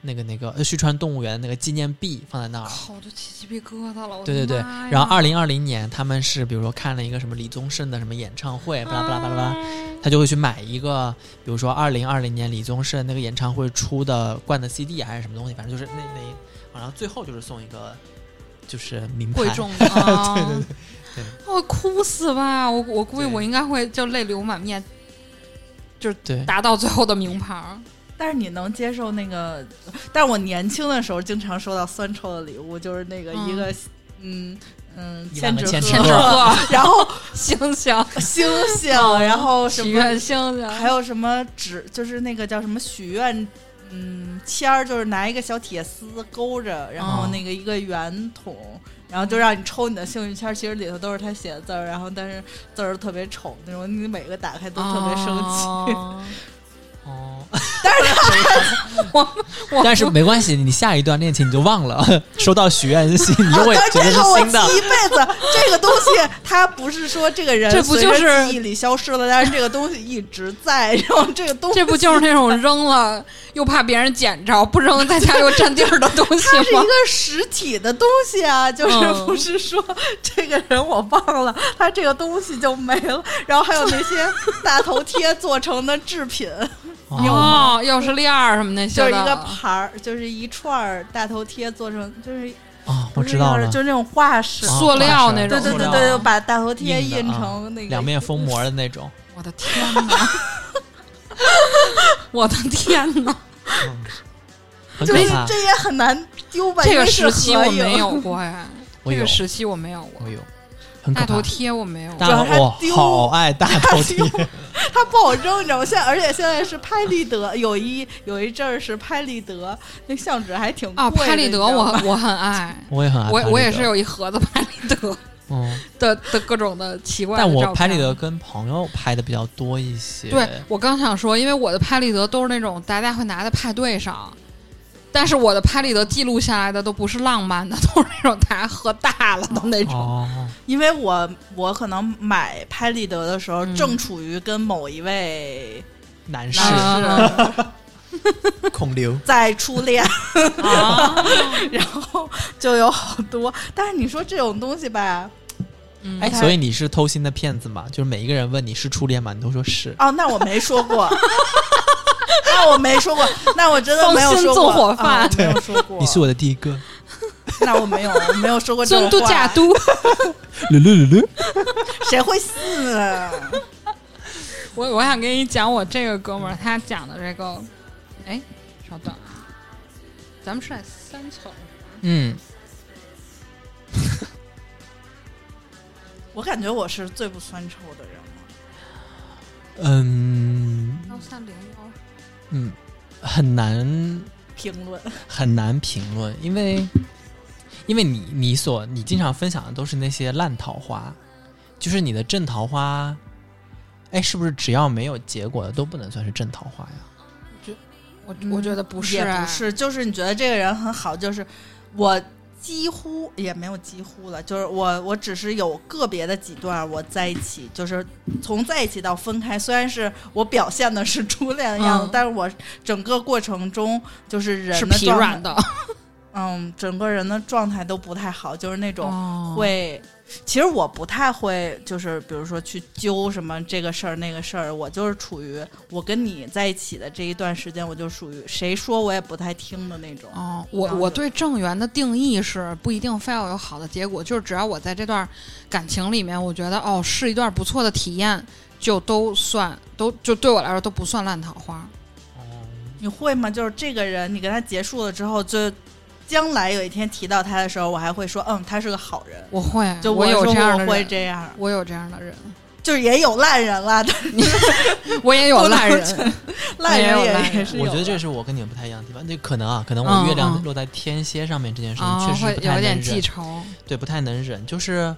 [SPEAKER 2] 那个那个呃旭川动物园那个纪念币放在那儿，
[SPEAKER 3] 靠，我就起鸡皮疙瘩了。我的
[SPEAKER 2] 对对对
[SPEAKER 3] 妈呀，
[SPEAKER 2] 然后二零二零年他们是比如说看了一个什么李宗盛的什么演唱会，巴拉巴拉巴拉巴拉，他就会去买一个，比如说二零二零年李宗盛那个演唱会出的灌的 CD 还是什么东西，反正就是那那，然后最后就是送一个就是名牌
[SPEAKER 3] 贵，重的，
[SPEAKER 2] (laughs)
[SPEAKER 3] 啊
[SPEAKER 2] 对对对
[SPEAKER 3] 我哭死吧！我我估计
[SPEAKER 2] 对
[SPEAKER 3] 我应该会就泪流满面，
[SPEAKER 2] 对，
[SPEAKER 3] 达到最后的名
[SPEAKER 2] (laughs)
[SPEAKER 3] 牌儿。
[SPEAKER 1] 但是你能接受那个？但是我年轻的时候经常收到酸臭的礼物，就是那个
[SPEAKER 3] 嗯
[SPEAKER 1] 一个嗯嗯
[SPEAKER 2] 一万
[SPEAKER 1] 千
[SPEAKER 2] 个
[SPEAKER 1] 纸
[SPEAKER 2] 千纸
[SPEAKER 1] (laughs)
[SPEAKER 3] 千纸鹤、
[SPEAKER 1] 然后
[SPEAKER 3] 星星、
[SPEAKER 1] 星星，然后什
[SPEAKER 3] 哦许
[SPEAKER 1] 么
[SPEAKER 3] 愿星星，
[SPEAKER 1] 还有什么纸，就是那个叫什么许愿，嗯，签儿，就是拿一个小铁丝勾
[SPEAKER 3] 哦
[SPEAKER 1] 着，然后
[SPEAKER 2] 嗯
[SPEAKER 1] 那个一个圆筒，然后就让你抽你的幸运签儿，其实里头都是他写的字儿，然后但是字儿特别丑那种，你每个打开都特别生气。
[SPEAKER 3] 哦 (laughs)
[SPEAKER 2] 哦， (laughs)
[SPEAKER 3] 我
[SPEAKER 2] 但是没关系，你下一段恋情你就忘了， (laughs) 收到许愿
[SPEAKER 3] (laughs)
[SPEAKER 2] 信你
[SPEAKER 3] 啊
[SPEAKER 2] 就会
[SPEAKER 1] 但是啊这
[SPEAKER 2] 觉得是
[SPEAKER 1] 个我
[SPEAKER 2] 新
[SPEAKER 1] 记
[SPEAKER 2] 的，
[SPEAKER 1] 一辈子，这个东西它不是说这个人
[SPEAKER 3] 这不
[SPEAKER 1] 随着
[SPEAKER 3] 就是
[SPEAKER 1] 记忆里消失了，但是这个东西一直在，然后这个
[SPEAKER 3] (laughs)
[SPEAKER 1] 东西
[SPEAKER 3] 这不就是那种扔了又怕别人捡着，不扔在家又占地儿的东西
[SPEAKER 1] 它是一
[SPEAKER 3] 吗
[SPEAKER 1] 个？实体的东西啊，就是
[SPEAKER 3] 嗯
[SPEAKER 1] 不是说这个人我忘了，他这个东西就没了。然后还有那些大头贴做成的制品，
[SPEAKER 2] 哦
[SPEAKER 3] 哦，钥匙链儿什么那些
[SPEAKER 1] 就是
[SPEAKER 3] 的，
[SPEAKER 1] 一个牌儿，就是一串儿大头贴做成，就是
[SPEAKER 2] 哦，我
[SPEAKER 1] 不是
[SPEAKER 2] 知道
[SPEAKER 1] 钥匙
[SPEAKER 2] 了，
[SPEAKER 1] 就是那种画饰。
[SPEAKER 2] 啊
[SPEAKER 3] 塑料那
[SPEAKER 1] 对
[SPEAKER 3] 种
[SPEAKER 1] 对
[SPEAKER 2] 塑
[SPEAKER 1] 对
[SPEAKER 2] 料啊
[SPEAKER 1] 对，对把大头贴
[SPEAKER 2] 硬的
[SPEAKER 1] 印
[SPEAKER 2] 啊
[SPEAKER 1] 成那个
[SPEAKER 2] 两面封膜的那种。
[SPEAKER 3] (laughs) 我的天哪！我的天哪！
[SPEAKER 2] 嗯很
[SPEAKER 1] 就
[SPEAKER 2] 可
[SPEAKER 1] 是
[SPEAKER 2] 怕。
[SPEAKER 1] 这也很难丢吧？
[SPEAKER 3] 这
[SPEAKER 1] 因
[SPEAKER 3] 个
[SPEAKER 1] 为是
[SPEAKER 3] 时期
[SPEAKER 1] 合
[SPEAKER 3] 我
[SPEAKER 1] 影 (laughs)
[SPEAKER 3] 没有过呀，
[SPEAKER 2] 我
[SPEAKER 3] 这
[SPEAKER 2] 有
[SPEAKER 3] 个时期我没有过
[SPEAKER 2] 我。有，很可
[SPEAKER 3] 大
[SPEAKER 2] 怕
[SPEAKER 3] 头。贴我没有，
[SPEAKER 2] 大
[SPEAKER 1] 主要它
[SPEAKER 2] 头，我
[SPEAKER 1] 丢
[SPEAKER 2] 好爱大头贴，
[SPEAKER 1] 它不好扔，你知道吗？现在而且现在是拍立得，有一有一阵儿是拍立得，那相纸还挺
[SPEAKER 3] 啊，
[SPEAKER 1] 贵的
[SPEAKER 3] 拍立得
[SPEAKER 1] 你知道
[SPEAKER 3] 我
[SPEAKER 1] 吗
[SPEAKER 3] 我很爱，
[SPEAKER 2] (laughs) 我也很爱啊拍立
[SPEAKER 3] 我
[SPEAKER 2] 得。
[SPEAKER 3] 我也是有一盒子拍立得
[SPEAKER 2] 嗯，
[SPEAKER 3] (laughs) 的的各种的奇怪的
[SPEAKER 2] 但我
[SPEAKER 3] 照
[SPEAKER 2] 拍立
[SPEAKER 3] 片啊
[SPEAKER 2] 得跟朋友拍的比较多一些。
[SPEAKER 3] 对，我刚想说，因为我的拍立得都是那种大家会拿在派对上，但是我的拍立得记录下来的都不是浪漫的， (laughs) 都是那种大家喝大了的那种。
[SPEAKER 2] 哦，
[SPEAKER 1] 因为我我可能买拍立得的时候，
[SPEAKER 3] 嗯
[SPEAKER 1] 正处于跟某一位
[SPEAKER 2] 男士
[SPEAKER 1] 男
[SPEAKER 3] 啊
[SPEAKER 1] 士
[SPEAKER 2] 孔刘，
[SPEAKER 1] 在初恋，
[SPEAKER 3] (laughs) 啊，
[SPEAKER 1] (laughs) 然后就有好多。但是你说这种东西吧，
[SPEAKER 3] 嗯
[SPEAKER 2] 哎，
[SPEAKER 1] 他
[SPEAKER 2] 所以你是偷心的骗子嘛？就是每一个人问你是初恋吗？你都说是。
[SPEAKER 3] 啊
[SPEAKER 1] 哦，那我没说
[SPEAKER 3] (laughs)
[SPEAKER 1] 过，那我没说过，那我真的没有
[SPEAKER 3] 放心
[SPEAKER 1] 说过，
[SPEAKER 3] 纵火犯
[SPEAKER 1] 啊我没有说过，
[SPEAKER 2] 你是我的第一个，
[SPEAKER 3] (laughs)
[SPEAKER 1] 那我没有，我没有说过这
[SPEAKER 3] 尊
[SPEAKER 1] 种
[SPEAKER 3] 嘟
[SPEAKER 1] 话 (laughs)
[SPEAKER 3] 假嘟，
[SPEAKER 2] 噜噜噜噜。
[SPEAKER 1] 谁会信啊？
[SPEAKER 3] 我我想跟你讲，我这个哥们儿他讲的这个，哎，稍等啊，咱们是在三层， (laughs)
[SPEAKER 2] 嗯，
[SPEAKER 1] 我感觉我是最不酸臭的人了。
[SPEAKER 2] 嗯
[SPEAKER 3] 幺三零幺，
[SPEAKER 2] 嗯，很难
[SPEAKER 1] 评论
[SPEAKER 2] 很难评论，因为因为你你所你经常分享的都是那些烂桃花，就是你的正桃花，哎，是不是只要没有结果的都不能算是正桃花呀？
[SPEAKER 3] 我我觉得不是、
[SPEAKER 1] 嗯也
[SPEAKER 3] 哎
[SPEAKER 1] 不是，就是你觉得这个人很好，就是我几乎也没有几乎了，就是我我只是有个别的几段我在一起，就是从在一起到分开，虽然是我表现的是初恋的样子，
[SPEAKER 3] 嗯
[SPEAKER 1] 但是我整个过程中就是人
[SPEAKER 3] 是
[SPEAKER 1] 的
[SPEAKER 3] 疲
[SPEAKER 1] 状态
[SPEAKER 3] 软，的，
[SPEAKER 1] 嗯，整个人的状态都不太好，就是那种
[SPEAKER 3] 哦
[SPEAKER 1] 会。其实我不太会，就是比如说去揪什么这个事儿那个事儿，我就是处于我跟你在一起的这一段时间，我就属于谁说我也不太听的那种。
[SPEAKER 3] 哦，我
[SPEAKER 1] 然后
[SPEAKER 3] 我
[SPEAKER 1] 就
[SPEAKER 3] 对正缘的定义是不一定非要有好的结果，就是只要我在这段感情里面，我觉得哦是一段不错的体验，就都算都就对我来说都不算烂桃花。
[SPEAKER 1] 你会吗？就是这个人，你跟他结束了之后，就将来有一天提到他的时候，我还会说，嗯，他是个好人。
[SPEAKER 3] 我会，
[SPEAKER 1] 就
[SPEAKER 3] 我有
[SPEAKER 1] 说
[SPEAKER 3] 这样的
[SPEAKER 1] 我会
[SPEAKER 3] 人，
[SPEAKER 1] 这样，
[SPEAKER 3] 我有这样的
[SPEAKER 1] (laughs)
[SPEAKER 3] 人，
[SPEAKER 1] 就是也有烂人了，
[SPEAKER 3] (laughs)
[SPEAKER 1] 但
[SPEAKER 3] 我也有烂
[SPEAKER 1] 不
[SPEAKER 3] (laughs) 人。
[SPEAKER 1] 烂人
[SPEAKER 3] 也有烂
[SPEAKER 1] 也
[SPEAKER 3] 人
[SPEAKER 2] (laughs)
[SPEAKER 1] 也是有
[SPEAKER 2] 我
[SPEAKER 1] 的。
[SPEAKER 2] 觉得这是我跟你们不太一样的地方，那可能啊，可能
[SPEAKER 3] 嗯
[SPEAKER 2] 我月亮
[SPEAKER 3] 嗯
[SPEAKER 2] 落在天蝎上面这件事情
[SPEAKER 3] 啊、
[SPEAKER 2] 确
[SPEAKER 3] 会
[SPEAKER 2] 实不
[SPEAKER 3] 有
[SPEAKER 2] 太
[SPEAKER 3] 点
[SPEAKER 2] 能
[SPEAKER 3] 记
[SPEAKER 2] 忍，
[SPEAKER 3] 仇。
[SPEAKER 2] 对，不太能忍。就是，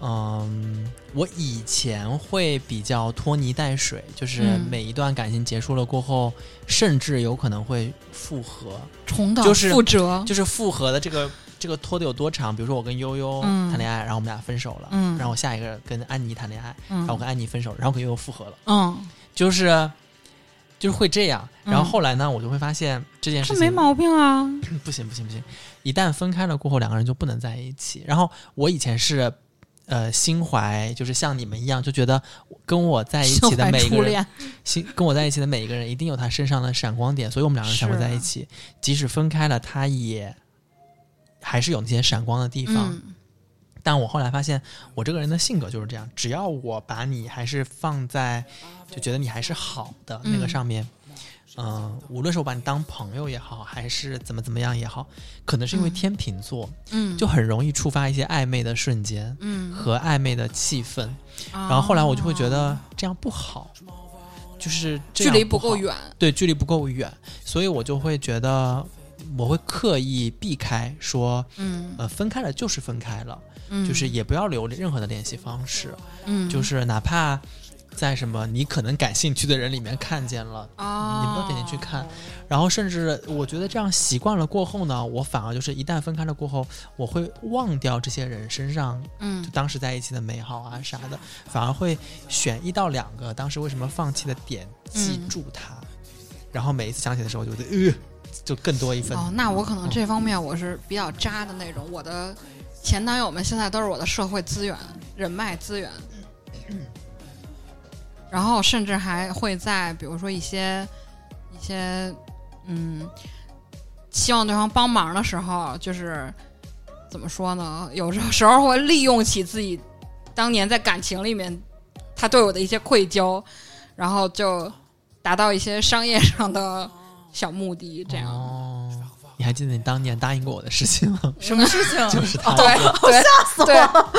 [SPEAKER 2] 嗯，我以前会比较拖泥带水，就是
[SPEAKER 3] 嗯
[SPEAKER 2] 每一段感情结束了过后，甚至有可能会复合，
[SPEAKER 3] 重蹈
[SPEAKER 2] 就是
[SPEAKER 3] 覆辙，
[SPEAKER 2] 就是复合的这个这个拖的有多长？比如说我跟悠悠
[SPEAKER 3] 嗯
[SPEAKER 2] 谈恋爱，然后我们俩分手了，
[SPEAKER 3] 嗯
[SPEAKER 2] 然后我下一个跟安妮谈恋爱，然后我
[SPEAKER 3] 嗯
[SPEAKER 2] 跟安妮分手，然后跟悠悠复合了，
[SPEAKER 3] 嗯，
[SPEAKER 2] 就是就是会这样。然后
[SPEAKER 3] 嗯
[SPEAKER 2] 后来呢，我就会发现这件事
[SPEAKER 3] 这
[SPEAKER 2] 情
[SPEAKER 3] 没毛病啊。
[SPEAKER 2] (clears throat) 不行不行不行，一旦分开了过后，两个人就不能在一起。然后我以前是，呃，心怀就是像你们一样，就觉得跟我在一起的
[SPEAKER 3] 怀
[SPEAKER 2] 每一
[SPEAKER 3] 初
[SPEAKER 2] 个人，
[SPEAKER 3] 恋，
[SPEAKER 2] 心跟我在一起的每一个人一定有他身上的闪光点，所以我们两个人才会
[SPEAKER 3] 是
[SPEAKER 2] 在一起。即使分开了，他也还是有那些闪光的地方。
[SPEAKER 3] 嗯
[SPEAKER 2] 但我后来发现，我这个人的性格就是这样，只要我把你还是放在，就觉得你还是好的那个
[SPEAKER 3] 嗯
[SPEAKER 2] 上面，嗯、无论是我把你当朋友也好，还是怎么怎么样也好，可能是因为
[SPEAKER 3] 嗯
[SPEAKER 2] 天秤座、
[SPEAKER 3] 嗯，
[SPEAKER 2] 就很容易触发一些暧昧的瞬间
[SPEAKER 3] 嗯，啊
[SPEAKER 2] 和暧昧的气氛，
[SPEAKER 3] 然
[SPEAKER 2] 然后后来我就会觉得这样不好，就是这
[SPEAKER 3] 哦距
[SPEAKER 2] 样
[SPEAKER 3] 离
[SPEAKER 2] 不
[SPEAKER 3] 不够
[SPEAKER 2] 好，
[SPEAKER 3] 远，
[SPEAKER 2] 对，距离不够远，所以我就会觉得我会刻意避开说，
[SPEAKER 3] 嗯
[SPEAKER 2] 呃，分开了就是分开了。
[SPEAKER 3] 嗯，
[SPEAKER 2] 就是也不要留任何的联系方式，
[SPEAKER 3] 嗯，
[SPEAKER 2] 就是哪怕在什么你可能感兴趣的人里面看见了，
[SPEAKER 3] 啊，
[SPEAKER 2] 你不要点进去看，然后甚至我觉得这样习惯了过后呢，我反而就是一旦分开了过后，我会忘掉这些人身上
[SPEAKER 3] 嗯
[SPEAKER 2] 就当时在一起的美好啊啥的，反而会选一到两个当时为什么放弃的点记
[SPEAKER 3] 嗯
[SPEAKER 2] 住它，然后每一次想起的时候就觉得呃，就更多一份。
[SPEAKER 3] 哦，那我可能这方面我是比较渣的那种，我的前男友们现在都是我的社会资源、人脉资源，然后甚至还会在比如说一些一些嗯，希望对方帮忙的时候，就是怎么说呢？有时候 (laughs) 会利用起自己当年在感情里面他对我的一些愧疚，然后就达到一些商业上的小目的，这样。
[SPEAKER 2] 哦，你还记得你当年答应过我的事情吗？
[SPEAKER 1] (laughs)
[SPEAKER 2] (laughs)
[SPEAKER 3] 哦
[SPEAKER 1] 什么事情？
[SPEAKER 2] 就是他。
[SPEAKER 3] 对对
[SPEAKER 1] 吓死我了！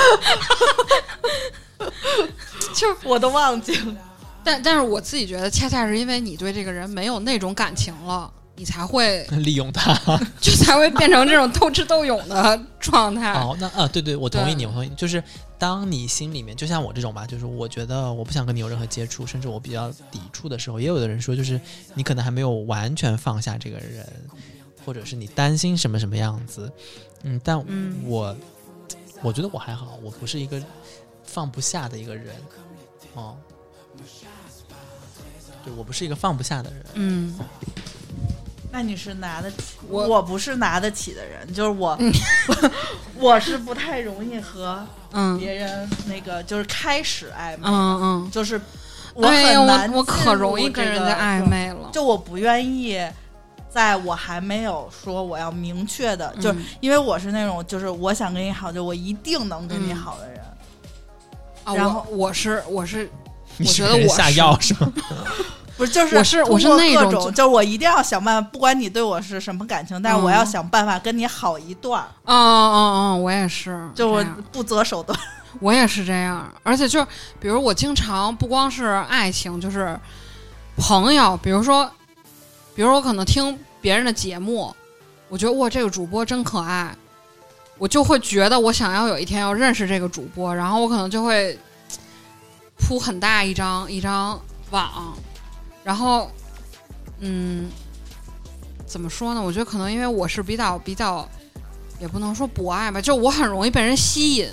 [SPEAKER 3] 就是，
[SPEAKER 1] 我都忘记了。
[SPEAKER 3] 但但是我自己觉得，恰恰是因为你对这个人没有那种感情了，你才会 (laughs)
[SPEAKER 2] 利用他。
[SPEAKER 3] 就才会变成这种斗智斗勇的状态。
[SPEAKER 2] 哦，那啊，对对，我同意
[SPEAKER 3] 对
[SPEAKER 2] 你，我同意你，就是当你心里面，就像我这种吧，就是我觉得我不想跟你有任何接触，甚至我比较抵触的时候，也有的人说，就是你可能还没有完全放下这个人，或者是你担心什么什么样子，嗯，但
[SPEAKER 3] 嗯
[SPEAKER 2] 我、我觉得我还好，我不是一个放不下的一个人，哦，对我不是一个放不下的人，
[SPEAKER 3] 嗯，
[SPEAKER 1] 哦那你是拿得起，
[SPEAKER 3] 我
[SPEAKER 1] 我不是拿得起的人，就是我， (laughs) 我是不太容易和
[SPEAKER 3] 嗯
[SPEAKER 1] 别人那个就是开始暧昧，
[SPEAKER 3] 嗯嗯，
[SPEAKER 1] 就是我
[SPEAKER 3] 哎呀，
[SPEAKER 1] 很难、
[SPEAKER 3] 我我可容易跟人家暧，昧了。
[SPEAKER 1] 就我不愿意。在我还没有说我要明确的，就是
[SPEAKER 3] 嗯
[SPEAKER 1] 因为我是那种，就是我想跟你好，就我一定能跟你
[SPEAKER 3] 嗯
[SPEAKER 1] 好的人。
[SPEAKER 3] 啊，
[SPEAKER 1] 然
[SPEAKER 3] 我
[SPEAKER 1] 后
[SPEAKER 3] 我是我是
[SPEAKER 2] 你
[SPEAKER 3] 我
[SPEAKER 2] 是
[SPEAKER 3] 觉得
[SPEAKER 2] 给人
[SPEAKER 3] 我
[SPEAKER 2] 下
[SPEAKER 3] 是
[SPEAKER 2] 药是吗？
[SPEAKER 1] 不是，就是
[SPEAKER 3] 我是我是
[SPEAKER 1] 通过
[SPEAKER 3] 那
[SPEAKER 1] 各
[SPEAKER 3] 种
[SPEAKER 1] 种，
[SPEAKER 3] 就
[SPEAKER 1] 就是我一定要想办法，不管你对我是什么感情，但是我
[SPEAKER 3] 嗯
[SPEAKER 1] 要想办法跟你好一段儿，
[SPEAKER 3] 嗯啊嗯嗯，我也是，
[SPEAKER 1] 就我
[SPEAKER 3] 这样
[SPEAKER 1] 不择手段。
[SPEAKER 3] 我也是这样，而且就是比如我经常不光是爱情，就是朋友，比如说，比如我可能听别人的节目，我觉得哇这个主播真可爱，我就会觉得我想要有一天要认识这个主播，然后我可能就会铺很大一张一张网，然后嗯，怎么说呢？我觉得可能因为我是比较比较，也不能说博爱吧，就我很容易被人吸引。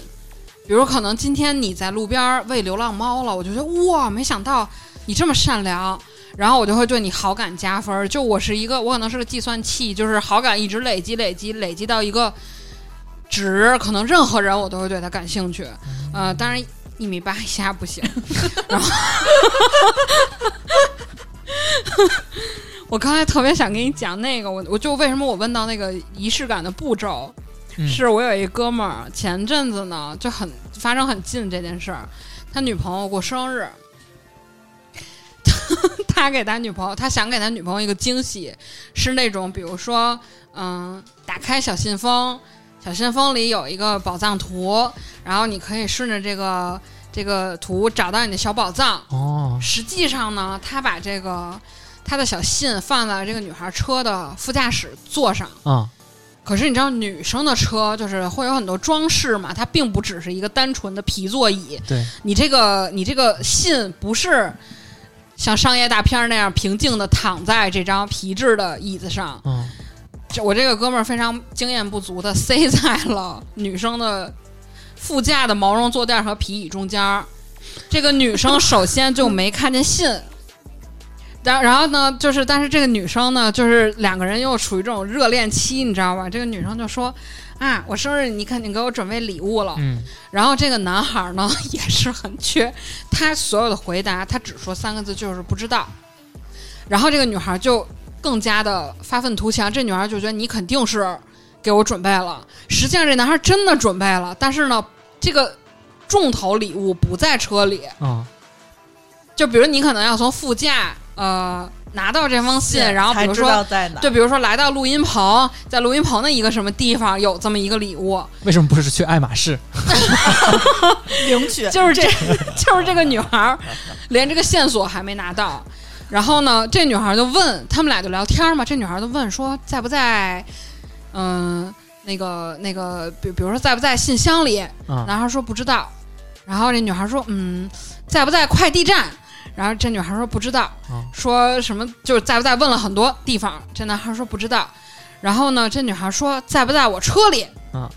[SPEAKER 3] 比如可能今天你在路边儿喂流浪猫了，我就觉得哇，没想到你这么善良，然后我就会对你好感加分儿。就我是一个，我可能是个计算器，就是好感一直累积累积累积到一个值，可能任何人我都会对他感兴趣。呃，当然一米八以下不行。 (laughs) 然后我刚才特别想跟你讲那个，我我就为什么我问到那个仪式感的步骤，
[SPEAKER 2] 嗯
[SPEAKER 3] 是我有一哥们儿，前阵子呢就很发生很近这件事儿，他女朋友过生日， (laughs) 他给他女朋友，他想给他女朋友一个惊喜，是那种比如说，嗯，打开小信封，小信封里有一个宝藏图，然后你可以顺着这个这个图找到你的小宝藏，
[SPEAKER 2] (laughs) 哦，
[SPEAKER 3] 实际上呢，他把这个他的小信放在这个女孩车的副驾驶座上。
[SPEAKER 2] 嗯
[SPEAKER 3] 可是你知道，女生的车就是会有很多装饰嘛，它并不只是一个单纯的皮座椅。
[SPEAKER 2] 对，
[SPEAKER 3] 你这个你这个信不是像商业大片儿那样平静的躺在这张皮质的椅子上，
[SPEAKER 2] 嗯，
[SPEAKER 3] 这我这个哥们儿非常经验不足的塞在了女生的副驾的毛绒坐垫和皮椅中间儿。这个女生首先就没看见信，然然后呢，就是但是这个女生呢，就是两个人又处于这种热恋期，你知道吧？这个女生就说：“啊，我生日你肯定给我准备礼物了。
[SPEAKER 2] 嗯，
[SPEAKER 3] 然后这个男孩呢 (laughs) 也是很缺，他所有的回答他只说三个字，就是不知道。然后这个女孩就更加的发愤图强，这女孩就觉得你肯定是给我准备了。实际上这男孩真的准备了，但是呢，这个重头礼物不在车里，
[SPEAKER 2] 嗯，
[SPEAKER 3] 就比如你可能要从副驾呃拿到这封信，然后比
[SPEAKER 1] 才
[SPEAKER 3] 如
[SPEAKER 1] 知
[SPEAKER 3] 说
[SPEAKER 1] 道在哪。
[SPEAKER 3] 对，比如说来到录音棚，在录音棚的一个什么地方有这么一个礼物，
[SPEAKER 2] 为什么不是去爱马仕？
[SPEAKER 1] 领取
[SPEAKER 3] 就是这，就是这个女孩儿，连这个线索还没拿到。然后呢，这女孩儿就问他们俩就聊天儿嘛，这女孩儿就问说在不在，嗯、那个那个，比比如说在不在信箱里？
[SPEAKER 2] 嗯
[SPEAKER 3] 男孩儿说不知道。然后这女孩儿说嗯，在不在快递站？然后这女孩儿说不知道。
[SPEAKER 2] 嗯
[SPEAKER 3] 说什么就是在不在？问了很多地方，这男孩儿说不知道。然后呢，这女孩儿说在不在我车里？
[SPEAKER 2] 嗯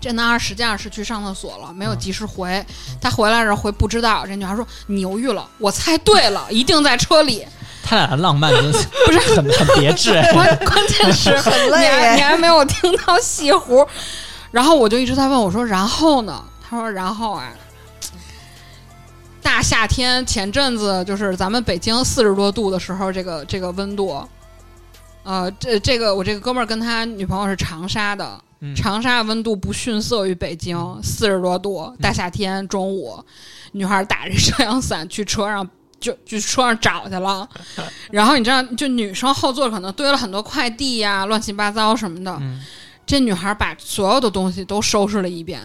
[SPEAKER 3] 这男孩儿实际上是去上厕所了，没有及时回。他回来的时候回不知道，这女孩说你犹豫了，我猜对了，一定在车里。
[SPEAKER 2] 他俩的浪漫真 (laughs) 是
[SPEAKER 3] 不是
[SPEAKER 2] 很很别致 (laughs) 哎。
[SPEAKER 3] 关 (laughs) 关键是
[SPEAKER 1] (laughs) 很
[SPEAKER 3] 你
[SPEAKER 1] 累
[SPEAKER 3] 还你
[SPEAKER 1] 耶，
[SPEAKER 3] 还没有听到戏胡，然后我就一直在问我说，然后呢？他说然后啊，大夏天前阵子就是咱们北京四十多度的时候，这个这个温度。呃，这这个我这个哥们儿跟他女朋友是长沙的，
[SPEAKER 2] 嗯
[SPEAKER 3] 长沙温度不逊色于北京，四十多度，大夏天中午，女孩打着遮阳伞去车上。就就车上找去了，然后你知道，就女生后座可能堆了很多快递呀、乱七八糟什么的。
[SPEAKER 2] 嗯
[SPEAKER 3] 这女孩把所有的东西都收拾了一遍，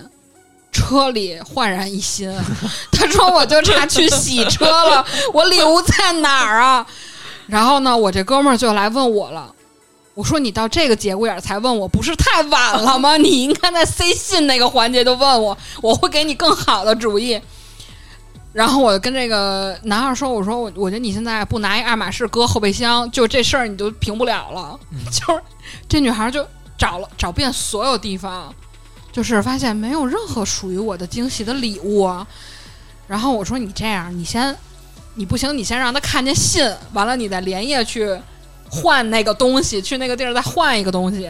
[SPEAKER 3] 车里焕然一新。 (laughs) 他说我就差去洗车了，我礼物在哪儿啊？然后呢，我这哥们儿就来问我了。我说你到这个节骨眼儿才问我，不是太晚了吗？ (laughs) 你应该在塞信那个环节就问我，我会给你更好的主意。然后我跟这个男孩说：“我说我我觉得你现在不拿一爱马仕搁后备箱，就这事儿你就平不了了。
[SPEAKER 2] 嗯
[SPEAKER 3] (laughs) 就是这女孩就找了找遍所有地方，就是发现没有任何属于我的惊喜的礼物啊。然后我说你这样，你先你不行，你先让他看见信，完了你再连夜去换那个东西，去那个地儿再换一个东西。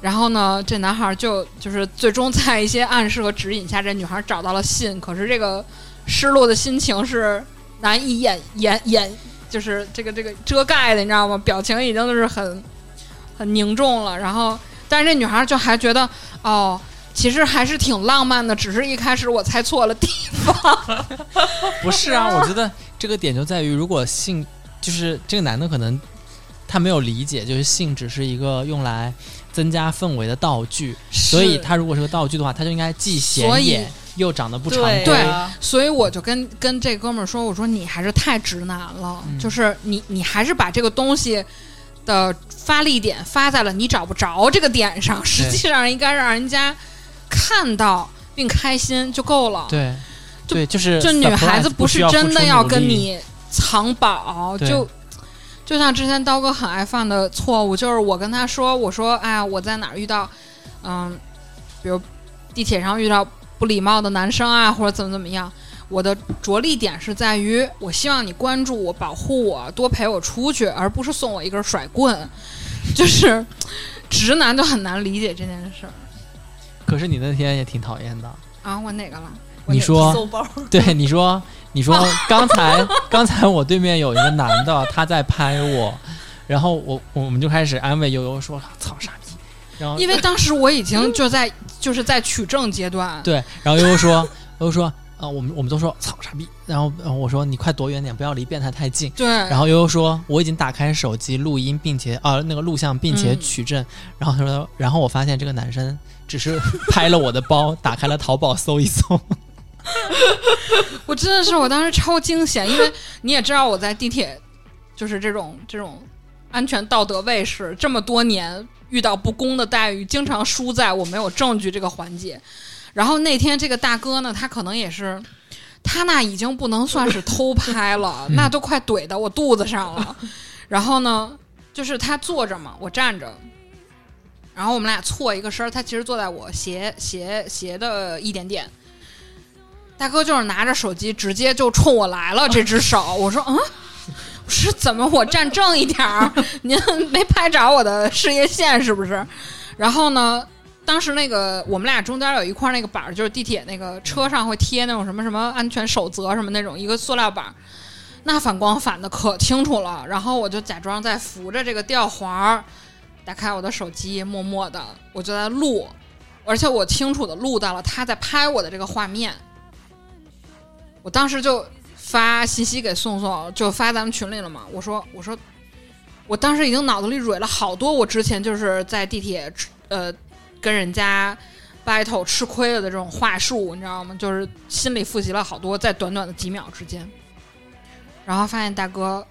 [SPEAKER 3] 然后呢，这男孩就就是最终在一些暗示和指引下，这女孩找到了信。可是这个失落的心情是难以掩掩掩，就是这个这个遮盖的，你知道吗？表情已经就是很很凝重了。然后，但是这女孩就还觉得哦。其实还是挺浪漫的，只是一开始我猜错了地方。
[SPEAKER 2] 不是啊，我觉得这个点就在于，如果性就是这个男的可能他没有理解，就是性只是一个用来增加氛围的道具， (laughs) 所以
[SPEAKER 3] 是
[SPEAKER 2] 他如果是个道具的话，他就应该既
[SPEAKER 3] 所
[SPEAKER 2] 显
[SPEAKER 3] 以
[SPEAKER 2] 眼又长得不常
[SPEAKER 1] 对
[SPEAKER 2] 规。
[SPEAKER 3] 对
[SPEAKER 1] 啊
[SPEAKER 3] 所以我就跟跟这哥们儿说，我说你还是太直男了，
[SPEAKER 2] 嗯
[SPEAKER 3] 就是你你还是把这个东西的发力点发在了你找不着这个点上，实际上应该让人家看到并开心就够了。
[SPEAKER 2] 对
[SPEAKER 3] 就
[SPEAKER 2] 对，就是
[SPEAKER 3] 这女孩子
[SPEAKER 2] surprise
[SPEAKER 3] 不
[SPEAKER 2] 需
[SPEAKER 3] 是
[SPEAKER 2] 要付
[SPEAKER 3] 真的
[SPEAKER 2] 出
[SPEAKER 3] 要
[SPEAKER 2] 努
[SPEAKER 3] 跟
[SPEAKER 2] 力
[SPEAKER 3] 你藏宝，
[SPEAKER 2] 对
[SPEAKER 3] 就就像之前刀哥很爱犯的错误，就是我跟他说，我说哎呀，我在哪儿遇到，嗯，比如地铁上遇到不礼貌的男生啊，或者怎么怎么样。我的着力点是在于，我希望你关注我、保护我、多陪我出去，而不是送我一根甩棍。 (laughs) 就是直男就很难理解这件事儿
[SPEAKER 2] 可是你那天也挺讨厌的，
[SPEAKER 3] 啊！我哪个了？我
[SPEAKER 2] 你
[SPEAKER 3] 哪个
[SPEAKER 2] 说
[SPEAKER 1] 搜包，
[SPEAKER 2] (laughs) 对你说，你 (laughs) 说刚才刚才我对面有一个男的，他在拍我，然后我我们就开始安慰悠悠说：“操傻逼。”然后
[SPEAKER 3] 因为当时我已经就在就是在取证阶段，
[SPEAKER 2] 对，然后悠悠说，悠悠说啊、我们我们都说操傻逼，然后、呃我说你快躲远点，不要离变态太近。
[SPEAKER 3] 对，
[SPEAKER 2] 然后悠悠说：“我已经打开手机录音，并且啊、那个录像，并且
[SPEAKER 3] 嗯
[SPEAKER 2] 取证。然后他说：“然后我发现这个男生只是 (laughs) 拍了我的包，打开了淘宝搜一搜。
[SPEAKER 3] 我真的是我当时超惊险，因为你也知道我在地铁就是这种这种安全道德卫士这么多年遇到不公的待遇，经常输在我没有证据这个环节。然后那天这个大哥呢，他可能也是。他那已经不能算是偷拍了，
[SPEAKER 2] 嗯
[SPEAKER 3] 那都快怼到我肚子上了。然后呢，就是他坐着嘛，我站着，然后我们俩错一个身儿，他其实坐在我斜斜斜的一点点。大哥就是拿着手机直接就冲我来了，这只手，我说嗯，我是怎么我站正一点儿， (laughs) 您没拍着我的事业线是不是？然后呢，当时那个我们俩中间有一块那个板儿，就是地铁那个车上会贴那种什么什么安全守则什么那种一个塑料板儿，那反光反的可清楚了。然后我就假装在扶着这个吊环儿，打开我的手机，默默的我就在录，而且我清楚的录到了他在拍我的这个画面。我当时就发信息给宋宋，就发咱们群里了嘛。我说，我说，我当时已经脑子里蕊了好多我之前就是在地铁吃呃跟人家 battle 吃亏了的这种话术，你知道吗？就是心里复习了好多，在短短的几秒之间，然后发现大哥。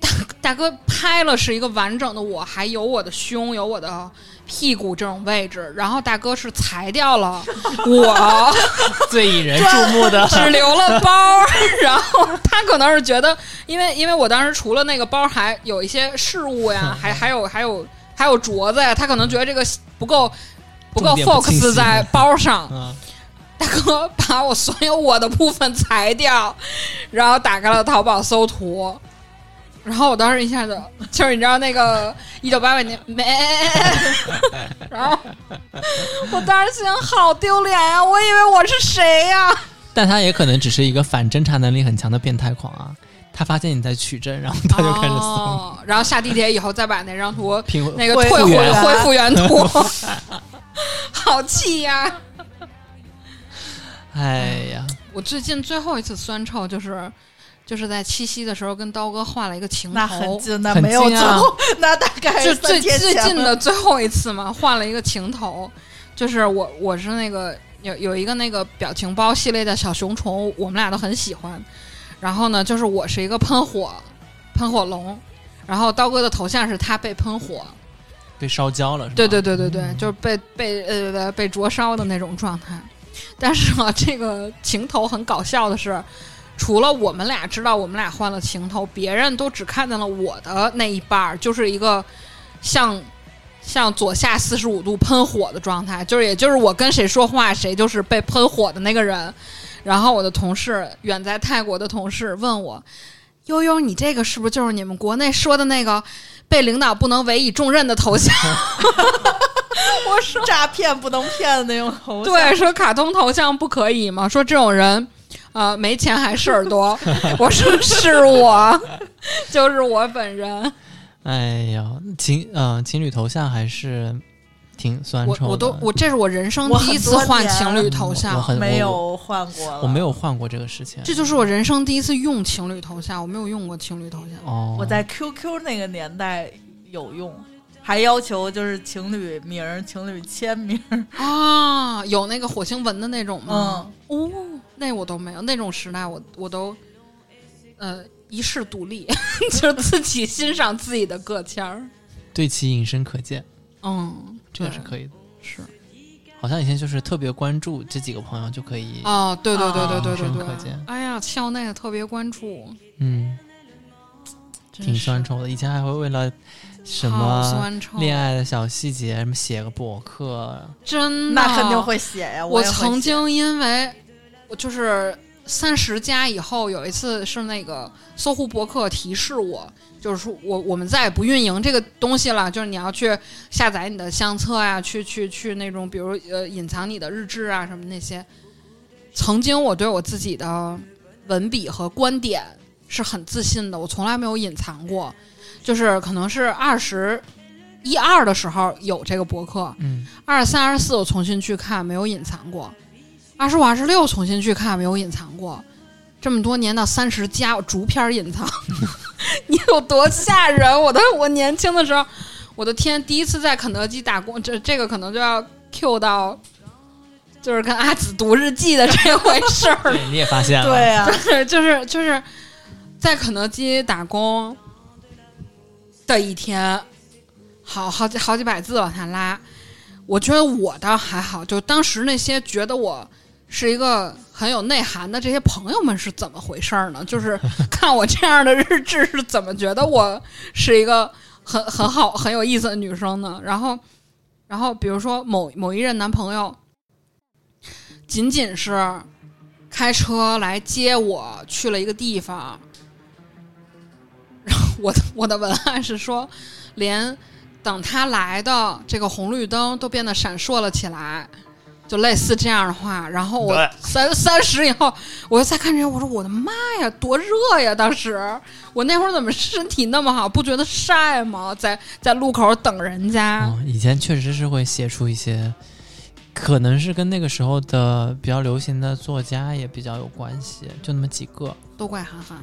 [SPEAKER 3] 大大哥拍了是一个完整的我，还有我的胸，有我的屁股这种位置。然后大哥是裁掉了我
[SPEAKER 2] (laughs) 最引人注目 (laughs) 的
[SPEAKER 3] 只留了包儿，然后他可能是觉得，因为因为我当时除了那个包儿，还有一些事
[SPEAKER 2] (laughs)
[SPEAKER 3] 物呀，还还有还有还有镯子呀，他可能觉得这个不够不够
[SPEAKER 2] 重点不清晰
[SPEAKER 3] focus 在包上。
[SPEAKER 2] 嗯，
[SPEAKER 3] 大哥把我所有我的部分裁掉，然后打开了淘宝搜图，然后我当时一下子就是你知道那个一九八
[SPEAKER 2] (laughs)
[SPEAKER 3] 八年没，然后我当时心想好丢脸呀、我以为我是谁呀、
[SPEAKER 2] 但他也可能只是一个反侦查能力很强的变态狂啊。他发现你在取证，然后 (laughs) 他就开始搜。
[SPEAKER 3] 哦。然后下地铁以后再把那张图
[SPEAKER 2] 评
[SPEAKER 3] 那个
[SPEAKER 1] 恢
[SPEAKER 3] 退
[SPEAKER 1] 复
[SPEAKER 3] 回
[SPEAKER 1] 原
[SPEAKER 3] 恢复原图，
[SPEAKER 2] (laughs)
[SPEAKER 3] (laughs) 好气呀！
[SPEAKER 2] 哎呀，
[SPEAKER 3] 我最近最后一次酸臭就是。就是在七夕的时候跟刀哥换了一个情
[SPEAKER 1] 那很
[SPEAKER 3] 头，
[SPEAKER 1] 近，那
[SPEAKER 2] 很
[SPEAKER 1] 没有
[SPEAKER 2] 近啊
[SPEAKER 1] 走，那大概
[SPEAKER 3] 就
[SPEAKER 1] 三
[SPEAKER 3] 最
[SPEAKER 1] 天
[SPEAKER 3] 最
[SPEAKER 1] 前
[SPEAKER 3] 近
[SPEAKER 1] 了
[SPEAKER 3] 的最后一次嘛，换了一个情头，就是我我是那个有有一个那个表情包系列的小熊虫，我们俩都很喜欢。然后呢，就是我是一个喷火喷火龙，然后刀哥的头像是他被喷火，
[SPEAKER 2] 被烧焦了是吧？
[SPEAKER 3] 对对对对对，就是被被呃被灼烧的那种状态。但是啊，这个情头很搞笑的是，除了我们俩知道我们俩换了情头，别人都只看见了我的那一半儿，就是一个向向左下四十五度喷火的状态，就是也就是我跟谁说话，谁就是被喷火的那个人。然后我的同事，远在泰国的同事问我：“悠悠，你这个是不是就是你们国内说的那个被领导不能委以重任的头像？”我说。
[SPEAKER 1] 诈骗不能骗的那种头像。
[SPEAKER 3] 对，说卡通头像不可以吗？说这种人，呃，没钱还事儿
[SPEAKER 1] (laughs)
[SPEAKER 3] 多。我说是我，就是我
[SPEAKER 2] (laughs)
[SPEAKER 3] 本人。
[SPEAKER 2] 哎呀，情呃情侣头像还是挺酸
[SPEAKER 3] 我
[SPEAKER 2] 臭的。嗯
[SPEAKER 3] 我都我这是我人生
[SPEAKER 1] 我
[SPEAKER 3] 第一
[SPEAKER 1] 很
[SPEAKER 3] 次
[SPEAKER 1] 多
[SPEAKER 3] 换
[SPEAKER 1] 年
[SPEAKER 3] 情侣头
[SPEAKER 2] 我
[SPEAKER 3] 像，
[SPEAKER 2] 很
[SPEAKER 1] 没
[SPEAKER 2] 我，
[SPEAKER 1] 有换过了，
[SPEAKER 2] 我没有换过这个事情。
[SPEAKER 3] 这就是我人生第一次用情侣头像，我没有用过情侣头像。
[SPEAKER 1] (laughs)
[SPEAKER 2] 哦，
[SPEAKER 1] 我在 QQ 那个年代有用，还要求就是情侣名儿、情侣签名儿。
[SPEAKER 3] 啊，有那个火星文的那种吗
[SPEAKER 1] 嗯？
[SPEAKER 3] 哦，那我都没有，那种时代我我都，呃，一世独立， (laughs) 就是自己欣赏自己的个签儿。
[SPEAKER 2] 对其隐身可见，
[SPEAKER 3] 嗯，
[SPEAKER 2] 这个
[SPEAKER 3] 对
[SPEAKER 2] 是可以的。
[SPEAKER 3] 是
[SPEAKER 2] 好像以前就是特别关注这几个朋友就可以，
[SPEAKER 3] 哦，对对对
[SPEAKER 1] 啊
[SPEAKER 3] 对对对
[SPEAKER 2] 深
[SPEAKER 3] 对
[SPEAKER 2] 可见
[SPEAKER 3] 哎呀，校内特别关注，
[SPEAKER 2] 嗯，
[SPEAKER 3] 真
[SPEAKER 2] 挺
[SPEAKER 3] 是
[SPEAKER 2] 酸臭的。以前还会为了什
[SPEAKER 3] 好
[SPEAKER 2] 么
[SPEAKER 3] 酸臭，
[SPEAKER 2] 恋爱的小细节，什么写个博客，
[SPEAKER 3] 真的
[SPEAKER 1] 嗯那肯定。会写呀！
[SPEAKER 3] 我
[SPEAKER 1] 也会
[SPEAKER 3] 曾
[SPEAKER 1] 写
[SPEAKER 3] 经因为我就是三十加以后，有一次是那个搜狐博客提示我，就是说我我们再也不运营这个东西了，就是你要去下载你的相册呀、去去去那种比如呃隐藏你的日志啊什么那些。曾经我对我自己的文笔和观点是很自信的，我从来没有隐藏过，就是可能是二十一二的时候有这个博客，
[SPEAKER 2] 嗯，
[SPEAKER 3] 二十三、二十四我重新去看，没有隐藏过；二十五、二十六重新去看，没有隐藏过。这么多年到三十加，我逐片儿隐藏， (laughs) 你有多吓人？我的我年轻的时候，我的天，第一次在肯德基打工，这这个可能就要 Q 到，就是跟阿紫读日记的这回事儿了。
[SPEAKER 2] 对，你也发现了，
[SPEAKER 1] 对啊
[SPEAKER 2] (laughs)
[SPEAKER 1] 呀、
[SPEAKER 3] (laughs) 就是就是在肯德基打工的一天，好好几好几百字往下拉。我觉得我倒还好，就当时那些觉得我是一个很有内涵的这些朋友们是怎么回事儿呢？就是 (laughs) 看我这样的日志是怎么觉得我是一个很很好很有意思的女生呢？然后，然后比如说某某一任男朋友，仅仅是开车来接我去了一个地方，然后我的我的文案是说，连等他来的这个红绿灯都变得闪烁了起来，就类似这样的话。然后我
[SPEAKER 2] 对
[SPEAKER 3] 三 (laughs) 三十以后，我就再看这些，我说我的妈呀，多热呀！当时我那会儿怎么身体那么好，不觉得晒吗？在在路口等人家，
[SPEAKER 2] 嗯，以前确实是会写出一些，可能是跟那个时候的比较流行的作家也比较有关系，就那么几个，
[SPEAKER 3] 都怪韩寒。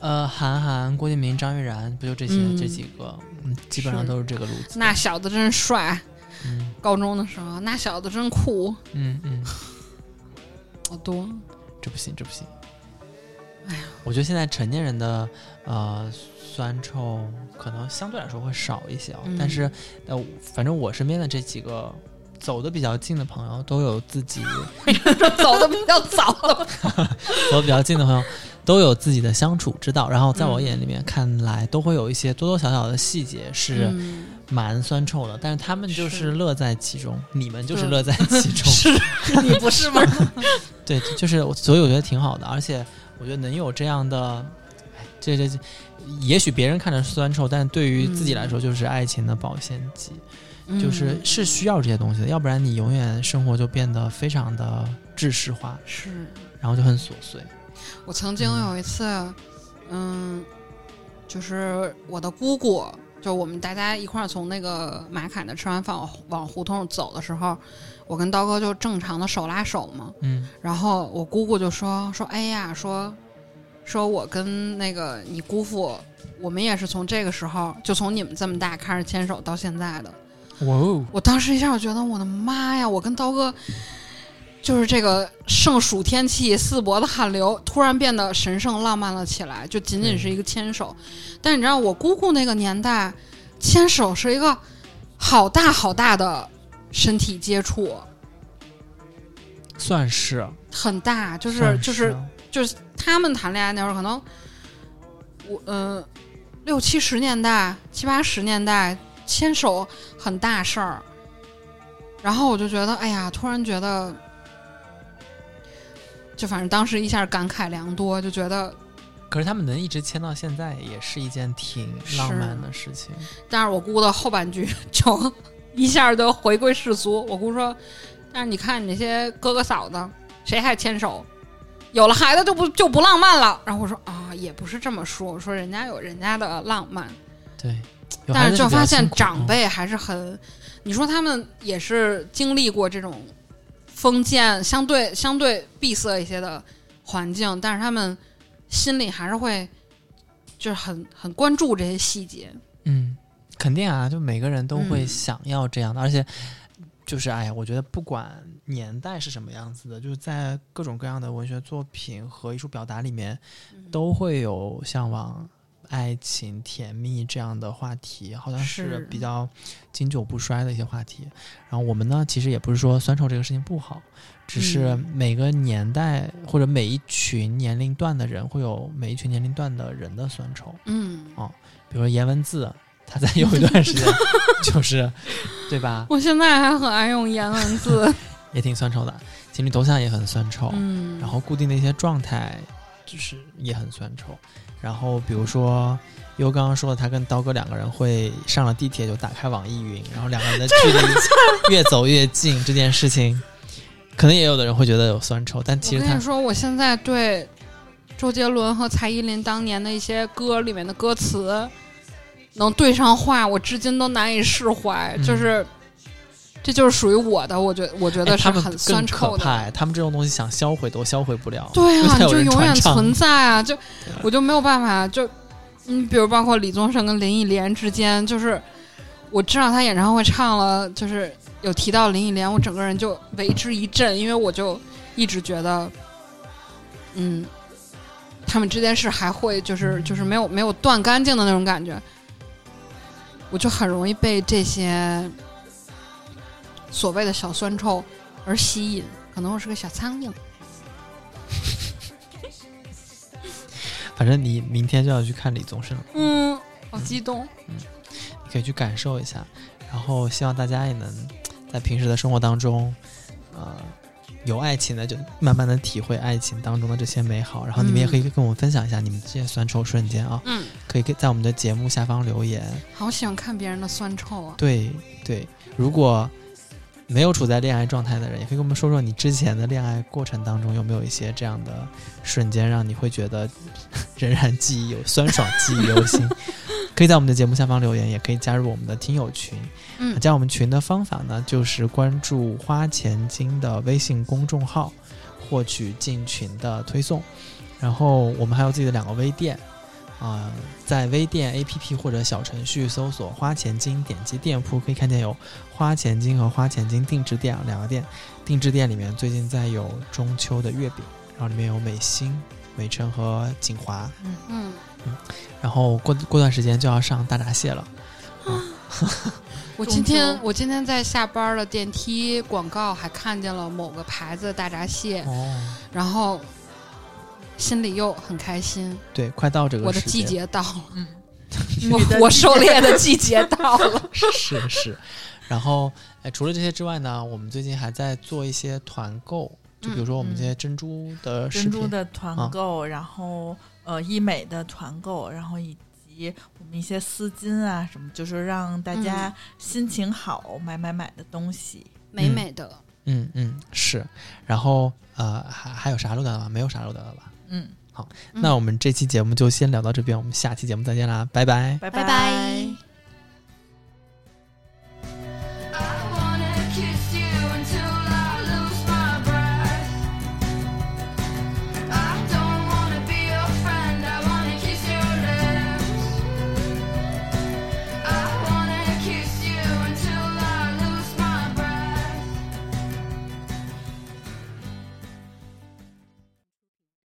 [SPEAKER 2] 呃，韩寒、郭敬明、张悦然，不就这些、
[SPEAKER 3] 嗯
[SPEAKER 2] 这几个，嗯，基本上
[SPEAKER 3] 是
[SPEAKER 2] 都是这个路子。
[SPEAKER 3] 那小子真帅，
[SPEAKER 2] 嗯
[SPEAKER 3] 高中的时候那小子真酷，
[SPEAKER 2] 嗯嗯，
[SPEAKER 3] 好多。
[SPEAKER 2] 这不行，这不行。
[SPEAKER 3] 哎
[SPEAKER 2] 呀，我觉得现在成年人的呃酸臭可能相对来说会少一些啊、
[SPEAKER 3] 嗯
[SPEAKER 2] 但是呃，反正我身边的这几个走的比较近的朋友都有自己。
[SPEAKER 3] 走的比较早了。
[SPEAKER 2] 和比较近的朋友都有自己的相处之道，然后在我
[SPEAKER 3] 嗯
[SPEAKER 2] 眼里面看来，都会有一些多多少少的细节是
[SPEAKER 3] 嗯、
[SPEAKER 2] 蛮酸臭的，但是他们就是
[SPEAKER 3] 是
[SPEAKER 2] 乐在其中，你们就是
[SPEAKER 3] 对
[SPEAKER 2] 乐在其中，
[SPEAKER 3] 是
[SPEAKER 1] 你不是吗？
[SPEAKER 2] 对，就是我所以我觉得挺好的，而且我觉得能有这样的，哎这这这，也许别人看着酸臭，但对于自己来说
[SPEAKER 3] 嗯
[SPEAKER 2] 就是爱情的保鲜剂，就是是需要这些东西的，要不然你永远生活就变得非常的制式化，
[SPEAKER 3] 是
[SPEAKER 2] 然后就很琐碎，
[SPEAKER 3] 我曾经有一次，嗯，就是我的姑姑，就我们大家一块儿从那个马凯那吃完饭往往胡同走的时候，我跟刀哥就正常的手拉手嘛，
[SPEAKER 2] 嗯
[SPEAKER 3] 然后我姑姑就说说，哎呀，说说我跟那个你姑父，我们也是从这个时候，就从你们这么大开始牵手到现在的。
[SPEAKER 2] 哇哦，
[SPEAKER 3] 我当时一下我觉得我的妈呀，我跟刀哥就是这个盛暑天气四搏的汗流，突然变得神圣浪漫了起来，就仅仅是一个牵手。但你知道，我姑姑那个年代，牵手是一个好大好大的身体接触，
[SPEAKER 2] 算是，啊
[SPEAKER 3] 很大，就是
[SPEAKER 2] 算啊
[SPEAKER 3] 就是啊就是他们谈恋爱那会儿，可能我嗯、呃六七十年代、七八十年代牵手很大事儿，然后我就觉得，哎呀，突然觉得，就反正当时一下感慨良多，就觉得，
[SPEAKER 2] 可是他们能一直牵到现在，也是一件挺浪漫的事情。
[SPEAKER 3] 但是我姑的后半句 (laughs) 就一下就回归世俗。我姑说，但是你看你那些哥哥嫂子，谁还牵手？有了孩子就不就不浪漫了。然后我说啊，也不是这么说，我说人家有人家的浪漫。
[SPEAKER 2] 对，有孩
[SPEAKER 3] 但是
[SPEAKER 2] 子
[SPEAKER 3] 就
[SPEAKER 2] 比较
[SPEAKER 3] 发现
[SPEAKER 2] 辛苦啊嗯
[SPEAKER 3] 长，辈还是很，你说他们也是经历过这种封建相对相对闭塞一些的环境，但是他们心里还是会就是很很关注这些细节。
[SPEAKER 2] 嗯，肯定啊，就每个人都会
[SPEAKER 3] 嗯
[SPEAKER 2] 想要这样的，而且就是哎呀，我觉得不管年代是什么样子的，就是在各种各样的文学作品和艺术表达里面，
[SPEAKER 3] 嗯
[SPEAKER 2] 都会有向往。爱情、甜蜜这样的话题，好像
[SPEAKER 3] 是
[SPEAKER 2] 是比较经久不衰的一些话题。然后我们呢，其实也不是说酸臭这个事情不好，只是
[SPEAKER 3] 嗯
[SPEAKER 2] 每个年代或者每一群年龄段的人会有每一群年龄段的人的酸臭。
[SPEAKER 3] 嗯，
[SPEAKER 2] 比如说颜文字，他在有一段
[SPEAKER 3] (laughs)
[SPEAKER 2] 时间就是，对吧？
[SPEAKER 3] 我现在还很爱用颜文字。
[SPEAKER 2] 也挺酸臭的，情侣头像也很酸臭，
[SPEAKER 3] 嗯，
[SPEAKER 2] 然后固定的一些状态就是也很酸臭。然后比如说优刚刚说的，他跟刀哥两个人会上了地铁就打开网易云，然后两个人的距离越走越近这件事情，可能也有的人会觉得有酸臭，但其实
[SPEAKER 3] 我跟
[SPEAKER 2] 他
[SPEAKER 3] 你说，我现在对周杰伦和蔡依林当年的一些歌里面的歌词能对上话，我至今都难以释怀。
[SPEAKER 2] 嗯
[SPEAKER 3] 就是，这就是属于我的，我觉我觉
[SPEAKER 2] 哎
[SPEAKER 3] 得是
[SPEAKER 2] 他们
[SPEAKER 3] 很
[SPEAKER 2] 更
[SPEAKER 3] 酸
[SPEAKER 2] 可
[SPEAKER 3] 臭
[SPEAKER 2] 怕，
[SPEAKER 3] 的。
[SPEAKER 2] 哎他们这种东西想销毁都销毁不了，
[SPEAKER 3] 对
[SPEAKER 2] 因为
[SPEAKER 3] 啊，
[SPEAKER 2] 它
[SPEAKER 3] 你
[SPEAKER 2] 有
[SPEAKER 3] 就
[SPEAKER 2] 人
[SPEAKER 3] 永远
[SPEAKER 2] 传唱
[SPEAKER 3] 存在啊！就我就没有办法，就嗯，比如包括李宗盛跟林忆莲之间，就是我知道他演唱会唱了，就是有提到林忆莲，我整个人就为之一振，因为我就一直觉得，嗯，他们之间是还会就是就是没有没有断干净的那种感觉，我就很容易被这些所谓的小酸臭而吸引，可能我是个小苍蝇。
[SPEAKER 2] 反正你明天就要去看李宗盛了。
[SPEAKER 3] 嗯，好激动。
[SPEAKER 2] 你可以去感受一下。然后希望大家也能在平时的生活当中，呃，有爱情的就慢慢的体会爱情当中的这些美好。然后你们也可以跟我们分享一下你们这些酸臭瞬间啊，
[SPEAKER 3] 嗯，
[SPEAKER 2] 可以给在我们的节目下方留言。
[SPEAKER 3] 好喜欢看别人的酸臭啊！
[SPEAKER 2] 对对，如果没有处在恋爱状态的人，也可以跟我们说说你之前的恋爱过程当中有没有一些这样的瞬间，让你会觉得 (laughs) 仍然记忆有酸爽，记忆犹新。 (laughs) 可以在我们的节目下方留言，也可以加入我们的听友群。
[SPEAKER 3] 嗯
[SPEAKER 2] 加我们群的方法呢，就是关注“花钱精”的微信公众号，获取进群的推送。然后我们还有自己的两个微店，啊、在微店 APP 或者小程序搜索“花钱精”，点击店铺可以看见有“花钱精”和“花钱精定制店”两个店。定制店里面最近在有中秋的月饼，然后里面有美心、美辰和锦华。
[SPEAKER 3] 嗯，
[SPEAKER 2] 然后过过段时间就要上大闸蟹了。
[SPEAKER 3] 我
[SPEAKER 1] 中
[SPEAKER 3] 今天
[SPEAKER 1] 秋
[SPEAKER 3] 我今天在下班的电梯广告还看见了某个牌子的大闸蟹，
[SPEAKER 2] 哦，
[SPEAKER 3] 然后心里又很开心，
[SPEAKER 2] 对，快到这个
[SPEAKER 3] 我的
[SPEAKER 2] 时
[SPEAKER 3] 季
[SPEAKER 2] 间
[SPEAKER 3] 节到了，
[SPEAKER 1] 嗯你
[SPEAKER 3] (laughs) 我
[SPEAKER 1] 的
[SPEAKER 3] 我
[SPEAKER 1] 季
[SPEAKER 3] 狩猎的 (laughs) 季节到了。
[SPEAKER 2] 是是，然后哎，除了这些之外呢，我们最近还在做一些团购，就比如说我们这
[SPEAKER 3] 嗯
[SPEAKER 2] 些珍珠的视
[SPEAKER 1] 珍
[SPEAKER 2] 频，
[SPEAKER 1] 珠的团
[SPEAKER 2] 啊
[SPEAKER 1] 购，然后呃医美的团购，然后以及我们一些丝巾啊什么，就是让大
[SPEAKER 2] 嗯
[SPEAKER 1] 家心情好买买买的东西。
[SPEAKER 3] 美美的，
[SPEAKER 2] 嗯嗯是，然后呃还还有啥漏掉的吗？没有啥漏掉的吧？
[SPEAKER 1] 嗯，
[SPEAKER 3] 嗯
[SPEAKER 2] 那我们这期节目就先聊到这边，我们下期节目再见啦，拜拜。
[SPEAKER 1] 拜
[SPEAKER 3] 拜拜